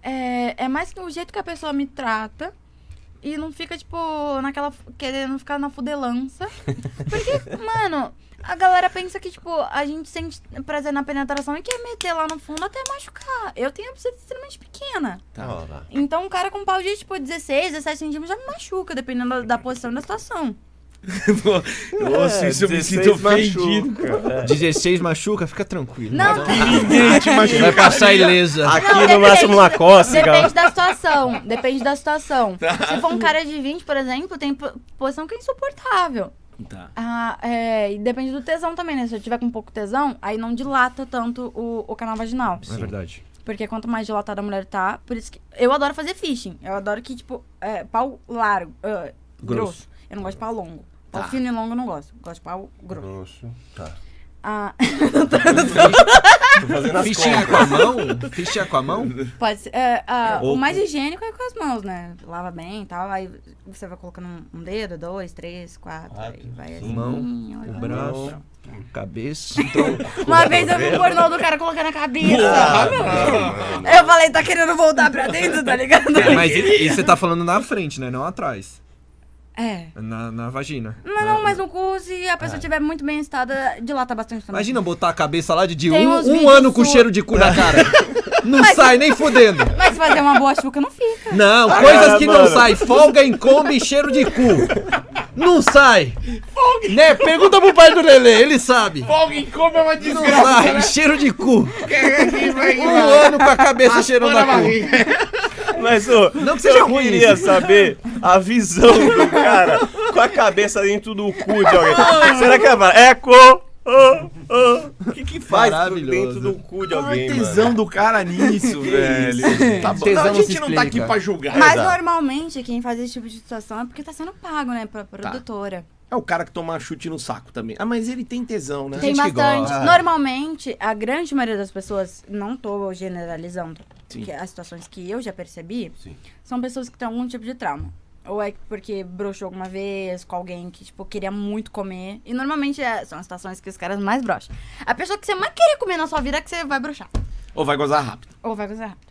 Speaker 4: É, é mais que o jeito que a pessoa me trata. E não fica, tipo, naquela. fu- querendo ficar na fudelança. Porque, mano, a galera pensa que, tipo, a gente sente prazer na penetração e quer meter lá no fundo até machucar. Eu tenho a buceta extremamente pequena.
Speaker 1: Tá.
Speaker 2: Ora.
Speaker 4: Então, um cara com pau de, tipo, 16, 17 centímetros já me machuca, dependendo da, da posição e da situação.
Speaker 1: Nossa,
Speaker 2: É,
Speaker 1: isso eu me
Speaker 2: 16
Speaker 1: sinto ofendido.
Speaker 2: machuca, é.
Speaker 3: 16 machuca, fica tranquilo.
Speaker 4: Não,
Speaker 1: Ninguém te
Speaker 3: Vai
Speaker 1: machuca.
Speaker 3: passar ilesa.
Speaker 2: Aqui
Speaker 4: Não,
Speaker 2: no máximo uma cócega.
Speaker 4: Depende da situação. Depende da situação. Se for um cara de 20, por exemplo, tem po- posição que é insuportável.
Speaker 1: Tá.
Speaker 4: Ah, é, e depende do tesão também, né? Se eu tiver com pouco tesão, aí não dilata tanto o, o canal vaginal.
Speaker 3: É verdade.
Speaker 4: Porque quanto mais dilatada a mulher tá, por isso que. Eu adoro fazer fishing. Eu adoro que, tipo, é, pau largo. é, grosso. Eu não gosto de pau longo. Pau
Speaker 1: Tá.
Speaker 4: fino e longo eu não gosto. Eu Gosto de pau grosso.
Speaker 2: Grosso. Tá.
Speaker 4: Ah,
Speaker 2: Tô fazendo as
Speaker 3: Fichinha com a mão? Fichinha com a mão?
Speaker 4: Pode ser. é, ah,
Speaker 2: Ou-
Speaker 4: o mais higiênico é com as mãos, né? Lava bem e tal. Aí você vai colocando um- um dedo, dois, três, quatro.
Speaker 2: Ah,
Speaker 4: aí vai
Speaker 2: sim.
Speaker 4: assim.
Speaker 3: Mão,
Speaker 4: olha
Speaker 3: O
Speaker 4: pra
Speaker 3: braço,
Speaker 4: mão.
Speaker 3: cabeça.
Speaker 4: Uma vez eu vi um pornô do cara colocando a
Speaker 2: Ah,
Speaker 4: cabeça.
Speaker 2: mano.
Speaker 4: Eu falei, tá querendo voltar pra dentro, tá ligado?
Speaker 3: Mas e, e você tá falando na frente, né? Não atrás.
Speaker 4: É.
Speaker 3: Na, na vagina.
Speaker 4: Mas não, mas no cu, se a pessoa estiver muito bem estada, dilata bastante também.
Speaker 3: Imagina botar a cabeça lá de, de
Speaker 4: Tem
Speaker 3: um,
Speaker 4: uns
Speaker 3: um
Speaker 4: vídeos
Speaker 3: ano com
Speaker 4: sua-
Speaker 3: cheiro de cu na cara. Não sai nem fudendo.
Speaker 4: Mas fazer uma boa chuca não fica.
Speaker 3: Não, coisas
Speaker 2: cara,
Speaker 3: que não
Speaker 2: mano.
Speaker 3: saem. Folga em Kombi e cheiro de cu. Não sai. Né? Pergunta pro pai do Lelê, ele sabe.
Speaker 1: Folga em como é uma
Speaker 3: Não
Speaker 1: desgraça.
Speaker 3: sai. Cheiro de cu. Um
Speaker 1: Né?
Speaker 3: ano com a cabeça cheirando a cu.
Speaker 2: Mas, ô,
Speaker 3: Não que seja
Speaker 2: eu
Speaker 3: ruim
Speaker 2: queria
Speaker 3: isso.
Speaker 2: saber a visão do cara com a cabeça dentro do cu de alguém. Será
Speaker 4: um
Speaker 2: que é uma... Eco! ô, ô. O que que faz
Speaker 3: Maravilhoso.
Speaker 2: dentro do cu de
Speaker 1: Qual é
Speaker 2: alguém,
Speaker 1: o
Speaker 2: mano?
Speaker 1: tesão do cara nisso, velho? Tá bom.
Speaker 3: Tesão
Speaker 1: Não, a
Speaker 3: não
Speaker 1: gente
Speaker 3: se
Speaker 1: não tá
Speaker 3: explica.
Speaker 1: aqui pra julgar.
Speaker 4: Mas
Speaker 2: Exato.
Speaker 4: normalmente quem faz esse tipo de situação é porque tá sendo pago, né, pra produtora.
Speaker 1: É o cara que toma chute no saco também. Ah, mas ele tem tesão, né?
Speaker 4: Tem
Speaker 3: gente que
Speaker 4: bastante.
Speaker 3: gosta.
Speaker 4: Normalmente, a grande maioria das pessoas, não tô generalizando,
Speaker 1: Sim.
Speaker 4: que as situações que eu já percebi,
Speaker 2: Sim.
Speaker 4: são pessoas que têm algum tipo de trauma. Ou é porque broxou alguma vez com alguém que, tipo, queria muito comer. E normalmente é- são as situações que os caras mais broxam. A pessoa que você mais queria comer na sua vida é que você vai broxar.
Speaker 1: Ou vai gozar rápido.
Speaker 4: Ou vai gozar rápido.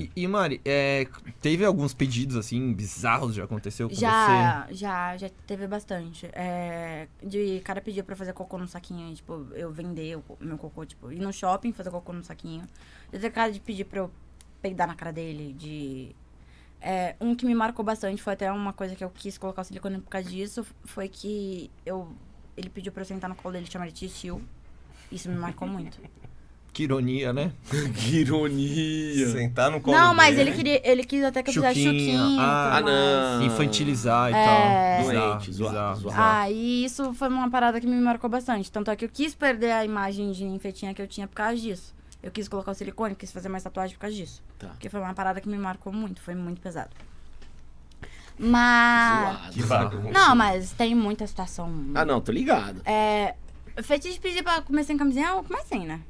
Speaker 3: E, e, Mari, é, teve alguns pedidos assim bizarros já aconteceu com você?
Speaker 4: Já, já, já teve bastante. É, de cara pedir pra eu fazer cocô no saquinho, e, tipo, eu vender o co- meu cocô, tipo, ir no shopping, fazer cocô no saquinho. Já teve cara de pedir pra eu peidar na cara dele, de... É, um que me marcou bastante, foi até uma coisa que eu quis colocar o silicone por causa disso, foi que eu... Ele pediu pra eu sentar no colo dele, chamar de tio. Isso me marcou muito.
Speaker 3: Que ironia, né?
Speaker 1: Que ironia.
Speaker 2: Sentar no colo
Speaker 4: Não, mas
Speaker 2: dele.
Speaker 4: ele queria, ele quis até que eu fizesse
Speaker 3: Chuquinha.
Speaker 4: chuquinho. e
Speaker 3: né? Ah,
Speaker 4: tudo mais.
Speaker 1: Ah.
Speaker 3: Infantilizar e
Speaker 4: É.
Speaker 3: tal.
Speaker 1: Doente, zoado, zoado.
Speaker 4: Ah, e isso foi uma parada que me marcou bastante. Tanto é que eu quis perder a imagem de ninfetinha que eu tinha por causa disso. Eu quis colocar o silicone, quis fazer mais tatuagem por causa disso.
Speaker 1: Tá.
Speaker 4: Porque foi uma parada que me marcou muito, foi muito pesado. Mas.
Speaker 1: Zoado.
Speaker 2: Que bagunça.
Speaker 4: Não, mas tem muita situação.
Speaker 1: Ah, não, tô ligado.
Speaker 4: É. Fetiche pedir pra comer sem camisinha, eu comer sem, né?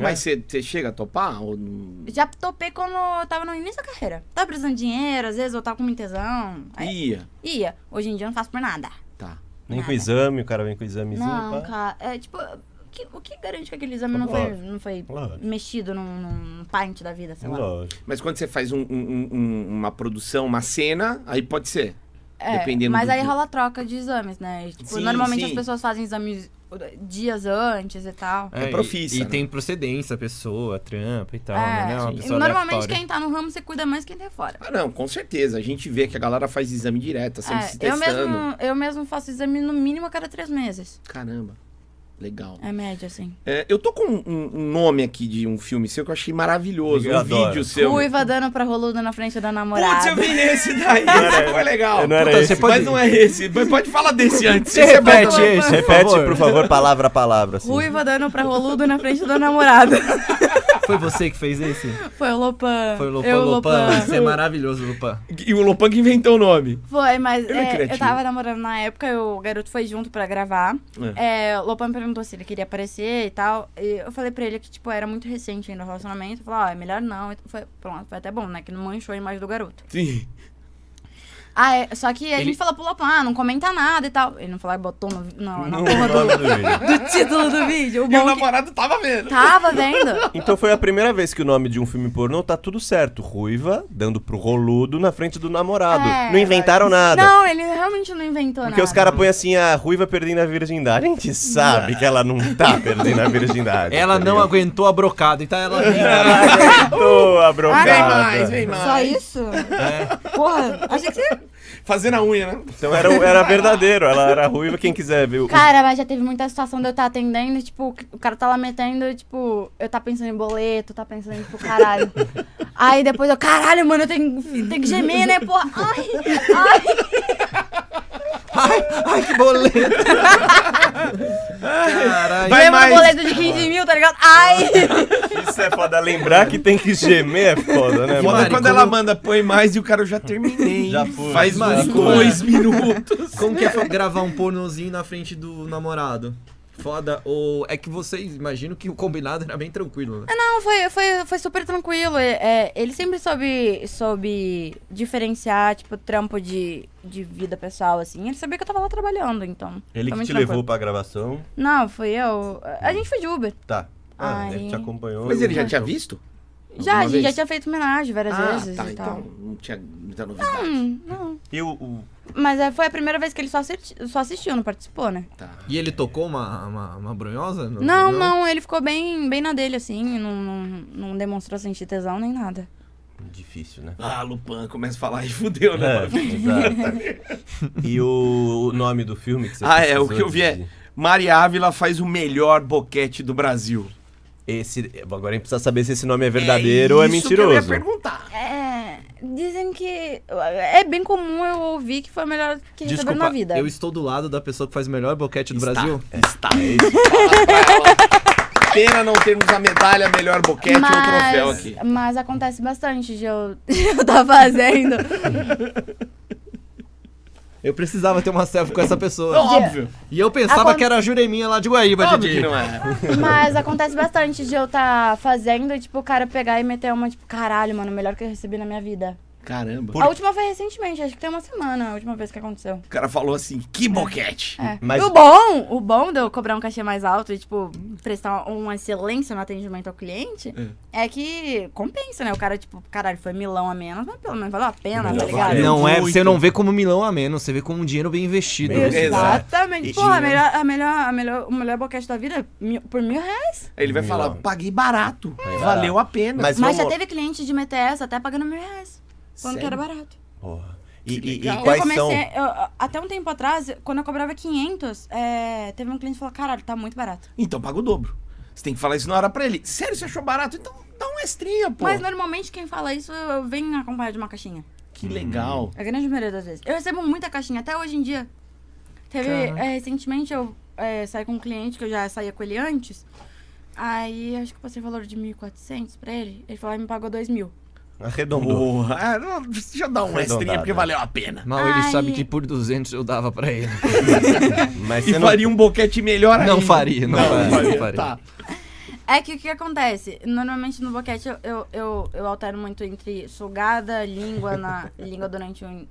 Speaker 1: Mas você chega a topar? Ou... não?
Speaker 4: Já topei quando eu tava no início da carreira. Tava precisando de dinheiro, às vezes eu tava com muito tesão. Aí,
Speaker 1: Ia.
Speaker 4: ia. Hoje em dia eu não faço por nada.
Speaker 1: Tá.
Speaker 2: Nem com exame, o cara vem com examezinho.
Speaker 4: Não,
Speaker 2: pá.
Speaker 4: cara, é tipo, o que, o que garante que aquele exame
Speaker 1: Tá
Speaker 4: não foi,
Speaker 2: Lógico.
Speaker 4: não foi
Speaker 2: Lógico.
Speaker 4: mexido num, num pint da vida, sei lá?
Speaker 2: Lógico.
Speaker 1: Mas quando você faz um- um- um- uma produção, uma cena, aí pode ser.
Speaker 4: É,
Speaker 1: Dependendo
Speaker 4: mas
Speaker 1: do-
Speaker 4: aí rola troca de exames, né? E, Tipo,
Speaker 1: Sim,
Speaker 4: normalmente
Speaker 1: sim.
Speaker 4: as pessoas fazem exames dias antes e tal.
Speaker 1: É profissa,
Speaker 3: E, e
Speaker 1: né?
Speaker 3: tem procedência, pessoa, trampa e tal, né?
Speaker 4: É,
Speaker 3: Não, é uma
Speaker 4: e
Speaker 3: pessoa
Speaker 4: normalmente
Speaker 3: aleatória.
Speaker 4: quem tá no ramo você cuida mais que quem tá fora.
Speaker 1: Ah, não, com certeza. A gente vê que a galera faz exame direto, tá sempre
Speaker 4: É,
Speaker 1: se
Speaker 4: eu,
Speaker 1: testando.
Speaker 4: mesmo, eu mesmo faço exame no mínimo a cada três meses.
Speaker 1: Caramba. Legal.
Speaker 4: É média, assim.
Speaker 1: É, eu tô com um, um nome aqui de um filme seu que eu achei maravilhoso.
Speaker 2: Eu
Speaker 1: um
Speaker 2: adoro.
Speaker 1: vídeo seu.
Speaker 4: Ruiva dando pra roludo na frente da namorada.
Speaker 1: Putz, eu vi esse daí. Esse foi legal.
Speaker 2: Não era
Speaker 3: Puta,
Speaker 2: esse.
Speaker 3: você pode-
Speaker 1: Mas não é esse. Mas pode falar desse antes.
Speaker 3: Você
Speaker 1: Esse é
Speaker 3: repete
Speaker 1: bom.
Speaker 3: esse,
Speaker 2: Repete, por
Speaker 3: favor.
Speaker 2: favor, palavra a palavra. Assim.
Speaker 4: Ruiva dando pra roludo na frente da namorada.
Speaker 3: Foi você que fez esse?
Speaker 4: Foi o Lopan.
Speaker 3: Foi o Lupan.
Speaker 4: Eu,
Speaker 3: Lupan, você é maravilhoso, Lupan.
Speaker 1: E o Lopan que inventou o nome.
Speaker 4: Foi, mas
Speaker 1: Ele é
Speaker 4: é,
Speaker 1: criativo.
Speaker 4: eu tava namorando na época, eu- o garoto foi junto pra gravar. É, o Lopan me perguntou se ele queria aparecer e tal. E eu falei pra ele que, tipo, era muito recente ainda o relacionamento. Eu falei, ó, é melhor não. Então Foi, pronto, foi até bom, né? Que não manchou a imagem do garoto.
Speaker 1: Sim.
Speaker 4: Ah, é, só que a
Speaker 3: Ele-
Speaker 4: gente falou pro Lopan, ah, não comenta nada e tal. Ele não falou, ah, botou no, não, na
Speaker 2: Não, não,
Speaker 4: porra do,
Speaker 2: não, não.
Speaker 4: do título do vídeo. O
Speaker 1: E o
Speaker 4: bom que
Speaker 1: namorado tava vendo.
Speaker 4: tava vendo.
Speaker 2: Então foi a primeira vez que o nome de um filme pornô tá tudo certo. Ruiva dando pro roludo na frente do namorado.
Speaker 4: É,
Speaker 2: não inventaram nada.
Speaker 4: Não, ele realmente não inventou
Speaker 2: Porque
Speaker 4: nada.
Speaker 2: os caras põem assim, a ruiva perdendo a virgindade. A gente sabe que ela não tá perdendo a virgindade. tá
Speaker 3: Ela não aguentou a brocada, então ela
Speaker 4: É.
Speaker 2: aguentou a
Speaker 1: Vem
Speaker 2: brocada.
Speaker 1: mais, vem mais.
Speaker 4: Tá, né?
Speaker 2: Ah, é.
Speaker 4: Só isso?
Speaker 1: É.
Speaker 4: Porra, achei que você
Speaker 1: Fazendo a unha, né?
Speaker 2: Então era, era verdadeiro, ela era ruiva, quem quiser ver. o-
Speaker 4: Cara, mas já teve muita situação de eu estar atendendo, tipo, o cara tá lá metendo, tipo, eu tá pensando em boleto, tá pensando em, tipo, caralho. Aí depois eu, caralho, mano, eu tenho, tenho que gemer, né, porra? Ai, ai.
Speaker 3: Ai, ai, que boleto! Caralho.
Speaker 1: Vai
Speaker 4: Lembra
Speaker 1: mais.
Speaker 4: um boleto de 15 mil, tá ligado? Ai!
Speaker 2: Isso é foda. Lembrar que tem que gemer é foda, né? é-
Speaker 3: E
Speaker 1: Foda
Speaker 3: Mari,
Speaker 1: quando
Speaker 3: como-
Speaker 1: ela manda põe mais e o cara eu já terminei.
Speaker 2: Já foi.
Speaker 1: Faz
Speaker 3: Mari,
Speaker 1: mais
Speaker 3: como é?
Speaker 1: dois minutos.
Speaker 3: Como que é fa- gravar um pornozinho na frente do namorado? Foda, ou é que vocês imaginam que o combinado era bem tranquilo, né?
Speaker 4: Não, foi, foi, foi super tranquilo. É, é, ele sempre soube, soube diferenciar, tipo, trampo de, de vida pessoal, assim. Ele sabia que eu tava lá trabalhando, então.
Speaker 2: Ele que
Speaker 4: foi muito
Speaker 2: te
Speaker 4: tranquilo.
Speaker 2: levou pra gravação.
Speaker 4: Não, fui eu. A gente foi de Uber.
Speaker 2: Tá. Ah,
Speaker 4: Ai.
Speaker 2: ele te acompanhou.
Speaker 1: Mas ele já tinha visto?
Speaker 4: Já,
Speaker 1: alguma
Speaker 4: a gente já
Speaker 1: vez?
Speaker 4: tinha feito homenagem várias
Speaker 1: Ah,
Speaker 4: vezes
Speaker 1: tá,
Speaker 4: e tal. Hum.
Speaker 1: então não tinha muita novidade.
Speaker 4: Não.
Speaker 2: E o, o-
Speaker 4: Mas é, foi a primeira vez que ele só, assisti- só assistiu, não participou, né?
Speaker 1: Tá.
Speaker 3: E ele tocou uma, uma, uma brunhosa? no
Speaker 4: Não,
Speaker 3: final?
Speaker 4: não, ele ficou bem, bem na dele, assim, não, não, não demonstrou sentir tesão nem nada.
Speaker 2: Difícil, né?
Speaker 1: Ah, Lupan, começa a falar e fudeu, né?
Speaker 2: É,
Speaker 1: mano?
Speaker 2: exato. E o, o nome do filme que você
Speaker 1: Ah, é, o
Speaker 2: precisou
Speaker 1: que eu vi é.
Speaker 2: decidir?
Speaker 1: Mari Ávila faz o melhor boquete do Brasil.
Speaker 2: Esse, agora a gente precisa saber se esse nome é verdadeiro ou é
Speaker 1: isso Que eu ia
Speaker 2: mentiroso.
Speaker 1: perguntar.
Speaker 4: É. Dizem que. É bem comum eu ouvir que foi o melhor que recebeu
Speaker 3: Desculpa,
Speaker 4: na vida.
Speaker 3: eu estou do lado da pessoa que faz o melhor boquete do
Speaker 1: Está.
Speaker 3: Brasil.
Speaker 1: Está.
Speaker 2: É
Speaker 1: Fala pra ela. Pena não termos a medalha melhor boquete ou o um troféu aqui.
Speaker 4: mas acontece bastante de eu estar tá fazendo.
Speaker 3: Eu precisava ter uma selfie com essa pessoa.
Speaker 1: Não, óbvio.
Speaker 3: E eu pensava
Speaker 4: Acon-
Speaker 3: que era a Jureminha lá de Guaíba,
Speaker 1: Óbvio
Speaker 3: Didi.
Speaker 1: que não é.
Speaker 4: mas acontece bastante de eu estar fazendo e, tipo, o cara pegar e meter uma, tipo, caralho, mano, o melhor que eu recebi na minha vida.
Speaker 1: Caramba.
Speaker 4: A última foi recentemente, acho que tem uma semana, a última vez que aconteceu.
Speaker 1: O cara falou assim, que boquete.
Speaker 4: É.
Speaker 2: Mas-
Speaker 4: E O bom, o bom de eu cobrar um cachê mais alto e, tipo, prestar uma excelência no atendimento ao cliente é, que compensa, né? O cara, tipo, caralho, foi milão a menos, mas pelo menos valeu a pena, tá
Speaker 1: Melhor
Speaker 4: ligado?
Speaker 1: valeu.
Speaker 3: Não é, você
Speaker 1: Muito.
Speaker 3: não vê como milão a menos, você vê como um dinheiro bem investido.
Speaker 2: Bem investido.
Speaker 4: Exatamente.
Speaker 2: E-
Speaker 4: Porra, a melhor, a melhor, a melhor, o melhor boquete da vida é mil- por mil reais.
Speaker 1: Aí ele vai
Speaker 2: Não.
Speaker 1: falar, paguei barato.
Speaker 2: barato.
Speaker 1: Valeu a pena.
Speaker 2: Mas,
Speaker 4: Mas já
Speaker 2: vamos...
Speaker 4: teve cliente de meter essa até pagando mil reais. Quando que era barato.
Speaker 2: Porra. E, e- e
Speaker 1: legal.
Speaker 2: quais
Speaker 4: eu
Speaker 2: são?
Speaker 4: comecei, eu- até um tempo atrás, quando eu cobrava 500, é, teve um cliente que falou, caralho, tá muito barato.
Speaker 1: Então paga o dobro. Você tem que falar isso na hora pra ele. Sério, você achou barato? Então dá um extrinha, pô.
Speaker 4: Mas é- normalmente quem fala isso eu- vem acompanhado de uma caixinha.
Speaker 1: Que legal.
Speaker 4: A grande maioria das vezes. Eu recebo muita caixinha, até hoje em dia. Teve,
Speaker 3: Caraca.
Speaker 4: é, recentemente eu é, saí com um cliente, que eu já saía com ele antes. Aí, acho que eu passei o valor de 1.400 pra ele. Ele falou, "Ah, me pagou 2.000.
Speaker 2: Arredondou.
Speaker 1: Porra. Ah, não, deixa eu dar um extrinha
Speaker 2: Arredondado.
Speaker 1: porque valeu a pena.
Speaker 3: Mal ele
Speaker 4: Ai.
Speaker 3: sabe que por 200 eu dava pra ele.
Speaker 2: Mas
Speaker 1: E
Speaker 2: você não...
Speaker 1: faria um boquete melhor ainda.
Speaker 3: Não faria, não faria, não faria.
Speaker 1: Tá.
Speaker 4: É que o que acontece? Normalmente no boquete eu, eu, eu, eu altero muito entre sugada, língua, na língua durante o. no-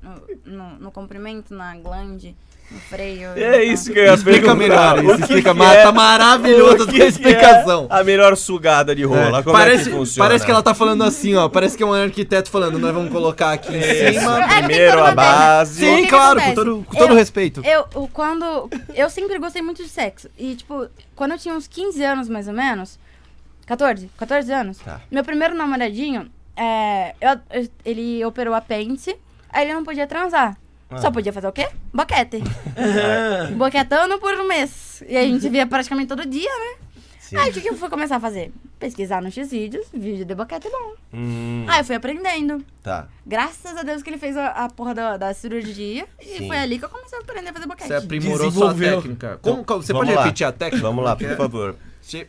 Speaker 4: No, no comprimento, na glande, no freio. Então,
Speaker 2: É
Speaker 4: na-
Speaker 2: isso que eu ia
Speaker 3: Explica
Speaker 2: perguntar. O
Speaker 3: melhor, isso
Speaker 2: que
Speaker 3: explica,
Speaker 2: que
Speaker 3: ma-
Speaker 2: é-
Speaker 3: tá maravilhoso
Speaker 2: o
Speaker 3: a
Speaker 2: que
Speaker 3: tua
Speaker 2: que é
Speaker 3: explicação.
Speaker 2: a melhor sugada de rola.
Speaker 3: É.
Speaker 2: Como
Speaker 3: parece,
Speaker 2: é que funciona?
Speaker 3: parece que ela tá falando assim, ó. Parece que é um arquiteto falando, nós vamos colocar aqui em
Speaker 2: Isso.
Speaker 3: cima.
Speaker 4: É, não tem
Speaker 2: Primeiro
Speaker 4: toda
Speaker 2: a
Speaker 4: uma
Speaker 2: base.
Speaker 4: O que
Speaker 3: Sim,
Speaker 4: que
Speaker 3: claro, com
Speaker 4: acontece?
Speaker 3: todo, com todo
Speaker 4: Eu-
Speaker 3: respeito.
Speaker 4: Eu, o- quando. Eu sempre gostei muito de sexo. E, tipo, quando eu tinha uns 15 anos, mais ou menos. 14, 14 anos.
Speaker 2: Tá.
Speaker 4: Meu primeiro namoradinho, é, eu- eu- ele operou apêndice, aí ele não podia transar.
Speaker 2: Ah.
Speaker 4: Só podia fazer o quê? Boquete. Boquetando por um mês. E a gente via praticamente todo dia, né?
Speaker 2: Sim.
Speaker 4: Aí o que, que eu fui começar a fazer? Pesquisar nos X-Vídeos, vídeo de boquete bom.
Speaker 2: Hum,
Speaker 4: Aí eu fui aprendendo.
Speaker 2: tá.
Speaker 4: Graças a Deus que ele fez a, a porra da, da cirurgia. E
Speaker 2: Sim. é
Speaker 4: foi ali que eu comecei a aprender a fazer boquete.
Speaker 3: Você aprimorou sua
Speaker 1: Desenvolveu.
Speaker 3: técnica. Como- como- você
Speaker 2: Então, Vamos
Speaker 3: pode
Speaker 2: lá.
Speaker 3: repetir a técnica?
Speaker 2: Vamos lá,
Speaker 3: Porque
Speaker 2: por favor.
Speaker 3: Você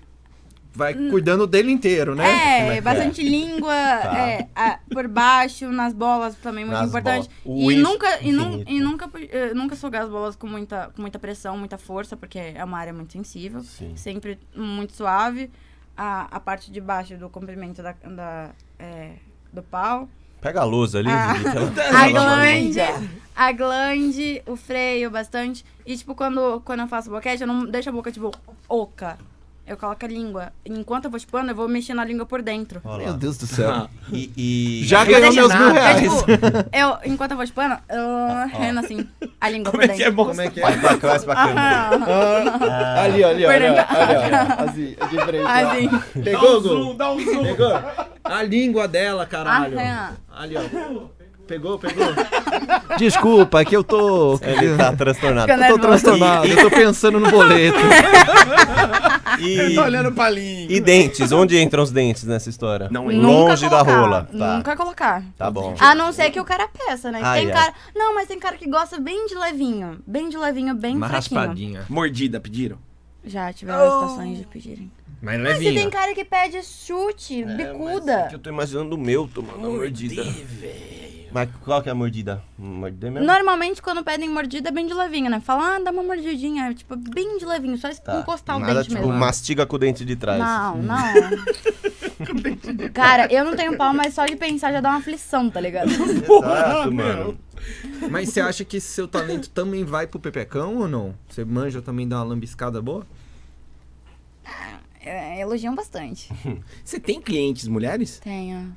Speaker 3: vai cuidando dele inteiro, né?
Speaker 4: É,
Speaker 2: é que
Speaker 4: bastante língua, é, a- por baixo, nas bolas também, muito
Speaker 2: Nas
Speaker 4: importante.
Speaker 2: bolas. O
Speaker 4: E
Speaker 2: inf-
Speaker 4: nunca, e, nun-
Speaker 2: infinito.
Speaker 4: e nunca, pu- eh, nunca sugar as bolas com muita, com muita pressão, muita força, porque é uma área muito sensível.
Speaker 2: Sim.
Speaker 4: Sempre muito suave. A, a parte de baixo do comprimento da, da, eh, do pau.
Speaker 2: Pega a lousa ali,
Speaker 4: Ah.
Speaker 2: Vivi, que ela-
Speaker 4: A
Speaker 2: ela vai-
Speaker 4: glande, a glande, o freio, bastante. E, tipo, quando, quando eu faço boquete, eu não deixo a boca, tipo, oca. Eu coloco a língua. Enquanto eu vou chupando, eu vou mexendo a língua por dentro.
Speaker 2: Olha
Speaker 3: Meu
Speaker 2: lá.
Speaker 3: Deus do céu.
Speaker 2: E, e-
Speaker 1: Não
Speaker 3: Já ganhou
Speaker 1: deixa
Speaker 3: meus
Speaker 1: nada.
Speaker 3: mil
Speaker 4: É,
Speaker 3: reais.
Speaker 4: tipo, eu, enquanto eu vou chupando, eu rendo assim, a língua
Speaker 1: Como
Speaker 4: por
Speaker 1: é que é
Speaker 4: dentro. Ah,
Speaker 1: bom?
Speaker 2: Vai pra cá, vai pra cá.
Speaker 4: Aham,
Speaker 3: Ali, ali, ó.
Speaker 4: Por
Speaker 3: ali, ó,
Speaker 4: dentro.
Speaker 3: ali, ó. Assim, de frente. ó.
Speaker 4: assim.
Speaker 1: Dá
Speaker 3: Pegou,
Speaker 1: um
Speaker 3: Gu?
Speaker 1: zoom, dá um zoom.
Speaker 3: Pegou? A língua dela, caralho.
Speaker 4: Aham.
Speaker 3: Ali, ó. Pegou, pegou. Desculpa, é que eu tô.
Speaker 2: Ele tá transtornado.
Speaker 4: Fica
Speaker 3: Eu tô
Speaker 4: nervosa.
Speaker 3: transtornado, eu tô pensando no boleto.
Speaker 1: Ele
Speaker 2: E,
Speaker 1: tá olhando pra linha.
Speaker 2: e dentes? Onde entram os dentes nessa história?
Speaker 1: Não entra.
Speaker 2: Longe da
Speaker 4: colocar,
Speaker 2: rola. Tá,
Speaker 4: Nunca colocar.
Speaker 2: tá bom.
Speaker 4: A não ser que o cara peça, né? Que
Speaker 2: Ai,
Speaker 4: tem
Speaker 2: ai.
Speaker 4: cara... Não, mas tem cara que gosta bem de levinho. Bem de levinho, bem
Speaker 3: Uma
Speaker 4: fraquinho.
Speaker 3: raspadinha.
Speaker 1: Mordida, pediram?
Speaker 4: Já tiveram situações de pedirem.
Speaker 3: Mas
Speaker 4: Mas e tem
Speaker 3: levinha.
Speaker 4: cara que pede chute, bicuda.
Speaker 2: É, que eu tô imaginando o meu tomando uma mordida. Mas qual que é a mordida? Mordida mesmo?
Speaker 4: Normalmente, quando pedem mordida, é bem de levinho, né? Fala, ah, dá uma mordidinha. Tipo, bem de levinho, só
Speaker 2: Tá.
Speaker 4: um encostar o
Speaker 2: Nada,
Speaker 4: dente
Speaker 2: tipo,
Speaker 4: mesmo.
Speaker 2: mastiga com o dente de trás.
Speaker 4: Não, não. Cara, eu não tenho pau, mas só de pensar já dá uma aflição, tá ligado?
Speaker 2: Exato, mano.
Speaker 3: Mas você acha que seu talento também vai pro Pepecão ou não? Você manja também dá uma lambiscada boa?
Speaker 4: É, é, elogiam bastante.
Speaker 1: Você tem clientes mulheres?
Speaker 4: Tenho.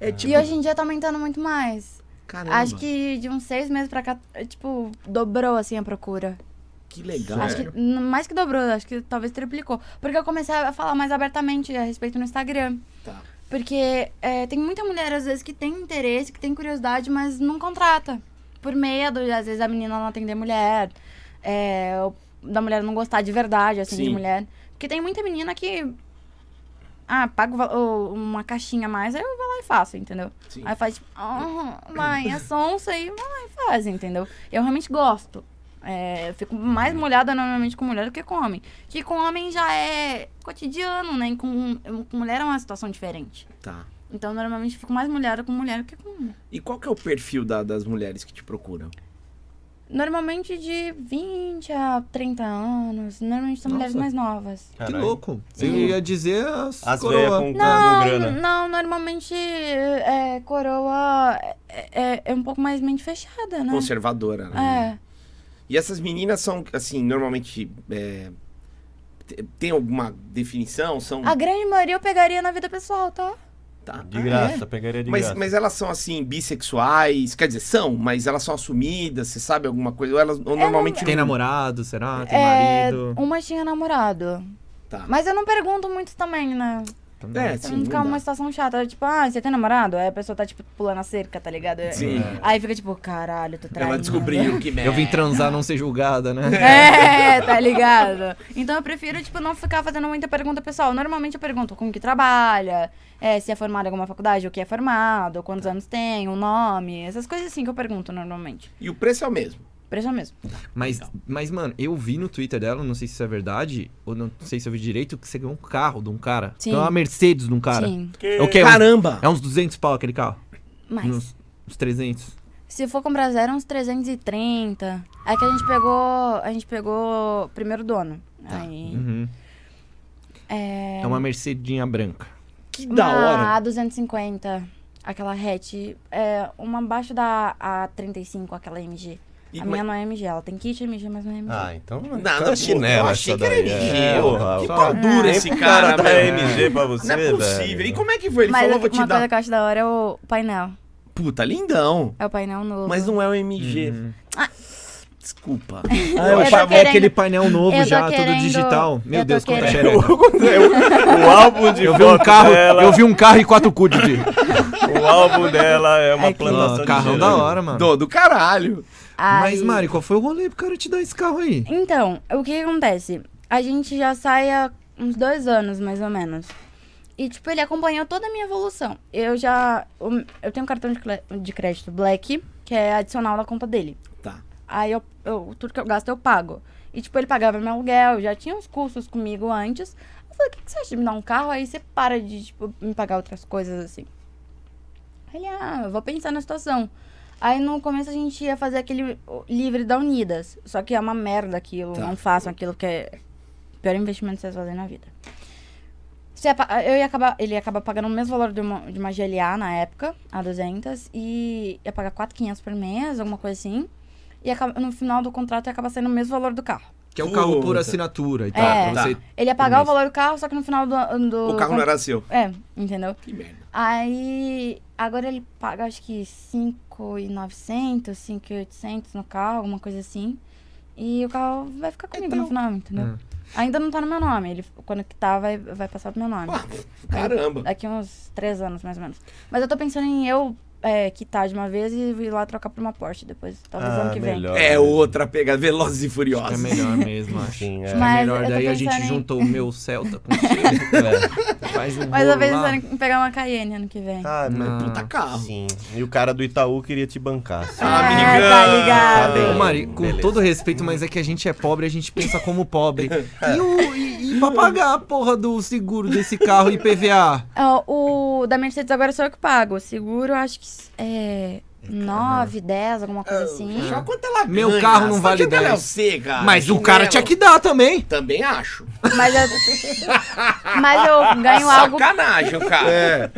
Speaker 3: É
Speaker 2: tipo-
Speaker 4: E hoje em dia tá aumentando muito mais.
Speaker 1: Caramba.
Speaker 4: Acho que de uns seis meses pra cá, é, tipo, dobrou assim a procura.
Speaker 1: Que legal.
Speaker 4: Acho que n- mais que dobrou, acho que talvez triplicou. Porque eu comecei a falar mais abertamente a respeito no Instagram.
Speaker 1: Tá.
Speaker 4: Porque é, tem muita mulher, às vezes, que tem interesse, que tem curiosidade, mas não contrata. Por medo, às vezes, a menina não atender mulher. é, ou da mulher não gostar de verdade, assim, de
Speaker 1: Sim.
Speaker 4: mulher. Porque tem muita menina que... Ah, pago o val- ou uma caixinha a mais, aí eu vou lá e faço, entendeu?
Speaker 1: Sim.
Speaker 4: Aí faz tipo, "Ah, mãe, é sonsa aí, mãe, faz, entendeu? Eu realmente gosto. É, eu fico mais molhada normalmente com mulher do que com homem. Que com homem já é cotidiano, né? E com, com mulher é uma situação diferente.
Speaker 1: Tá.
Speaker 4: Então, normalmente, eu fico mais molhada com mulher do que com homem.
Speaker 1: E qual que é o perfil da- das mulheres que te procuram?
Speaker 4: Normalmente de 20 a 30 anos. Normalmente são mulheres
Speaker 3: Nossa.
Speaker 4: mais novas.
Speaker 3: Que
Speaker 2: Caralho.
Speaker 3: louco. Você
Speaker 2: Sim.
Speaker 3: ia dizer as,
Speaker 2: As velhas
Speaker 3: coroa.
Speaker 2: com, com
Speaker 4: Não,
Speaker 2: grana.
Speaker 4: não, normalmente é, coroa é, é- é um pouco mais mente fechada, né?
Speaker 1: Conservadora, né?
Speaker 4: É.
Speaker 1: E essas meninas são, assim, normalmente. é, te- tem alguma definição? São.
Speaker 4: A grande maioria eu pegaria na vida pessoal, tá?
Speaker 1: Tá.
Speaker 2: De
Speaker 1: Ah,
Speaker 2: graça,
Speaker 1: é?
Speaker 2: pegaria de
Speaker 1: Mas,
Speaker 2: graça.
Speaker 1: mas elas são assim, bissexuais, quer dizer, são, mas elas são assumidas, você sabe alguma coisa? Ou elas ou normalmente
Speaker 3: Tem
Speaker 1: não-
Speaker 3: namorado, será? Tem
Speaker 4: É,
Speaker 3: marido.
Speaker 4: uma tinha namorado.
Speaker 1: Tá.
Speaker 4: Mas eu não pergunto muito também, né?
Speaker 1: É,
Speaker 4: Pra
Speaker 1: sim,
Speaker 4: não ficar
Speaker 1: não dá.
Speaker 4: uma situação chata. Tipo, ah, você tem namorado? Aí a pessoa tá, tipo, pulando a cerca, tá ligado?
Speaker 1: Sim.
Speaker 2: É.
Speaker 4: Aí fica tipo, caralho, tô traindo.
Speaker 1: Ela descobriu que merda.
Speaker 3: Eu vim transar, não ser julgada, né?
Speaker 4: É, tá ligado? Então eu prefiro, tipo, não ficar fazendo muita pergunta pessoal. Normalmente eu pergunto com que trabalha, é, se é formado em alguma faculdade, o que é formado, quantos anos tem, o nome, essas coisas assim que eu pergunto normalmente.
Speaker 1: E o preço é o mesmo.
Speaker 4: Preço mesmo.
Speaker 3: Mas, mas, mano, eu vi no Twitter dela, não sei se isso é verdade, ou não sei se eu vi direito, que você ganhou um carro de um cara.
Speaker 4: Sim.
Speaker 3: Ganhou uma Mercedes de um cara.
Speaker 4: Sim.
Speaker 3: É o quê?
Speaker 1: Caramba!
Speaker 3: É uns 200 pau aquele carro?
Speaker 4: Mas.
Speaker 3: Uns, uns 300.
Speaker 4: Se for comprar zero, uns 330. É que a gente pegou. A gente pegou primeiro dono.
Speaker 1: Tá.
Speaker 4: Aí.
Speaker 3: Uhum.
Speaker 4: É.
Speaker 3: É uma Mercedinha branca.
Speaker 1: Que Hum. da hora.
Speaker 4: A 250. Aquela hatch. É uma abaixo da A35, aquela MG.
Speaker 1: E
Speaker 4: a
Speaker 1: ma-
Speaker 4: minha não é MG, ela tem kit MG, mas não é MG.
Speaker 2: Ah, então.
Speaker 1: Não,
Speaker 2: tá
Speaker 1: não, pô,
Speaker 2: chinela,
Speaker 1: eu achei
Speaker 2: essa
Speaker 1: que era
Speaker 2: daí.
Speaker 1: MG,
Speaker 2: É,
Speaker 1: ó.
Speaker 2: porra,
Speaker 1: Que
Speaker 2: só-
Speaker 1: pau duro esse
Speaker 2: Nem pro
Speaker 1: cara,
Speaker 2: da
Speaker 1: meu.
Speaker 2: MG tá pra você,
Speaker 1: Não é possível.
Speaker 2: velho.
Speaker 1: E como é que foi? Ele
Speaker 4: mas
Speaker 1: falou,
Speaker 4: eu-
Speaker 1: vou
Speaker 4: uma
Speaker 1: te
Speaker 4: coisa
Speaker 1: dar.
Speaker 4: que eu acho da hora é o painel.
Speaker 1: Puta, lindão.
Speaker 4: É o painel novo.
Speaker 1: Mas não é o MG.
Speaker 2: Uhum.
Speaker 4: Ah.
Speaker 1: Desculpa.
Speaker 3: Ah, Uhum.
Speaker 4: eu
Speaker 3: eu
Speaker 4: tô
Speaker 3: achava
Speaker 4: querendo-
Speaker 3: é aquele painel novo
Speaker 4: eu tô
Speaker 3: já,
Speaker 4: querendo-
Speaker 3: tudo digital. Meu
Speaker 4: eu tô
Speaker 3: Deus, quanta
Speaker 4: querendo-
Speaker 3: xereca.
Speaker 2: O álbum de
Speaker 3: Eu vi um
Speaker 2: foto
Speaker 3: carro,
Speaker 2: dela-
Speaker 3: eu vi um carro e quatro cu de dia.
Speaker 2: O álbum dela é uma
Speaker 4: Ai, que
Speaker 2: plantação de
Speaker 3: Carrão
Speaker 2: gerânio.
Speaker 3: da hora, mano.
Speaker 1: Do, do caralho.
Speaker 3: Mas,
Speaker 4: Aí-
Speaker 3: Mari, qual foi o rolê pro cara te dar esse carro aí?
Speaker 4: Então, o que que acontece? A gente já sai há uns dois anos, mais ou menos. E, tipo, ele acompanhou toda a minha evolução. Eu já... o- Eu tenho um cartão de cle- de crédito Black, que é adicional na conta dele.
Speaker 1: Tá.
Speaker 4: Aí, eu, eu- tudo que eu gasto, eu pago. E, tipo, ele pagava meu aluguel, já tinha uns cursos comigo antes. Eu falei, o que, que você acha de me dar um carro? Aí você para de, tipo, me pagar outras coisas, assim. Ele, ah, eu vou pensar na situação. Aí no começo a gente ia fazer aquele o, livre da Unidas. Só que é uma merda aquilo,
Speaker 1: Tá.
Speaker 4: não façam aquilo que é o pior investimento que vocês fazem na vida. Você ia pa- ah, eu ia acabar, ele ia acabar pagando o mesmo valor de uma, de uma GLA na época, a 200, e ia pagar 4,500 por mês, alguma coisa assim. E acaba- no final do contrato ia acabar saindo o mesmo valor do carro.
Speaker 3: Que é o carro por
Speaker 1: Puta.
Speaker 3: assinatura e tal.
Speaker 4: É.
Speaker 3: pra você-
Speaker 4: Ele ia pagar o
Speaker 3: mês.
Speaker 4: valor do carro, só que no final do. do
Speaker 1: O carro não era seu.
Speaker 4: É, entendeu?
Speaker 1: Que merda.
Speaker 4: Aí, agora ele paga acho que 5,900, 5,800 no carro, alguma coisa assim. E o carro vai ficar comigo
Speaker 1: Então,
Speaker 4: no final, entendeu?
Speaker 3: Hum.
Speaker 4: Ainda não tá no meu nome. Ele, quando que tá, vai, vai passar pro meu nome.
Speaker 1: Ah, Caramba.
Speaker 4: Daqui uns três anos, mais ou menos. Mas eu tô pensando em eu é, quitar de uma vez e ir lá trocar por uma Porsche depois. Talvez
Speaker 2: Ah,
Speaker 4: ano que vem.
Speaker 2: melhor.
Speaker 1: É outra pegada. Velozes e
Speaker 3: É
Speaker 1: Furiosos.
Speaker 3: melhor mesmo, acho.
Speaker 2: Sim, é.
Speaker 3: Acho que
Speaker 4: Mas
Speaker 3: é
Speaker 4: eu
Speaker 3: melhor.
Speaker 4: tô
Speaker 3: Daí a gente um
Speaker 4: pensando em-
Speaker 3: juntou o meu Celta com o seu. Faz um
Speaker 4: Mas eu
Speaker 3: rolo
Speaker 4: penso
Speaker 3: lá.
Speaker 4: em pegar uma Cayenne ano que vem.
Speaker 2: Ah,
Speaker 3: Não.
Speaker 2: meu.
Speaker 1: Puta carro.
Speaker 2: Sim. E o cara do Itaú queria te bancar. assim.
Speaker 1: Ah,
Speaker 4: É,
Speaker 1: menigão.
Speaker 4: tá ligado.
Speaker 2: Tá bem.
Speaker 3: Ô, Mari, com
Speaker 2: Beleza.
Speaker 3: todo respeito, mas é que a gente é pobre, a gente pensa como pobre. E, o, e, e pra pagar a porra do seguro desse carro IPVA?
Speaker 4: Ó, o da Mercedes agora sou eu que pago. O seguro, acho que é 9, 10, alguma coisa assim.
Speaker 1: Já quanto ela
Speaker 3: Meu
Speaker 1: ganha?
Speaker 3: carro não
Speaker 1: Sabe
Speaker 3: vale
Speaker 1: que ela é
Speaker 3: 10.
Speaker 1: você, cara.
Speaker 3: Mas o
Speaker 1: Chinelo.
Speaker 3: cara tinha que dar também.
Speaker 1: Também acho.
Speaker 4: Mas eu, mas eu ganho algo.
Speaker 1: Sacanagem, o cara.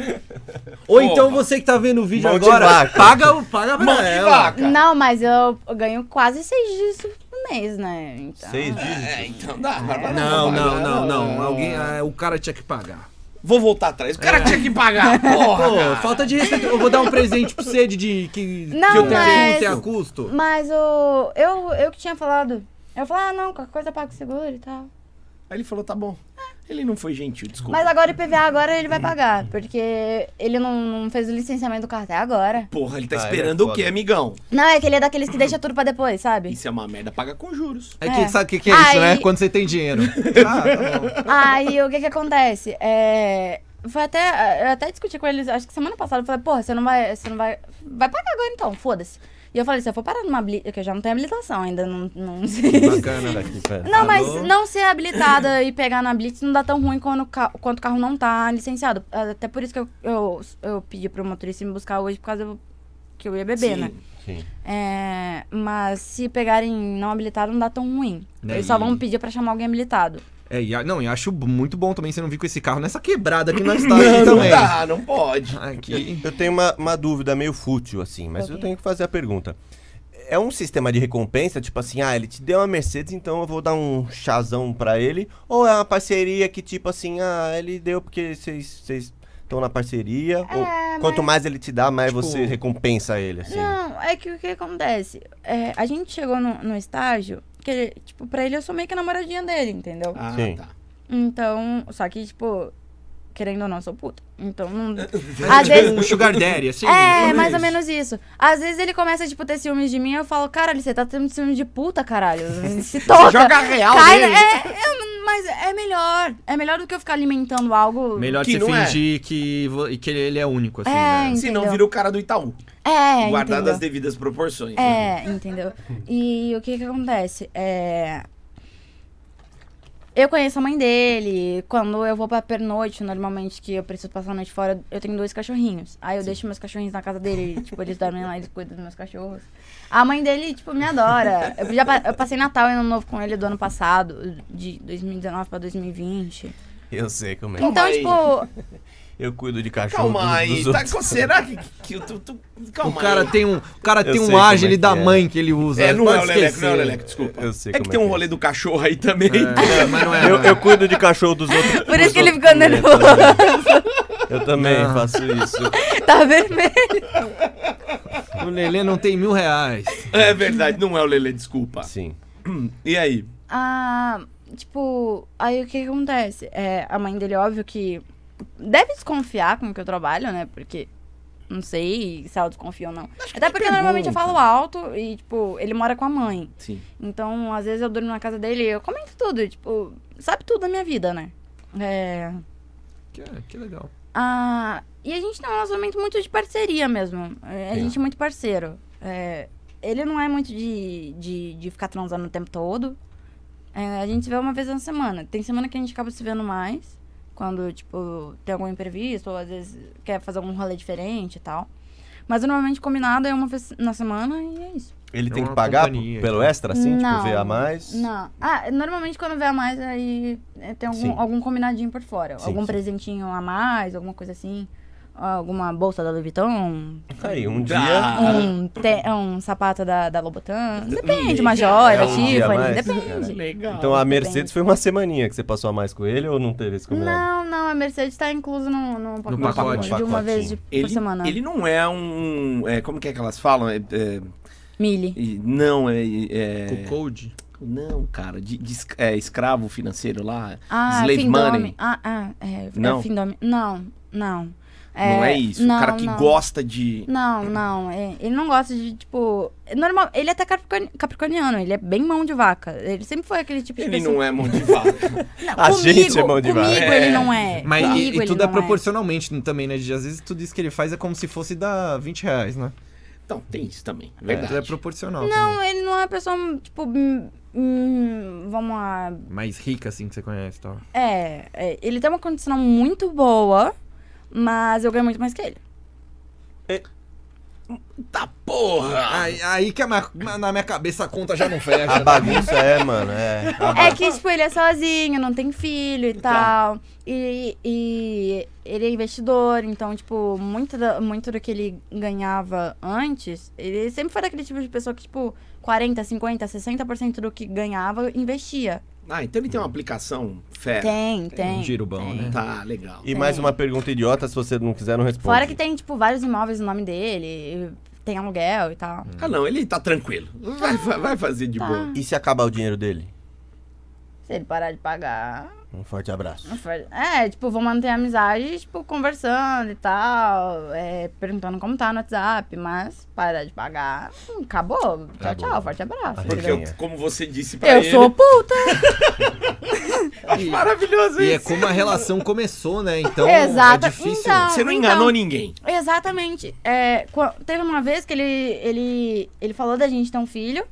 Speaker 3: Ou
Speaker 1: Porra.
Speaker 3: então você que tá vendo o vídeo
Speaker 2: Mão de
Speaker 3: agora,
Speaker 2: vaca.
Speaker 3: paga, o- paga pra
Speaker 1: Mão de
Speaker 3: ela.
Speaker 1: vaca.
Speaker 4: Não, mas eu ganho quase seis disso por mês, né? Então.
Speaker 2: Seis dígitos.
Speaker 1: É, então dá. mas vai lá,
Speaker 3: Não,
Speaker 1: vai lá,
Speaker 3: não,
Speaker 1: vai
Speaker 3: não,
Speaker 1: lá, vai
Speaker 3: não.
Speaker 1: lá.
Speaker 3: Alguém, ah, o cara tinha que pagar.
Speaker 1: Vou voltar atrás. O cara tinha que pagar. Porra,
Speaker 3: É. Pô,
Speaker 1: cara.
Speaker 3: falta de respeito. Eu vou dar um presente pra você de, de- que,
Speaker 4: Não,
Speaker 3: que eu tenho que não
Speaker 4: mas-
Speaker 3: tem a custo.
Speaker 4: Mas o. Eu, eu que tinha falado. Eu falei, ah, não, qualquer coisa paga o seguro e tal.
Speaker 1: Aí ele falou, tá bom. Ele não foi gentil, desculpa.
Speaker 4: Mas agora o IPVA agora ele vai pagar, porque ele não, não fez o licenciamento do carro até agora.
Speaker 1: Porra, ele tá
Speaker 2: Ah, ele é
Speaker 1: esperando o
Speaker 2: foda.
Speaker 1: quê, amigão?
Speaker 4: Não, é que ele é daqueles que deixa tudo pra depois, sabe?
Speaker 1: Isso é uma merda, paga com juros.
Speaker 3: É que
Speaker 4: É.
Speaker 3: sabe o que, que é isso,
Speaker 4: Aí-
Speaker 3: né? Quando você tem dinheiro. Ah, tá bom.
Speaker 4: Aí o que que acontece? É, Foi até. Eu até discuti com eles, acho que semana passada, eu falei, porra, você não vai. Você não vai. Vai pagar agora então, foda-se. E eu falei, se eu for parar numa habilitação, que eu já não tenho habilitação, ainda não. Não,
Speaker 3: Bacana.
Speaker 4: não mas
Speaker 3: Alô?
Speaker 4: não ser habilitada e pegar na blitz não dá tão ruim quando, o ca- quando o carro não tá licenciado. Até por isso que eu, eu, eu pedi pro motorista me buscar hoje, por causa do- que eu ia beber, né?
Speaker 2: Sim.
Speaker 4: É, mas se pegarem não habilitado, não dá tão ruim.
Speaker 3: Né,
Speaker 4: Eles só
Speaker 3: e-
Speaker 4: vão pedir pra chamar alguém habilitado.
Speaker 3: É, e a- não, eu acho muito bom também você não vir com esse carro nessa quebrada que nós tá
Speaker 1: Não,
Speaker 3: aqui
Speaker 1: não
Speaker 3: também.
Speaker 1: dá, não pode.
Speaker 3: Ah, Aqui.
Speaker 2: Eu tenho uma, uma dúvida meio fútil, assim, mas eu
Speaker 4: Ok.
Speaker 2: tenho que fazer a pergunta. É um sistema de recompensa, tipo assim, ah, ele te deu uma Mercedes, então eu vou dar um chazão pra ele? Ou é uma parceria que, tipo assim, ah, ele deu porque vocês vocês estão na parceria? ou quanto mais ele te dá, mais
Speaker 3: Tipo-
Speaker 2: você recompensa ele, assim?
Speaker 4: É, Não, é que o que acontece? É, a gente chegou no, no estágio que, ele, tipo, pra ele eu sou meio que a namoradinha dele, entendeu?
Speaker 1: Ah,
Speaker 2: Sim.
Speaker 1: tá.
Speaker 4: Então, só que, tipo, querendo ou não, eu sou puta. Então, não.
Speaker 3: Mas,
Speaker 4: Às vezes-
Speaker 3: Um sugar daddy, assim.
Speaker 4: É,
Speaker 3: talvez.
Speaker 4: mais ou menos isso. Às vezes ele começa, tipo, ter ciúmes de mim e eu falo, caralho, você tá tendo ciúmes de puta, caralho. Se toca.
Speaker 1: Joga real
Speaker 4: Cai,
Speaker 1: nele.
Speaker 4: é, é, mas é melhor. É melhor do que eu ficar alimentando algo.
Speaker 3: Melhor
Speaker 1: Que
Speaker 3: você
Speaker 1: não é.
Speaker 3: fingir que, vo- e que ele- ele é único, assim,
Speaker 4: É,
Speaker 3: né?
Speaker 4: entendeu?
Speaker 1: Senão vira o cara do Itaú.
Speaker 4: É,
Speaker 1: guardado
Speaker 4: entendeu?
Speaker 1: as devidas proporções. né?
Speaker 4: É, entendeu? E o que que acontece? É... Eu conheço a mãe dele. Quando eu vou pra pernoite, normalmente, que eu preciso passar a noite fora, eu tenho dois cachorrinhos. Aí eu deixo meus cachorrinhos na casa dele. tipo, eles dormem lá, eles cuidam dos meus cachorros. A mãe dele, tipo, me adora. Eu, já pa- eu passei Natal e Ano Novo com ele do ano passado, de 2019 pra 2020.
Speaker 2: Eu sei como é.
Speaker 1: Calma
Speaker 4: então,
Speaker 1: aí.
Speaker 4: tipo,
Speaker 2: Eu cuido de cachorro
Speaker 1: Calma
Speaker 2: dos-
Speaker 1: aí,
Speaker 2: dos
Speaker 1: tá,
Speaker 2: outros.
Speaker 1: será que, que eu tô, tô-
Speaker 4: então.
Speaker 3: O
Speaker 1: calma
Speaker 3: cara
Speaker 1: aí.
Speaker 3: tem um, o cara
Speaker 2: Eu
Speaker 3: tem
Speaker 2: sei
Speaker 3: um
Speaker 2: como é
Speaker 3: ágil
Speaker 2: que
Speaker 3: da
Speaker 2: é.
Speaker 3: mãe que ele usa.
Speaker 1: É, não é o
Speaker 3: pode
Speaker 1: Leleco, não é o
Speaker 3: esquecer.
Speaker 1: Leleco, desculpa.
Speaker 2: Eu sei
Speaker 1: é que
Speaker 2: como
Speaker 1: tem
Speaker 2: é
Speaker 1: um
Speaker 2: que é
Speaker 1: rolê do cachorro aí também. então,
Speaker 3: É, mas não é.
Speaker 2: Eu, eu cuido de cachorro dos outros.
Speaker 4: por
Speaker 2: dos
Speaker 4: isso que ele
Speaker 2: outros
Speaker 4: ficou
Speaker 2: também.
Speaker 4: nervoso.
Speaker 2: Eu também
Speaker 3: Não.
Speaker 2: faço isso.
Speaker 4: tá vermelho.
Speaker 3: O Lelê não tem mil reais.
Speaker 1: É verdade, não é o Lele, desculpa.
Speaker 2: Sim.
Speaker 1: E aí?
Speaker 4: Ah, tipo, aí o que, que acontece? É, a mãe dele, óbvio que deve desconfiar com o que eu trabalho, né? Porque não sei se ela desconfia ou não. Até porque normalmente eu falo alto e, tipo, ele mora com a mãe.
Speaker 1: Sim.
Speaker 4: Então, às vezes eu durmo na casa dele e eu comento tudo, tipo, sabe tudo da minha vida, né? É.
Speaker 3: Que, que legal.
Speaker 4: Ah, e a gente tem um relacionamento muito de parceria mesmo. É, A
Speaker 2: Sim.
Speaker 4: gente é muito parceiro. É, ele não é muito de, de, de ficar transando o tempo todo. É, a gente se vê uma vez na semana. Tem semana que a gente acaba se vendo mais. Quando, tipo, tem algum imprevisto, ou às vezes quer fazer algum rolê diferente e tal. Mas normalmente combinado é uma vez na semana e é isso.
Speaker 2: Ele
Speaker 3: É
Speaker 2: tem que
Speaker 3: uma
Speaker 2: pagar
Speaker 3: companhia, então.
Speaker 2: p- pelo extra, assim?
Speaker 4: Não.
Speaker 2: Tipo, ver a mais?
Speaker 4: Não. Ah, normalmente quando vê a mais, aí é, tem
Speaker 2: Sim.
Speaker 4: algum, algum combinadinho por fora.
Speaker 2: Sim,
Speaker 4: algum
Speaker 2: sim.
Speaker 4: presentinho a mais, alguma coisa assim. Alguma bolsa da Louis Vuitton.
Speaker 2: Aí, um dia...
Speaker 1: Ah,
Speaker 4: Um, te- um sapato da, da Lobotan. Depende, uma
Speaker 2: É
Speaker 4: joia,
Speaker 2: um dia a
Speaker 4: Tiffany.
Speaker 2: mais,
Speaker 4: Depende.
Speaker 1: Legal.
Speaker 2: Então a Mercedes
Speaker 4: Depende.
Speaker 2: foi uma semaninha que você passou a mais com ele ou não teve esse
Speaker 1: é?
Speaker 2: combinado?
Speaker 4: Não, não, a Mercedes tá inclusa no, no, pacote,
Speaker 3: pacote.
Speaker 4: de uma
Speaker 2: Pacotinho.
Speaker 4: vez de-
Speaker 1: ele,
Speaker 4: por semana.
Speaker 1: ele não é um. é, como que é que elas falam? É, é,
Speaker 4: Mille.
Speaker 1: e- não, é. é-
Speaker 3: O Code.
Speaker 1: não, cara. De, de es- é, escravo financeiro lá.
Speaker 4: Ah,
Speaker 1: Slave
Speaker 4: Findome.
Speaker 1: money.
Speaker 4: Ah, ah, é.
Speaker 1: Não?
Speaker 4: É Findome. Não, não.
Speaker 1: não é isso. o cara que
Speaker 4: não.
Speaker 1: gosta de.
Speaker 4: Não, não. é, ele não gosta de, tipo. é Normal, ele é até capricorni- capricorniano, ele é bem mão de vaca. Ele sempre foi aquele tipo de
Speaker 1: Ele
Speaker 4: pessoa.
Speaker 1: não é mão de vaca.
Speaker 2: A
Speaker 4: comigo,
Speaker 2: gente é mão de vaca.
Speaker 4: Comigo
Speaker 1: É.
Speaker 4: ele não é.
Speaker 3: Mas e-
Speaker 4: comigo
Speaker 3: e,
Speaker 4: ele
Speaker 3: tudo é
Speaker 4: não
Speaker 3: proporcionalmente também, né? De, às vezes tudo isso que ele faz é como se fosse dar 20 reais, né?
Speaker 1: então, tem isso também. é
Speaker 3: É,
Speaker 1: Verdade.
Speaker 3: tudo é proporcional.
Speaker 4: Não, ele não é uma pessoa, tipo. hum, hum, vamos lá.
Speaker 3: também. Mais rica, assim, que você conhece e tal.
Speaker 4: É, é, ele tem uma condição muito boa, mas eu ganho muito mais que ele.
Speaker 1: Tá
Speaker 4: Ah,
Speaker 1: porra!
Speaker 3: Aí, aí que a minha- na minha cabeça a conta já não
Speaker 2: A
Speaker 3: fecha. né?
Speaker 2: bagunça é, mano, é. A ba-
Speaker 4: É que, tipo, ele é sozinho, não tem filho e tal. E, e ele é investidor, então, tipo, muito, da- muito do que ele ganhava antes, ele sempre foi daquele tipo de pessoa que, tipo, 40, 50, 60% do que ganhava, investia.
Speaker 1: Ah, então ele tem uma aplicação fera.
Speaker 4: Tem, tem.
Speaker 3: Um giro bom,
Speaker 4: tem.
Speaker 3: né?
Speaker 1: Tá, legal.
Speaker 2: E mais uma pergunta idiota, se você não quiser, não responde.
Speaker 4: É. Fora que tem, tipo, vários imóveis no nome dele, tem aluguel e tal.
Speaker 1: Ah, não, ele tá tranquilo. Vai, vai- vai fazer de
Speaker 4: Tá.
Speaker 1: boa.
Speaker 2: E se acabar o dinheiro dele?
Speaker 4: Se ele parar de pagar.
Speaker 2: Um forte abraço.
Speaker 4: não for- É, tipo, vou manter a amizade, tipo, conversando e tal, é, perguntando como tá no WhatsApp, mas parar de pagar, hum, acabou. Tchau,
Speaker 3: Acabou.
Speaker 4: tchau, forte abraço.
Speaker 2: Arre-
Speaker 1: Porque, eu- como você disse pra
Speaker 4: Eu
Speaker 1: ele...
Speaker 4: sou puta!
Speaker 1: Maravilhoso
Speaker 3: E é
Speaker 1: isso.
Speaker 3: como a relação começou, né? Então
Speaker 4: Exato.
Speaker 3: é difícil.
Speaker 4: Então,
Speaker 1: Você não
Speaker 4: então,
Speaker 1: enganou ninguém.
Speaker 4: Exatamente. É, qua- teve uma vez que ele, ele, ele falou da gente ter um filho.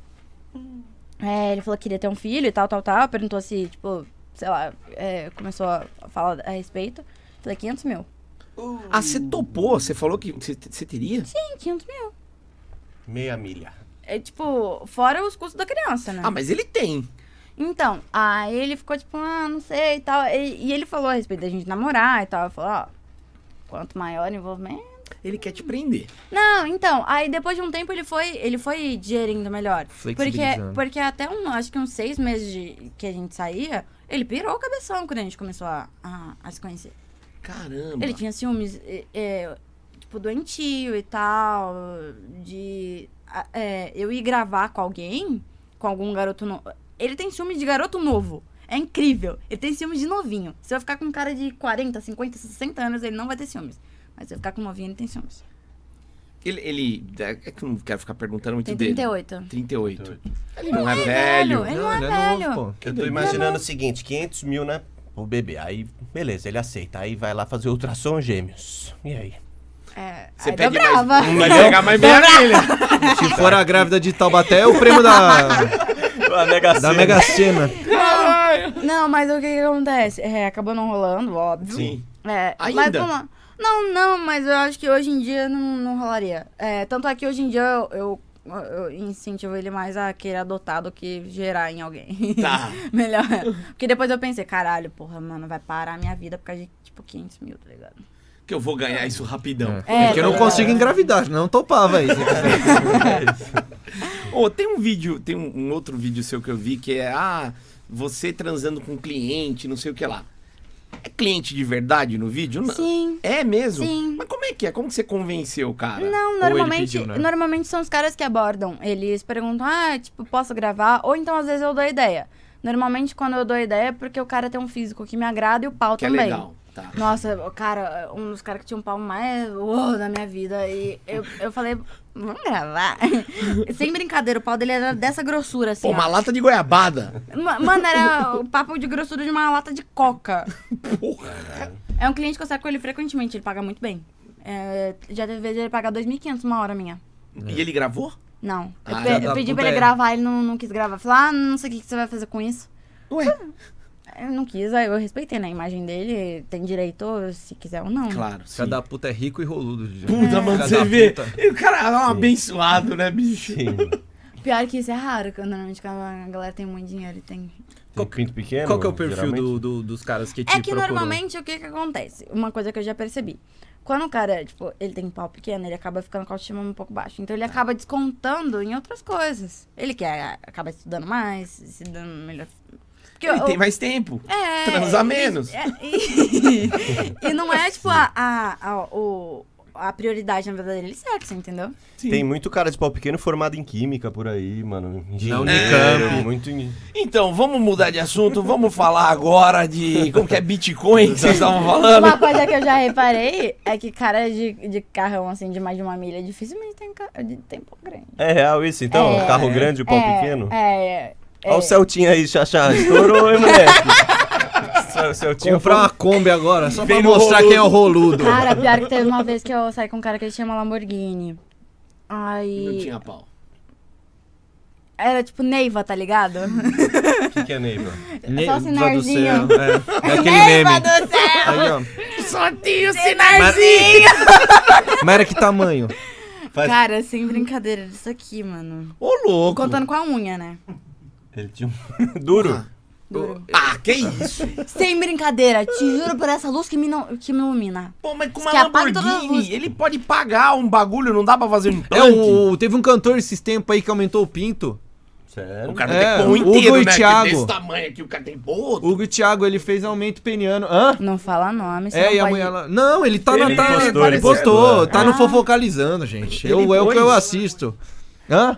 Speaker 4: É, ele falou que queria ter um filho e tal, tal, tal. Perguntou se, tipo, sei lá, é, começou a falar a respeito. Falei, 500 mil.
Speaker 1: Ah, você topou. Você falou que você você teria?
Speaker 4: Sim, 500 mil.
Speaker 2: Meia milha.
Speaker 4: É, tipo, fora os custos da criança, né?
Speaker 1: Ah, mas ele tem.
Speaker 4: Então, aí ele ficou tipo, ah, não sei e tal. E, e ele falou a respeito da gente namorar e tal. Eu falei, ó, quanto maior o envolvimento.
Speaker 1: Ele quer te prender.
Speaker 4: Não, então, aí depois de um tempo ele foi, ele foi digerindo melhor. Porque,
Speaker 3: Flexibilizando.
Speaker 4: porque até um, acho que uns seis meses de, que a gente saía, ele pirou o cabeção quando a gente começou a, a, a se conhecer.
Speaker 1: Caramba.
Speaker 4: Ele tinha ciúmes, é, é, tipo, doentio e tal, de a- é, eu ir gravar com alguém, com algum garoto novo. Ele tem ciúme de garoto novo. É incrível. Ele tem ciúmes de novinho. Se eu ficar com um cara de 40, 50, 60 anos, ele não vai ter ciúmes. Mas se eu ficar com um novinho, ele tem ciúmes.
Speaker 1: Ele, ele- É que eu não quero ficar perguntando muito
Speaker 4: Tem
Speaker 1: dele.
Speaker 4: 38.
Speaker 1: 38. Ele não é velho.
Speaker 4: Ele não, é
Speaker 3: ele
Speaker 4: velho.
Speaker 3: novo, pô.
Speaker 2: Eu tô imaginando o seguinte, 500 mil, né? O bebê. Aí, beleza, ele aceita. Aí vai lá fazer ultrassom gêmeos. E aí?
Speaker 4: É,
Speaker 1: Você
Speaker 4: aí
Speaker 1: pede
Speaker 4: dobrava.
Speaker 1: mais. Não vai pegar mais meia milha.
Speaker 3: Se for a grávida de Taubaté, é o prêmio da,
Speaker 2: A Mega
Speaker 3: da Mega Sena.
Speaker 4: Não, mas o que, que acontece? É, acabou não rolando, óbvio.
Speaker 1: Sim.
Speaker 4: É, mas
Speaker 1: Ainda?
Speaker 4: vamos lá. Não, não, mas eu acho que hoje em dia não, não rolaria. É, tanto é que hoje em dia eu, eu, eu incentivo ele mais a querer adotar do que gerar em alguém.
Speaker 1: Tá.
Speaker 4: Melhor. Porque depois eu pensei, caralho, porra, mano, vai parar a minha vida por causa de, tipo, 500 mil, tá ligado?
Speaker 1: Que eu vou ganhar isso rapidão.
Speaker 3: É, que eu não
Speaker 4: tá
Speaker 3: consigo
Speaker 4: ligado?
Speaker 3: engravidar, não topava isso.
Speaker 1: Ô, tem um vídeo, tem um, um outro vídeo seu que eu vi que é, ah, você transando com um cliente, não sei o que lá. É cliente de verdade no vídeo? Não.
Speaker 4: Sim.
Speaker 1: É mesmo?
Speaker 4: Sim.
Speaker 1: Mas como é que é? Como que você convenceu o cara?
Speaker 4: Não,
Speaker 3: ele
Speaker 4: normalmente,
Speaker 3: pediu, né?
Speaker 4: normalmente são os caras que abordam. Eles perguntam, ah, tipo, posso gravar? Ou então, às vezes, eu dou ideia. Normalmente, quando eu dou ideia, é porque o cara tem um físico que me agrada e o pau
Speaker 1: que é
Speaker 4: também.
Speaker 1: legal. Tá.
Speaker 4: Nossa, o cara, um dos caras que tinha um pau mais uou, da minha vida. E eu, eu falei, vamos gravar. Sem brincadeira, o pau dele era dessa grossura, assim.
Speaker 1: Pô,
Speaker 4: ó.
Speaker 1: uma lata de goiabada.
Speaker 4: Ma- Mano, era o papo de grossura de uma lata de coca.
Speaker 1: Porra.
Speaker 4: É um cliente que eu saio com ele frequentemente, ele paga muito bem. É, já teve vezes ele pagar 2.500 uma hora minha.
Speaker 3: É.
Speaker 1: E ele gravou?
Speaker 4: Não. Eu,
Speaker 1: Ah,
Speaker 4: pe-
Speaker 1: já
Speaker 4: eu
Speaker 3: dá
Speaker 4: pedi
Speaker 3: puta
Speaker 4: pra ele
Speaker 3: é.
Speaker 4: gravar, ele não, não quis gravar. Falei, ah, não sei o que, que você vai fazer com isso.
Speaker 1: Ué,
Speaker 4: Eu não quis, aí eu respeitei, né? A imagem dele tem direito, se quiser ou não.
Speaker 1: claro. sim.
Speaker 3: Cada puta é rico e roludo. gente.
Speaker 1: Puta, mano,
Speaker 3: Cada
Speaker 1: você vê.
Speaker 3: puta.
Speaker 1: E o cara é um abençoado, né, bicho?
Speaker 4: Pior que isso é raro, que normalmente quando a galera tem muito dinheiro e tem.
Speaker 2: Tem pinto pequeno?
Speaker 3: Qual que é o perfil
Speaker 2: geralmente?
Speaker 3: do, do- dos caras que te
Speaker 4: É que
Speaker 3: procuram?
Speaker 4: normalmente o que que acontece? Uma coisa que eu já percebi. Quando o cara, tipo, ele tem pau pequeno, ele acaba ficando com a autoestima um pouco baixo. Então ele
Speaker 1: Tá.
Speaker 4: acaba descontando em outras coisas. Ele quer, acaba estudando mais, se dando melhor. Porque
Speaker 1: Ele
Speaker 4: o-
Speaker 1: tem mais tempo.
Speaker 4: É,
Speaker 1: Transar
Speaker 4: e-
Speaker 1: menos.
Speaker 4: é, e, e não é, tipo, a, a, a, o- a prioridade, na verdade, dele é sexo, entendeu?
Speaker 1: Sim.
Speaker 2: Tem muito cara de pau pequeno formado em química por aí, mano. Engenheiro,
Speaker 3: Unicamp.
Speaker 2: Muito em-
Speaker 1: Então, vamos mudar de assunto. Vamos falar agora de. Como que é Bitcoin que vocês estavam falando?
Speaker 4: Uma coisa que eu já reparei é que cara de, de carrão, assim, de mais de uma milha, dificilmente tem, ca- de- tem pau grande.
Speaker 2: É real isso, então?
Speaker 4: É.
Speaker 2: Carro grande e pau
Speaker 4: é,
Speaker 2: pequeno?
Speaker 4: É, é.
Speaker 2: Olha o Celtinha aí, Xaxá. Estourou, hein, moleque? o Celtinha
Speaker 3: Comprar uma Kombi agora, só pra
Speaker 1: um Vem no
Speaker 3: mostrar quem é o roludo.
Speaker 4: Cara, pior que teve uma vez que eu saí com um cara que ele tinha uma Lamborghini.
Speaker 1: Não
Speaker 4: Aí.
Speaker 1: tinha pau.
Speaker 4: Era tipo Neiva, tá ligado?
Speaker 2: O que, que é Neiva?
Speaker 3: Ne-
Speaker 4: Só
Speaker 3: Vá do
Speaker 4: sinarzinho.
Speaker 3: céu, É, é aquele meme.
Speaker 4: Neiva do céu!
Speaker 3: Aí, ó.
Speaker 1: Só tinha o
Speaker 4: Sinarzinho!
Speaker 3: Mas era que tamanho?
Speaker 2: Mas-
Speaker 4: Cara, sem brincadeira disso aqui, mano.
Speaker 1: Ô, louco.
Speaker 4: Contando com a unha, né?
Speaker 2: Ele tinha um... Duro?
Speaker 4: Duro.
Speaker 1: Ah, que isso?
Speaker 4: Sem brincadeira, te juro por essa luz que me, não, que me ilumina.
Speaker 1: Pô, mas com uma
Speaker 4: Que apaga todas as
Speaker 1: Lamborghini,
Speaker 4: luzes.
Speaker 1: ele pode pagar um bagulho, não dá pra fazer um
Speaker 3: É,
Speaker 1: implante?
Speaker 3: o, teve um cantor esses tempos aí que aumentou o pinto.
Speaker 2: Sério?
Speaker 1: O cara
Speaker 3: É,
Speaker 1: tem pão
Speaker 3: Hugo
Speaker 1: inteiro,
Speaker 3: e
Speaker 1: né? Que
Speaker 3: Thiago.
Speaker 1: Desse tamanho aqui, o cara tem pão.
Speaker 3: Hugo Thiago, ele fez aumento peniano. Hã?
Speaker 4: Não fala nome, senão
Speaker 3: É, e a
Speaker 4: pode-
Speaker 3: mulher lá. Não, ele tá na.
Speaker 2: Ele
Speaker 3: Tá,
Speaker 2: postou,
Speaker 3: tá-
Speaker 2: ele
Speaker 3: postou,
Speaker 2: postou, é.
Speaker 3: tá
Speaker 4: Ah.
Speaker 3: no fofocalizando, gente. Eu,
Speaker 1: Ele
Speaker 3: é o que eu
Speaker 1: pôs.
Speaker 3: assisto. Hã?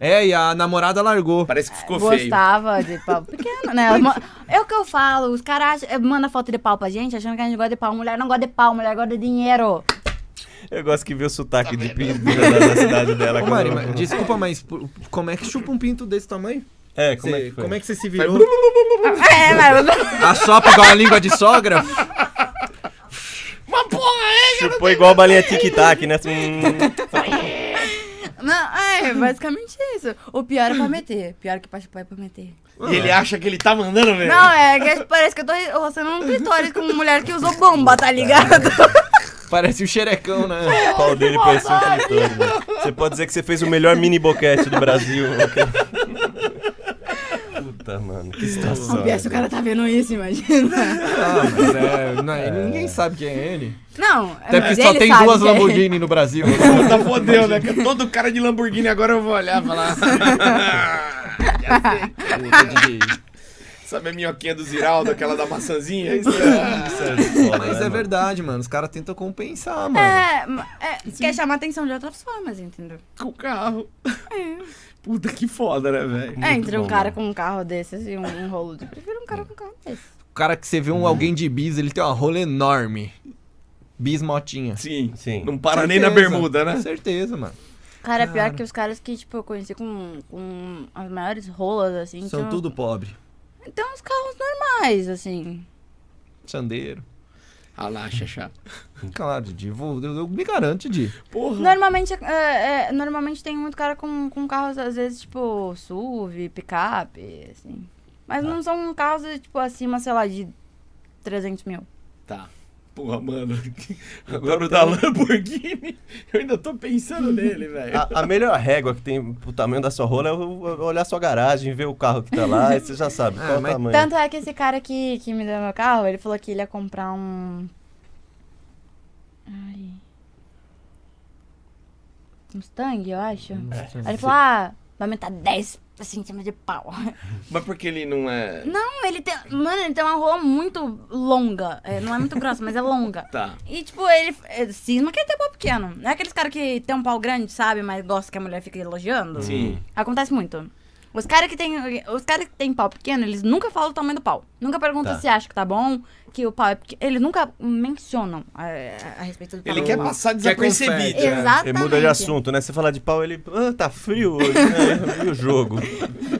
Speaker 3: É, e a namorada largou.
Speaker 1: Parece que ficou feio.
Speaker 4: Gostava de pau pequeno, né? Mo- É o que eu falo, os caras acham- eh, mandam foto de pau pra gente, achando que a gente gosta de pau. Mulher não gosta de pau, mulher gosta de dinheiro.
Speaker 2: Eu gosto que vê o sotaque de pintura da, da cidade dela.
Speaker 3: Tá Ô,
Speaker 2: quando
Speaker 3: Mari,
Speaker 2: ela-
Speaker 3: mas desculpa, mas por- como é que chupa um pinto desse tamanho?
Speaker 2: É, como é
Speaker 3: Cê-
Speaker 2: que foi?
Speaker 3: Como é que você se
Speaker 1: Vai-
Speaker 3: virou?
Speaker 4: É,
Speaker 3: A sopa igual a língua de sogra?
Speaker 1: Mas porra, é, cara?
Speaker 2: Chupou igual a balinha tic-tac, né? Assim,
Speaker 4: Não, é basicamente isso. O pior é pra meter. Pior que pra chupar é pra meter.
Speaker 1: E ele acha que ele tá mandando, velho.
Speaker 4: Não, é que parece que eu tô re- roçando um clitóris com uma mulher que usou bomba, tá ligado?
Speaker 3: Parece um xerecão, né?
Speaker 2: o pau dele parecia um pintor, né? Você pode dizer que você fez o melhor mini boquete do Brasil. Puta, mano, que situação.
Speaker 4: Pior se o cara tá vendo isso, imagina.
Speaker 3: Ah, mas é, não, Ninguém sabe quem é ele.
Speaker 4: Não,
Speaker 3: Até porque
Speaker 4: mas
Speaker 3: só
Speaker 4: ele
Speaker 3: tem
Speaker 4: sabe
Speaker 3: duas
Speaker 4: que é.
Speaker 3: Lamborghini no Brasil.
Speaker 1: Puta, fodeu, né? Que Todo cara de Lamborghini agora eu vou olhar e falar. "Ah, Já sei. Sabe a minhoquinha do Ziraldo, aquela da maçãzinha? né,
Speaker 3: Mas é verdade, mano. Os caras tentam compensar, mano.
Speaker 4: É, ma- é, quer chamar atenção de outras formas, entendeu?
Speaker 1: Com o carro. Puta que foda, né, velho?
Speaker 4: é, entre um
Speaker 2: bom,
Speaker 4: cara com um carro desses e um, um rolo de. Eu prefiro um cara com um carro desse.
Speaker 3: O cara que você vê um alguém de bis, ele tem uma rola enorme. Bis motinha.
Speaker 1: Sim.
Speaker 2: Sim.
Speaker 1: Não para nem na
Speaker 3: Certeza.
Speaker 1: bermuda, né?
Speaker 3: Certeza, mano.
Speaker 4: Cara, pior que os caras que, tipo, eu conheci com, com as maiores rolas, assim.
Speaker 3: São
Speaker 4: tinham-
Speaker 3: tudo pobre.
Speaker 4: Então, os carros normais, assim.
Speaker 3: Sandeiro.
Speaker 1: Ah lá, xaxá.
Speaker 3: Claro, Didi. Vou, eu, eu me garanto, Didi.
Speaker 4: Uhum.
Speaker 1: Porra.
Speaker 4: Normalmente, é, é, normalmente tem muito cara com, com carros, às vezes, tipo, SUV, picape, assim. Mas
Speaker 3: Tá.
Speaker 4: não são carros, tipo, acima, sei lá, de 300 mil.
Speaker 1: Tá. Porra, mano. Agora o da Lamborghini, eu ainda tô pensando nele, velho.
Speaker 2: A, a melhor régua que tem pro tamanho da sua rola é o- olhar sua garagem, ver o carro que tá lá, e você já sabe
Speaker 3: Ah,
Speaker 2: qual é o
Speaker 3: mas
Speaker 2: tamanho.
Speaker 4: Tanto é que esse cara que, que me deu meu carro, ele falou que ele ia comprar um. Ai. Um Mustang, eu acho. Aí ele falou: ah, vai aumentar 10 centímetros de pau.
Speaker 1: Mas porque ele não é.
Speaker 4: Não, ele tem. Mano, ele tem uma rola muito longa. É, não é muito grossa, mas é longa.
Speaker 1: Tá.
Speaker 4: E, tipo, ele. é, Cisma que ele tem pau pequeno. Não é aqueles caras que tem um pau grande, sabe? Mas gosta que a mulher fica elogiando.
Speaker 2: Hum.
Speaker 1: Sim.
Speaker 4: Acontece muito. Os caras que tem, os cara que tem pau pequeno, eles nunca falam o tamanho do pau. Nunca perguntam
Speaker 2: Tá.
Speaker 4: se acha que tá bom, que o pau é pequeno. Eles nunca mencionam é, a, respeito do
Speaker 1: Ele
Speaker 4: tamanho
Speaker 1: quer
Speaker 4: do pau.
Speaker 1: passar né? desapercebido. né?
Speaker 2: Ele
Speaker 4: Exatamente.
Speaker 2: muda de assunto, né? Você fala de pau, ele. Ah, tá frio hoje, né? E o jogo?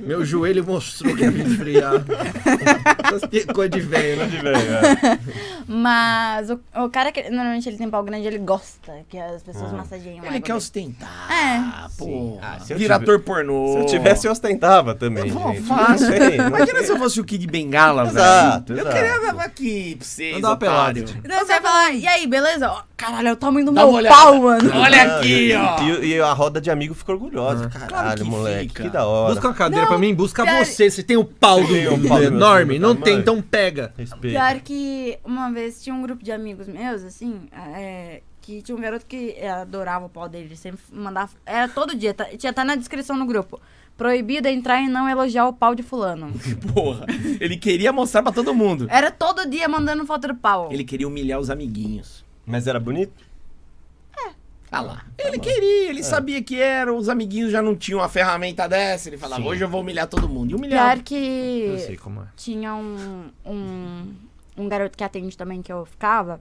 Speaker 3: Meu joelho mostrou que ia me esfriar. Coisa de velho, né?
Speaker 2: De velho, é.
Speaker 4: Mas o, o cara que normalmente ele tem pau grande, ele gosta que as pessoas massageiam.
Speaker 1: É. Ele
Speaker 4: ego
Speaker 1: quer
Speaker 4: dele.
Speaker 1: ostentar.
Speaker 4: É.
Speaker 1: Ah, pô.
Speaker 2: Ah, se eu
Speaker 1: Vira
Speaker 2: tiver-
Speaker 1: ator pornô.
Speaker 2: Se eu tivesse, eu ostentava também.
Speaker 1: Pô,
Speaker 2: gente.
Speaker 1: fácil.
Speaker 2: Não sei, não
Speaker 1: Imagina se eu fosse o Kid Bengala, velho.
Speaker 2: Exato,
Speaker 1: Eu
Speaker 2: exato.
Speaker 1: queria gravar aqui pra vocês.
Speaker 3: Não dá uma
Speaker 1: otário.
Speaker 3: pelada.
Speaker 4: Então você vai falar, e aí, beleza? Ó, caralho, é o tamanho do
Speaker 1: Dá
Speaker 4: meu
Speaker 1: uma olhada.
Speaker 4: pau, mano.
Speaker 1: Olha
Speaker 2: Ah,
Speaker 1: aqui,
Speaker 2: e-
Speaker 1: ó. Ah,
Speaker 2: E, e a roda de amigo fica orgulhosa. Caralho,
Speaker 1: Claro que
Speaker 2: moleque,
Speaker 1: fica.
Speaker 2: que da hora.
Speaker 3: Busca uma cadeira pra mim, busca
Speaker 4: pior-
Speaker 3: você. Você tem o pau do
Speaker 2: Tem o pau do
Speaker 3: enorme.
Speaker 2: meu
Speaker 3: Não tem,
Speaker 2: tamanho.
Speaker 3: então pega.
Speaker 2: Respeito.
Speaker 4: Pior que uma vez tinha um grupo de amigos meus, assim, é, que tinha um garoto que é, adorava o pau dele, sempre mandava. Era todo dia, tá- tinha até na descrição no grupo. Proibido entrar e não elogiar o pau de fulano.
Speaker 1: Porra. Ele queria mostrar pra todo mundo.
Speaker 4: Era todo dia mandando foto do pau.
Speaker 1: Ele queria humilhar os amiguinhos.
Speaker 2: Mas era bonito?
Speaker 1: Ah lá.
Speaker 3: Tá
Speaker 1: Ele queria,
Speaker 3: É.
Speaker 1: ele sabia que era, os amiguinhos já não tinham uma ferramenta dessa. Ele falava, hoje eu vou humilhar todo mundo. E humilhar.
Speaker 4: Pior que.
Speaker 3: Eu sei como é.
Speaker 4: tinha um, um, um garoto que atende também que eu ficava,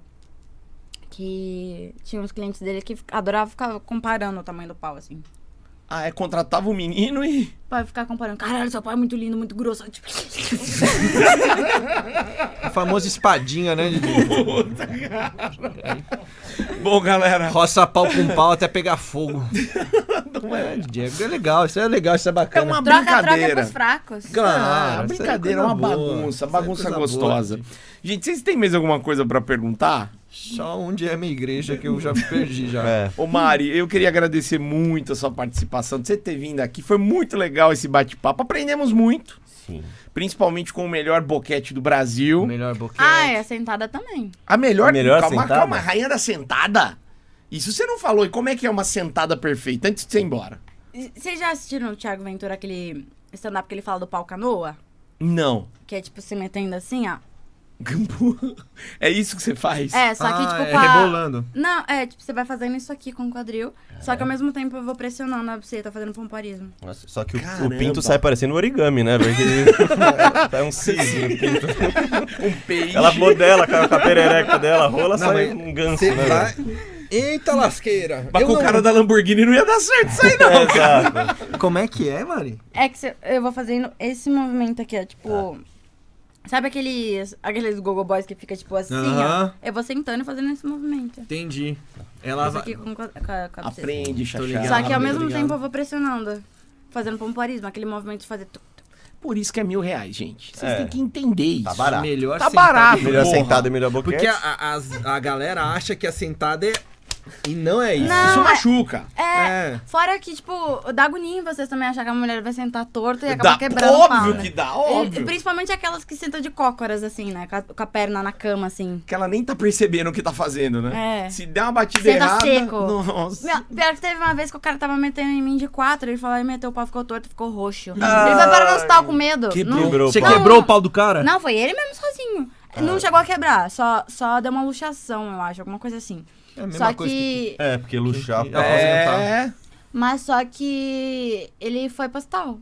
Speaker 4: que tinha uns clientes dele que fica- adorava ficar comparando o tamanho do pau, assim.
Speaker 1: Ah, é, contratava o menino e.
Speaker 4: Pode ficar comparando, caralho, seu pau é muito lindo, muito grosso. Tipo,
Speaker 3: A famosa espadinha, né? De
Speaker 1: Bom, galera.
Speaker 3: roça pau com pau até pegar fogo. É, Diego, é legal. Isso é legal, isso é
Speaker 1: É
Speaker 3: bacana.
Speaker 1: uma
Speaker 4: troca, troca
Speaker 1: brincadeira.
Speaker 4: pros fracos.
Speaker 1: Ah,
Speaker 3: isso é
Speaker 1: brincadeira, é
Speaker 3: coisa
Speaker 1: uma
Speaker 3: boa, isso
Speaker 1: bagunça,
Speaker 3: é
Speaker 1: bagunça
Speaker 3: coisa boa,
Speaker 1: gostosa.
Speaker 3: gente.
Speaker 1: gente, vocês têm mais alguma coisa pra perguntar?
Speaker 3: Só onde é minha igreja que eu já me perdi já.
Speaker 2: É.
Speaker 1: Ô Mari, eu queria agradecer muito a sua participação, de você ter vindo aqui. Foi muito legal esse bate-papo. Aprendemos muito,
Speaker 2: Sim.
Speaker 1: principalmente com o melhor boquete do Brasil.
Speaker 3: O melhor boquete.
Speaker 4: Ah, é, sentada também.
Speaker 1: A melhor,
Speaker 2: A melhor
Speaker 1: calma,
Speaker 2: sentada?
Speaker 1: calma, rainha da sentada. Isso você não falou. E como é que é uma sentada perfeita? Antes de você ir embora.
Speaker 4: Vocês já assistiram o Thiago Ventura, aquele stand-up que ele fala do pau canoa?
Speaker 1: Não.
Speaker 4: Que é tipo se metendo assim, ó.
Speaker 1: é isso que você faz?
Speaker 4: É, só que
Speaker 3: Ah,
Speaker 4: tipo
Speaker 3: é,
Speaker 4: com a-
Speaker 3: rebolando.
Speaker 4: Não, é, tipo, você vai fazendo isso aqui com o quadril. Só
Speaker 3: É.
Speaker 4: que ao mesmo tempo eu vou pressionando a buceta, tá fazendo pomparismo.
Speaker 2: Nossa, só que o, o
Speaker 1: Caramba.
Speaker 2: pinto sai parecendo origami, né? Porque sai um cisne. o pinto.
Speaker 1: Um peixe.
Speaker 2: Ela modela com a, com a perereca dela, a rola sai
Speaker 3: mas
Speaker 2: um ganso,
Speaker 3: Você
Speaker 2: né?
Speaker 3: vai. Eita lasqueira!
Speaker 1: Mas
Speaker 3: Eu
Speaker 1: com o
Speaker 3: não-
Speaker 1: cara da Lamborghini não ia dar certo isso aí, não.
Speaker 2: É, exato.
Speaker 3: Como é que é, Mari?
Speaker 4: É que cê- eu vou fazendo esse movimento aqui, ó, tipo.
Speaker 3: Tá.
Speaker 4: Sabe aqueles, aqueles gogo boys que fica tipo assim,
Speaker 3: Aham.
Speaker 4: ó? Eu vou sentando e fazendo esse movimento.
Speaker 3: Entendi. Ela
Speaker 4: Isso
Speaker 3: vai.
Speaker 4: aqui com, com, a- com a com a buceta.
Speaker 1: Aprende, Xaxá.
Speaker 3: ligado.
Speaker 4: Só que ao
Speaker 3: Ah,
Speaker 4: mesmo
Speaker 3: obrigado.
Speaker 4: tempo eu vou pressionando. Fazendo pomparismo, aquele movimento de fazer. tuc, tuc.
Speaker 1: Por isso que é mil reais, gente. Vocês
Speaker 2: É.
Speaker 1: têm que entender isso.
Speaker 2: Tá barato.
Speaker 3: Melhor
Speaker 1: Tá
Speaker 3: sentada.
Speaker 1: barato.
Speaker 2: Melhor
Speaker 1: Porra.
Speaker 2: sentada, melhor boquete.
Speaker 3: Porque a, a- as- a galera acha que a sentada é. E não é isso.
Speaker 4: Não,
Speaker 1: Isso
Speaker 4: é-
Speaker 1: machuca.
Speaker 4: É,
Speaker 3: É.
Speaker 4: fora que, tipo, dá agonia em vocês também achar que a mulher vai sentar torta e
Speaker 1: Dá,
Speaker 4: acabar quebrando o pau,
Speaker 1: óbvio
Speaker 4: né?
Speaker 1: que dá,
Speaker 4: E-
Speaker 1: óbvio.
Speaker 4: principalmente aquelas que sentam de cócoras, assim, né? Com a, com a perna na cama, assim.
Speaker 1: Que ela nem tá percebendo o que tá fazendo, né?
Speaker 4: É.
Speaker 1: Se der uma batida
Speaker 4: Senta
Speaker 1: errada...
Speaker 4: seco.
Speaker 1: Nossa.
Speaker 4: Meu, pior que teve uma vez que o cara tava metendo em mim de quatro, ele falou, ai, meteu o pau, ficou torto, ficou roxo. Ele foi para o hospital com medo.
Speaker 1: Quebrou.
Speaker 4: Não,
Speaker 2: Quebrou o
Speaker 3: Você
Speaker 2: pau.
Speaker 3: quebrou o pau do cara?
Speaker 4: não, foi ele mesmo sozinho. Não chegou a quebrar, só, só deu uma luxação, eu acho, alguma coisa assim.
Speaker 3: É a
Speaker 4: só que...
Speaker 2: É, porque luxar.
Speaker 3: Que-
Speaker 2: pau.
Speaker 1: É...
Speaker 4: Mas só que ele foi pro hospital.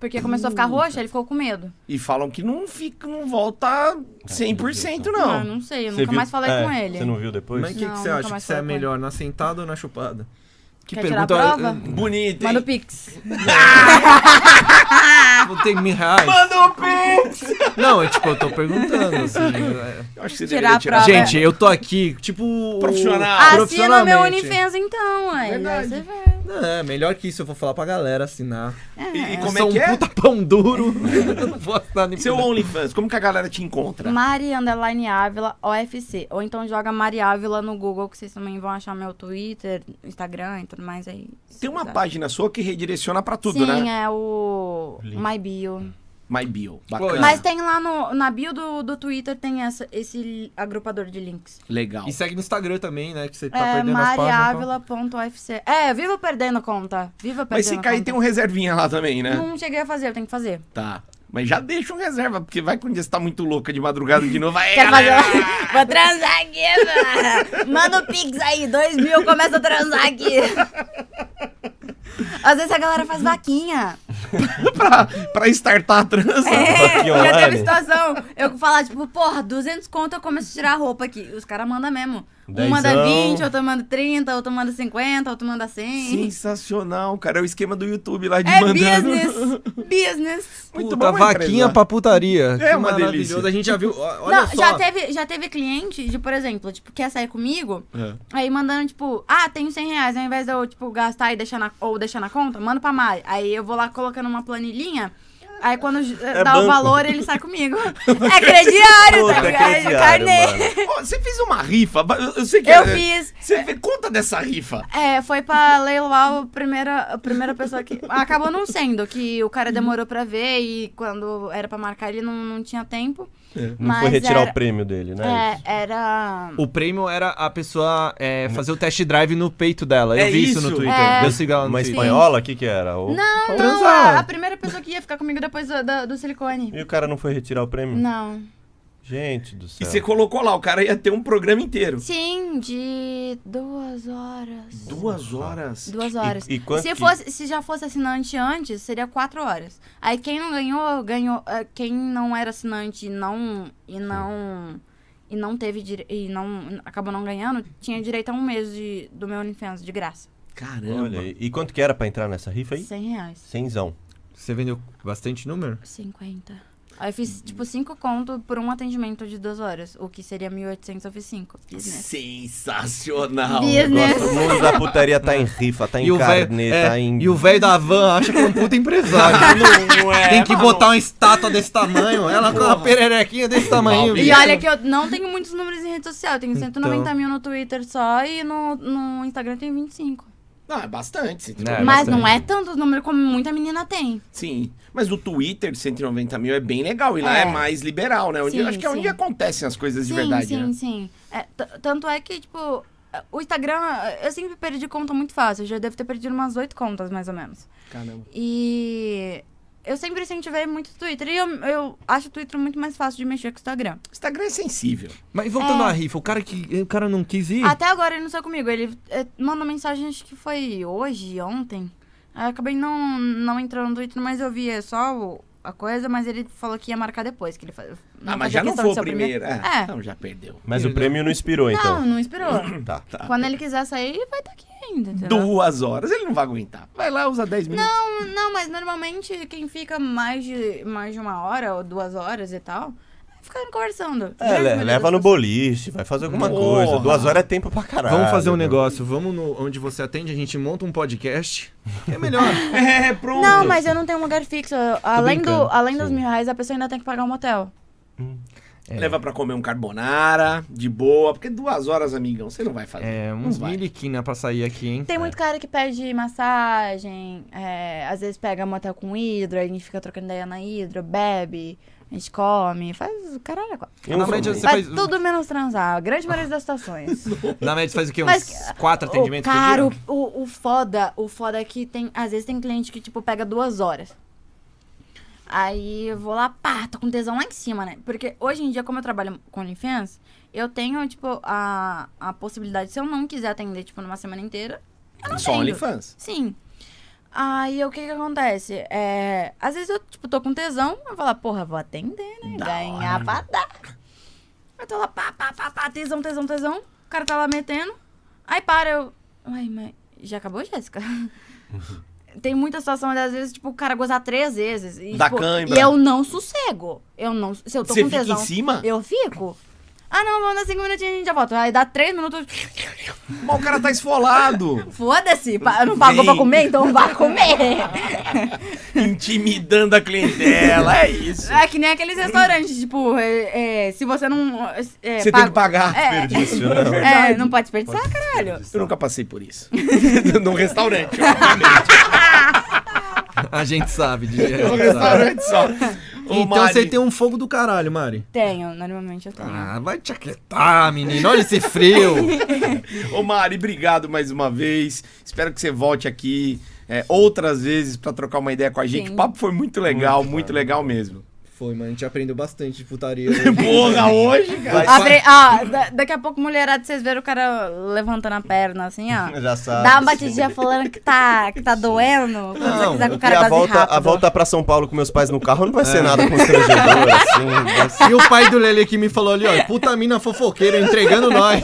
Speaker 4: Porque começou a ficar roxo, ele ficou com medo.
Speaker 1: E falam que não fica, não volta 100%,
Speaker 4: Não,
Speaker 1: não.
Speaker 4: Ah, não sei, eu
Speaker 2: Você
Speaker 4: nunca
Speaker 2: viu-
Speaker 4: mais falei
Speaker 2: é,
Speaker 4: com ele.
Speaker 2: Você não viu depois?
Speaker 3: Mas o que,
Speaker 4: Não,
Speaker 3: que você
Speaker 4: nunca
Speaker 3: acha que
Speaker 4: mais
Speaker 3: você é
Speaker 4: falei com
Speaker 3: melhor, na sentada ou na chupada? Que
Speaker 4: Quer tirar a prova?
Speaker 1: Bonito,
Speaker 4: Manda o
Speaker 1: hein?
Speaker 4: pix.
Speaker 3: Ah, Não tem mil reais.
Speaker 1: Manda o pix!
Speaker 3: Não, é tipo, eu tô perguntando, assim. é.
Speaker 1: Eu acho que você deveria
Speaker 4: Tirar a
Speaker 1: tirar.
Speaker 4: prova.
Speaker 3: Gente, eu tô aqui, tipo.
Speaker 1: Profissional.
Speaker 4: Ah, Assina meu
Speaker 3: profissionalmente.
Speaker 4: OnlyFans então, aí
Speaker 1: Verdade.
Speaker 4: você vê.
Speaker 3: Não, é melhor que isso, eu vou falar pra galera assinar.
Speaker 1: E, e
Speaker 3: Eu
Speaker 1: como
Speaker 3: sou
Speaker 1: é que
Speaker 3: um
Speaker 1: é?
Speaker 3: puta pão duro. Eu não vou assinar nem
Speaker 1: Seu
Speaker 3: puta-
Speaker 1: OnlyFans, como que a galera te encontra?
Speaker 4: Mari Underline Ávila OFC. Ou então joga Mari Ávila no Google, que vocês também vão achar meu Twitter, Instagram e tudo mais aí.
Speaker 1: Tem uma
Speaker 4: Tá.
Speaker 1: página sua que redireciona pra tudo,
Speaker 4: Sim,
Speaker 1: né?
Speaker 4: é o My Bio.
Speaker 1: My Bio.
Speaker 3: Pois.
Speaker 1: Bacana.
Speaker 4: Mas tem lá no, na bio do, do Twitter, tem essa, esse agrupador de links.
Speaker 1: Legal.
Speaker 3: E segue no Instagram também, né? Que você tá
Speaker 4: É,
Speaker 3: perdendo as páginas. então.
Speaker 4: mariávila.ofc. É, viva perdendo conta. Viva perdendo
Speaker 1: Mas se cair,
Speaker 4: conta.
Speaker 1: tem um reservinha lá também, né?
Speaker 4: Não cheguei a fazer, eu tenho que fazer.
Speaker 1: Tá. Mas já deixa um reserva, porque vai que um dia você tá muito louca de madrugada de novo. Aí,
Speaker 4: Quero fazer.
Speaker 1: É, galera!
Speaker 4: Vou transar aqui, mano. Manda o Pix aí, dois mil, começa a transar aqui. Às vezes a galera faz vaquinha.
Speaker 1: pra, pra startar a trança.
Speaker 4: É,
Speaker 2: Vaquinha
Speaker 4: já
Speaker 2: Tá online?
Speaker 4: teve situação. Eu falar, tipo, porra, 200 conto eu começo a tirar a roupa aqui. Os caras mandam mesmo. Um manda
Speaker 2: Dezão.
Speaker 4: 20, outro manda 30, outro manda 50, outro manda 100.
Speaker 1: Sensacional, cara. É o esquema do YouTube lá de
Speaker 4: É
Speaker 1: mandando.
Speaker 4: business. Business.
Speaker 1: Muito
Speaker 3: Puta,
Speaker 1: bom,
Speaker 3: vaquinha
Speaker 1: empresa.
Speaker 3: pra putaria.
Speaker 1: É uma
Speaker 3: maravilhoso.
Speaker 1: delícia.
Speaker 3: A gente já viu. ó- Olha
Speaker 4: Não,
Speaker 3: só.
Speaker 4: já teve, já teve cliente de, por exemplo, tipo, quer sair comigo,
Speaker 1: É.
Speaker 4: aí mandando, tipo, ah, tenho 100 reais, ao invés de eu, tipo, gastar e deixar na, ou deixar na conta, mando pra Mari. Aí eu vou lá colocando uma planilhinha, aí quando eh, dá
Speaker 2: É banco.
Speaker 4: o valor, ele sai comigo. é crediário,
Speaker 2: Puta,
Speaker 4: tá
Speaker 2: é
Speaker 4: ligado? É
Speaker 2: crediário,
Speaker 4: carnê.
Speaker 2: mano.
Speaker 1: Ó, você fez uma rifa. ba- Eu, eu sei que é-
Speaker 4: Eu fiz.
Speaker 1: Você fez, conta dessa rifa.
Speaker 4: É, foi pra leiloar a primeira, a primeira pessoa que. Acabou não sendo, que o
Speaker 3: Uhum.
Speaker 4: cara demorou pra ver e quando era pra marcar ele não, não tinha tempo.
Speaker 2: É, Não foi
Speaker 4: Mas
Speaker 2: retirar
Speaker 4: era-
Speaker 2: o prêmio dele, né?
Speaker 4: É, era.
Speaker 3: O prêmio era a pessoa é, fazer o test drive no peito dela. Eu
Speaker 1: É
Speaker 3: vi
Speaker 1: isso.
Speaker 3: no Twitter.
Speaker 4: É.
Speaker 3: Eu sigo ela no
Speaker 2: Uma
Speaker 3: Twitter.
Speaker 2: espanhola, o que que era? O-
Speaker 4: Não, não,
Speaker 3: Transar.
Speaker 4: a, a primeira pessoa que ia ficar comigo depois do, do- do silicone.
Speaker 2: E o cara não foi retirar o prêmio?
Speaker 4: Não.
Speaker 2: Gente do
Speaker 1: E
Speaker 3: É.
Speaker 2: céu.
Speaker 1: você colocou lá, o cara ia ter um programa inteiro.
Speaker 4: Sim, de duas horas.
Speaker 1: Duas horas.
Speaker 4: Duas horas.
Speaker 2: E- e quanto
Speaker 4: se,
Speaker 2: que-
Speaker 4: fosse, se já fosse assinante antes, seria quatro horas. Aí quem não ganhou, ganhou. eh, Quem não era assinante e não. E não. E não teve dire- e não acabou não ganhando, tinha direito a um mês de, do meu OnlyFans de graça.
Speaker 1: Caramba.
Speaker 2: Olha, e e quanto que era pra entrar nessa rifa aí?
Speaker 4: 100 reais.
Speaker 2: Cenzão.
Speaker 3: Você vendeu bastante número?
Speaker 1: Tá
Speaker 4: 50. Aí eu fiz, tipo, cinco conto por um atendimento de duas horas. O que seria 1.800, eu fiz cinco. Business.
Speaker 3: Ah,
Speaker 1: Sensacional.
Speaker 4: Business.
Speaker 2: Nossa, o mundo da putaria tá em rifa, tá em carne,
Speaker 3: véio- é,
Speaker 2: tá em...
Speaker 3: e o velho da van acha que é um puta empresário.
Speaker 1: Não é,
Speaker 3: Tem que
Speaker 1: mano.
Speaker 3: botar uma estátua desse tamanho, ela com uma pererequinha desse
Speaker 1: Tá
Speaker 3: tamanho.
Speaker 4: E olha que eu não tenho muitos números em rede social. Eu tenho 190
Speaker 3: é Então.
Speaker 4: mil no Twitter só e no, no Instagram tem 25.
Speaker 1: Não, é bastante. você tem
Speaker 3: É,
Speaker 1: que-
Speaker 4: Mas
Speaker 3: bastante.
Speaker 4: não é tantos números como muita menina tem.
Speaker 1: Sim. Mas o Twitter de 190 mil é bem legal. E lá é,
Speaker 4: É.
Speaker 1: mais liberal, né? Onde,
Speaker 4: Sim,
Speaker 1: acho que é onde
Speaker 4: sim.
Speaker 3: né?
Speaker 1: acontecem as coisas de
Speaker 4: sim,
Speaker 1: verdade,
Speaker 4: sim,
Speaker 1: né?
Speaker 4: sim. É, t- tanto é que, tipo, O Instagram, eu sempre perdi conta muito fácil. Eu já devo ter perdido umas oito contas, mais ou menos.
Speaker 1: Caramba.
Speaker 4: E eu sempre incentivei muito o Twitter. E eu, eu acho o Twitter muito mais fácil de mexer que o Instagram.
Speaker 1: Instagram é sensível.
Speaker 3: Mas voltando à rifa, o cara que. O cara não quis ir.
Speaker 4: É. Até agora ele não saiu comigo. Ele eh, mandou mensagem, acho que foi hoje, ontem. Aí eu acabei não, não entrando no Twitter, mas eu vi só o- a coisa. Mas ele falou que ia marcar depois. Que ele fa-
Speaker 1: Ah, mas
Speaker 4: fazia
Speaker 1: já não
Speaker 4: questão
Speaker 1: foi
Speaker 4: de ser
Speaker 1: o primeiro. Ah,
Speaker 4: É.
Speaker 1: Então já perdeu.
Speaker 2: Mas
Speaker 3: né?
Speaker 2: o prêmio não inspirou,
Speaker 4: Não,
Speaker 2: então.
Speaker 4: não inspirou.
Speaker 2: Tá.
Speaker 4: Quando ele quiser sair, vai estar aqui ainda, entendeu?
Speaker 1: Duas horas, ele não vai aguentar. Vai lá, usa 10 minutos.
Speaker 4: Não, não, mas normalmente quem fica mais de, mais de uma hora ou duas horas e tal, fica conversando.
Speaker 2: É,
Speaker 4: Grande
Speaker 2: le-
Speaker 4: maioria
Speaker 2: leva
Speaker 4: das
Speaker 2: no
Speaker 4: pessoas.
Speaker 2: boliche, vai fazer alguma
Speaker 1: Porra.
Speaker 2: coisa. Duas horas é tempo pra caralho.
Speaker 3: Vamos fazer um
Speaker 2: meu.
Speaker 3: negócio. Vamos no, onde você atende, a gente monta um podcast. É melhor.
Speaker 1: É, pronto.
Speaker 4: Não, mas eu não tenho um lugar fixo. Eu- Além, do,
Speaker 3: brincando,
Speaker 4: além dos
Speaker 2: sim.
Speaker 4: mil reais, a pessoa ainda tem que pagar um motel.
Speaker 1: Leva pra comer um carbonara, de boa, porque duas horas, amigão, você não vai fazer.
Speaker 3: É,
Speaker 1: Não
Speaker 3: uns
Speaker 1: vai.
Speaker 3: mil e quina pra sair aqui, hein?
Speaker 4: Tem muito cara que pede massagem, é, às vezes pega motel com hidro, aí a gente fica trocando ideia na hidro, bebe, a gente come, faz o caralho. agora.
Speaker 2: Eu
Speaker 3: Na
Speaker 2: sou
Speaker 3: média,
Speaker 2: bem.
Speaker 3: Você
Speaker 4: Faz
Speaker 3: faz-
Speaker 4: tudo menos transar, a grande maioria das situações.
Speaker 3: Na média faz o quê? Uns
Speaker 4: Mas-
Speaker 3: quatro
Speaker 4: O
Speaker 3: atendimentos
Speaker 4: cara,
Speaker 3: por dia?
Speaker 4: o, o foda, o foda é que tem, às vezes tem cliente que, tipo, pega duas horas. Aí eu vou lá, pá, tô com tesão lá em cima, né? Porque hoje em dia, como eu trabalho com OnlyFans, eu tenho, tipo, a, a possibilidade, se eu não quiser atender, tipo, numa semana inteira, eu não
Speaker 1: Só
Speaker 4: atendo.
Speaker 1: OnlyFans.
Speaker 4: Sim. Aí o que que acontece? É, às vezes eu, tipo, tô com tesão, eu vou lá, porra, vou atender, né?
Speaker 1: Da
Speaker 4: Ganhar pra dar. Eu tô lá, pá, pá, pá, pá, tesão, tesão, tesão. O cara tá lá metendo. Aí para, eu. Uai, mas já acabou, Jéssica? Tem muita situação, às vezes, tipo, o cara gozar três vezes. E,
Speaker 1: Dá
Speaker 4: tipo,
Speaker 1: cãibra.
Speaker 4: e eu não sossego. Eu não. Se eu tô
Speaker 1: Você
Speaker 4: com
Speaker 1: fica
Speaker 4: tesão.
Speaker 1: em cima?
Speaker 4: Eu fico. Ah, não, vamos dar cinco minutinhos e a gente já volta. Aí dá três minutos.
Speaker 1: Mas o cara tá esfolado,
Speaker 4: Foda-se, pa- não pagou pra
Speaker 1: Vem.
Speaker 4: comer, então vá comer.
Speaker 1: intimidando a clientela, é isso.
Speaker 4: É que nem aqueles restaurantes, tipo, é, é, se você não. é,
Speaker 1: Você tem
Speaker 4: paga-
Speaker 1: que pagar.
Speaker 4: É,
Speaker 2: Desperdício, né?
Speaker 4: é, não pode desperdiçar, caralho.
Speaker 1: Eu nunca passei por isso. Num restaurante, obviamente.
Speaker 3: A gente sabe. De...
Speaker 1: Num restaurante só. Ô,
Speaker 3: Então
Speaker 1: Mari,
Speaker 3: você tem um fogo do caralho, Mari.
Speaker 4: Tenho, normalmente eu tenho.
Speaker 3: Ah, vai te aquietar, menino. Olha esse frio.
Speaker 1: Ô Mari, obrigado mais uma vez. Espero que você volte aqui é, outras vezes pra trocar uma ideia com a gente.
Speaker 4: Sim.
Speaker 1: O papo foi muito legal, muito legal mesmo.
Speaker 3: Foi, mano. A gente aprendeu bastante de putaria.
Speaker 1: Porra, hoje, cara.
Speaker 4: Abre- ah, da- daqui a pouco, mulherada, vocês viram o cara levantando a perna, assim, ó.
Speaker 2: Já sabe.
Speaker 4: Dá uma
Speaker 2: sim.
Speaker 4: batidinha falando que tá, que tá doendo. Quando
Speaker 3: Não,
Speaker 4: você quiser que
Speaker 2: Porque
Speaker 4: o cara
Speaker 2: a
Speaker 4: vaze
Speaker 2: volta,
Speaker 4: rápido.
Speaker 2: a volta pra São Paulo com meus pais no carro não vai
Speaker 3: É.
Speaker 2: ser nada constrangedor, assim. vai ser-
Speaker 3: E o pai do Lele que me falou ali, ó, "É puta mina fofoqueira entregando nós.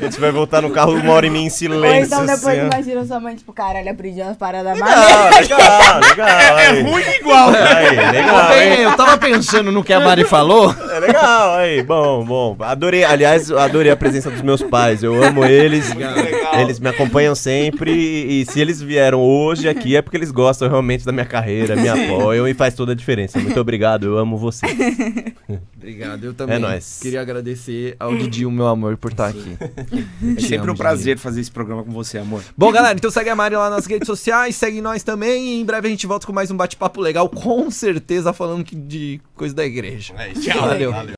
Speaker 2: A gente vai voltar no carro uma hora e meia em silêncio.
Speaker 4: Ou então depois
Speaker 2: assim, ó.
Speaker 4: imagina sua mãe, tipo, caralho, aprendi umas paradas mais.
Speaker 2: Ah, legal, legal.
Speaker 1: É
Speaker 2: aí.
Speaker 1: ruim igual.
Speaker 2: Aí, legal,
Speaker 3: É,
Speaker 2: hein?
Speaker 3: eu tava pensando no que a Mari falou.
Speaker 2: É legal, aí. Bom, bom. Adorei, aliás, eu adorei a presença dos meus pais. Eu amo eles.
Speaker 1: legal.
Speaker 2: Eles me acompanham sempre. E se eles vieram hoje aqui é porque eles gostam realmente da minha carreira, me apoiam e faz toda a diferença. Muito obrigado, eu amo vocês.
Speaker 3: Obrigado, eu também.
Speaker 2: É nóis.
Speaker 3: Queria agradecer ao Didi, o meu amor, por estar aqui.
Speaker 1: É sempre um prazer fazer esse programa com você, amor.
Speaker 3: Bom, galera, então segue a Mari lá nas redes sociais, segue nós também. E em breve a gente volta com mais um bate-papo legal, com certeza falando que- de coisa da igreja.
Speaker 1: É,
Speaker 3: Valeu.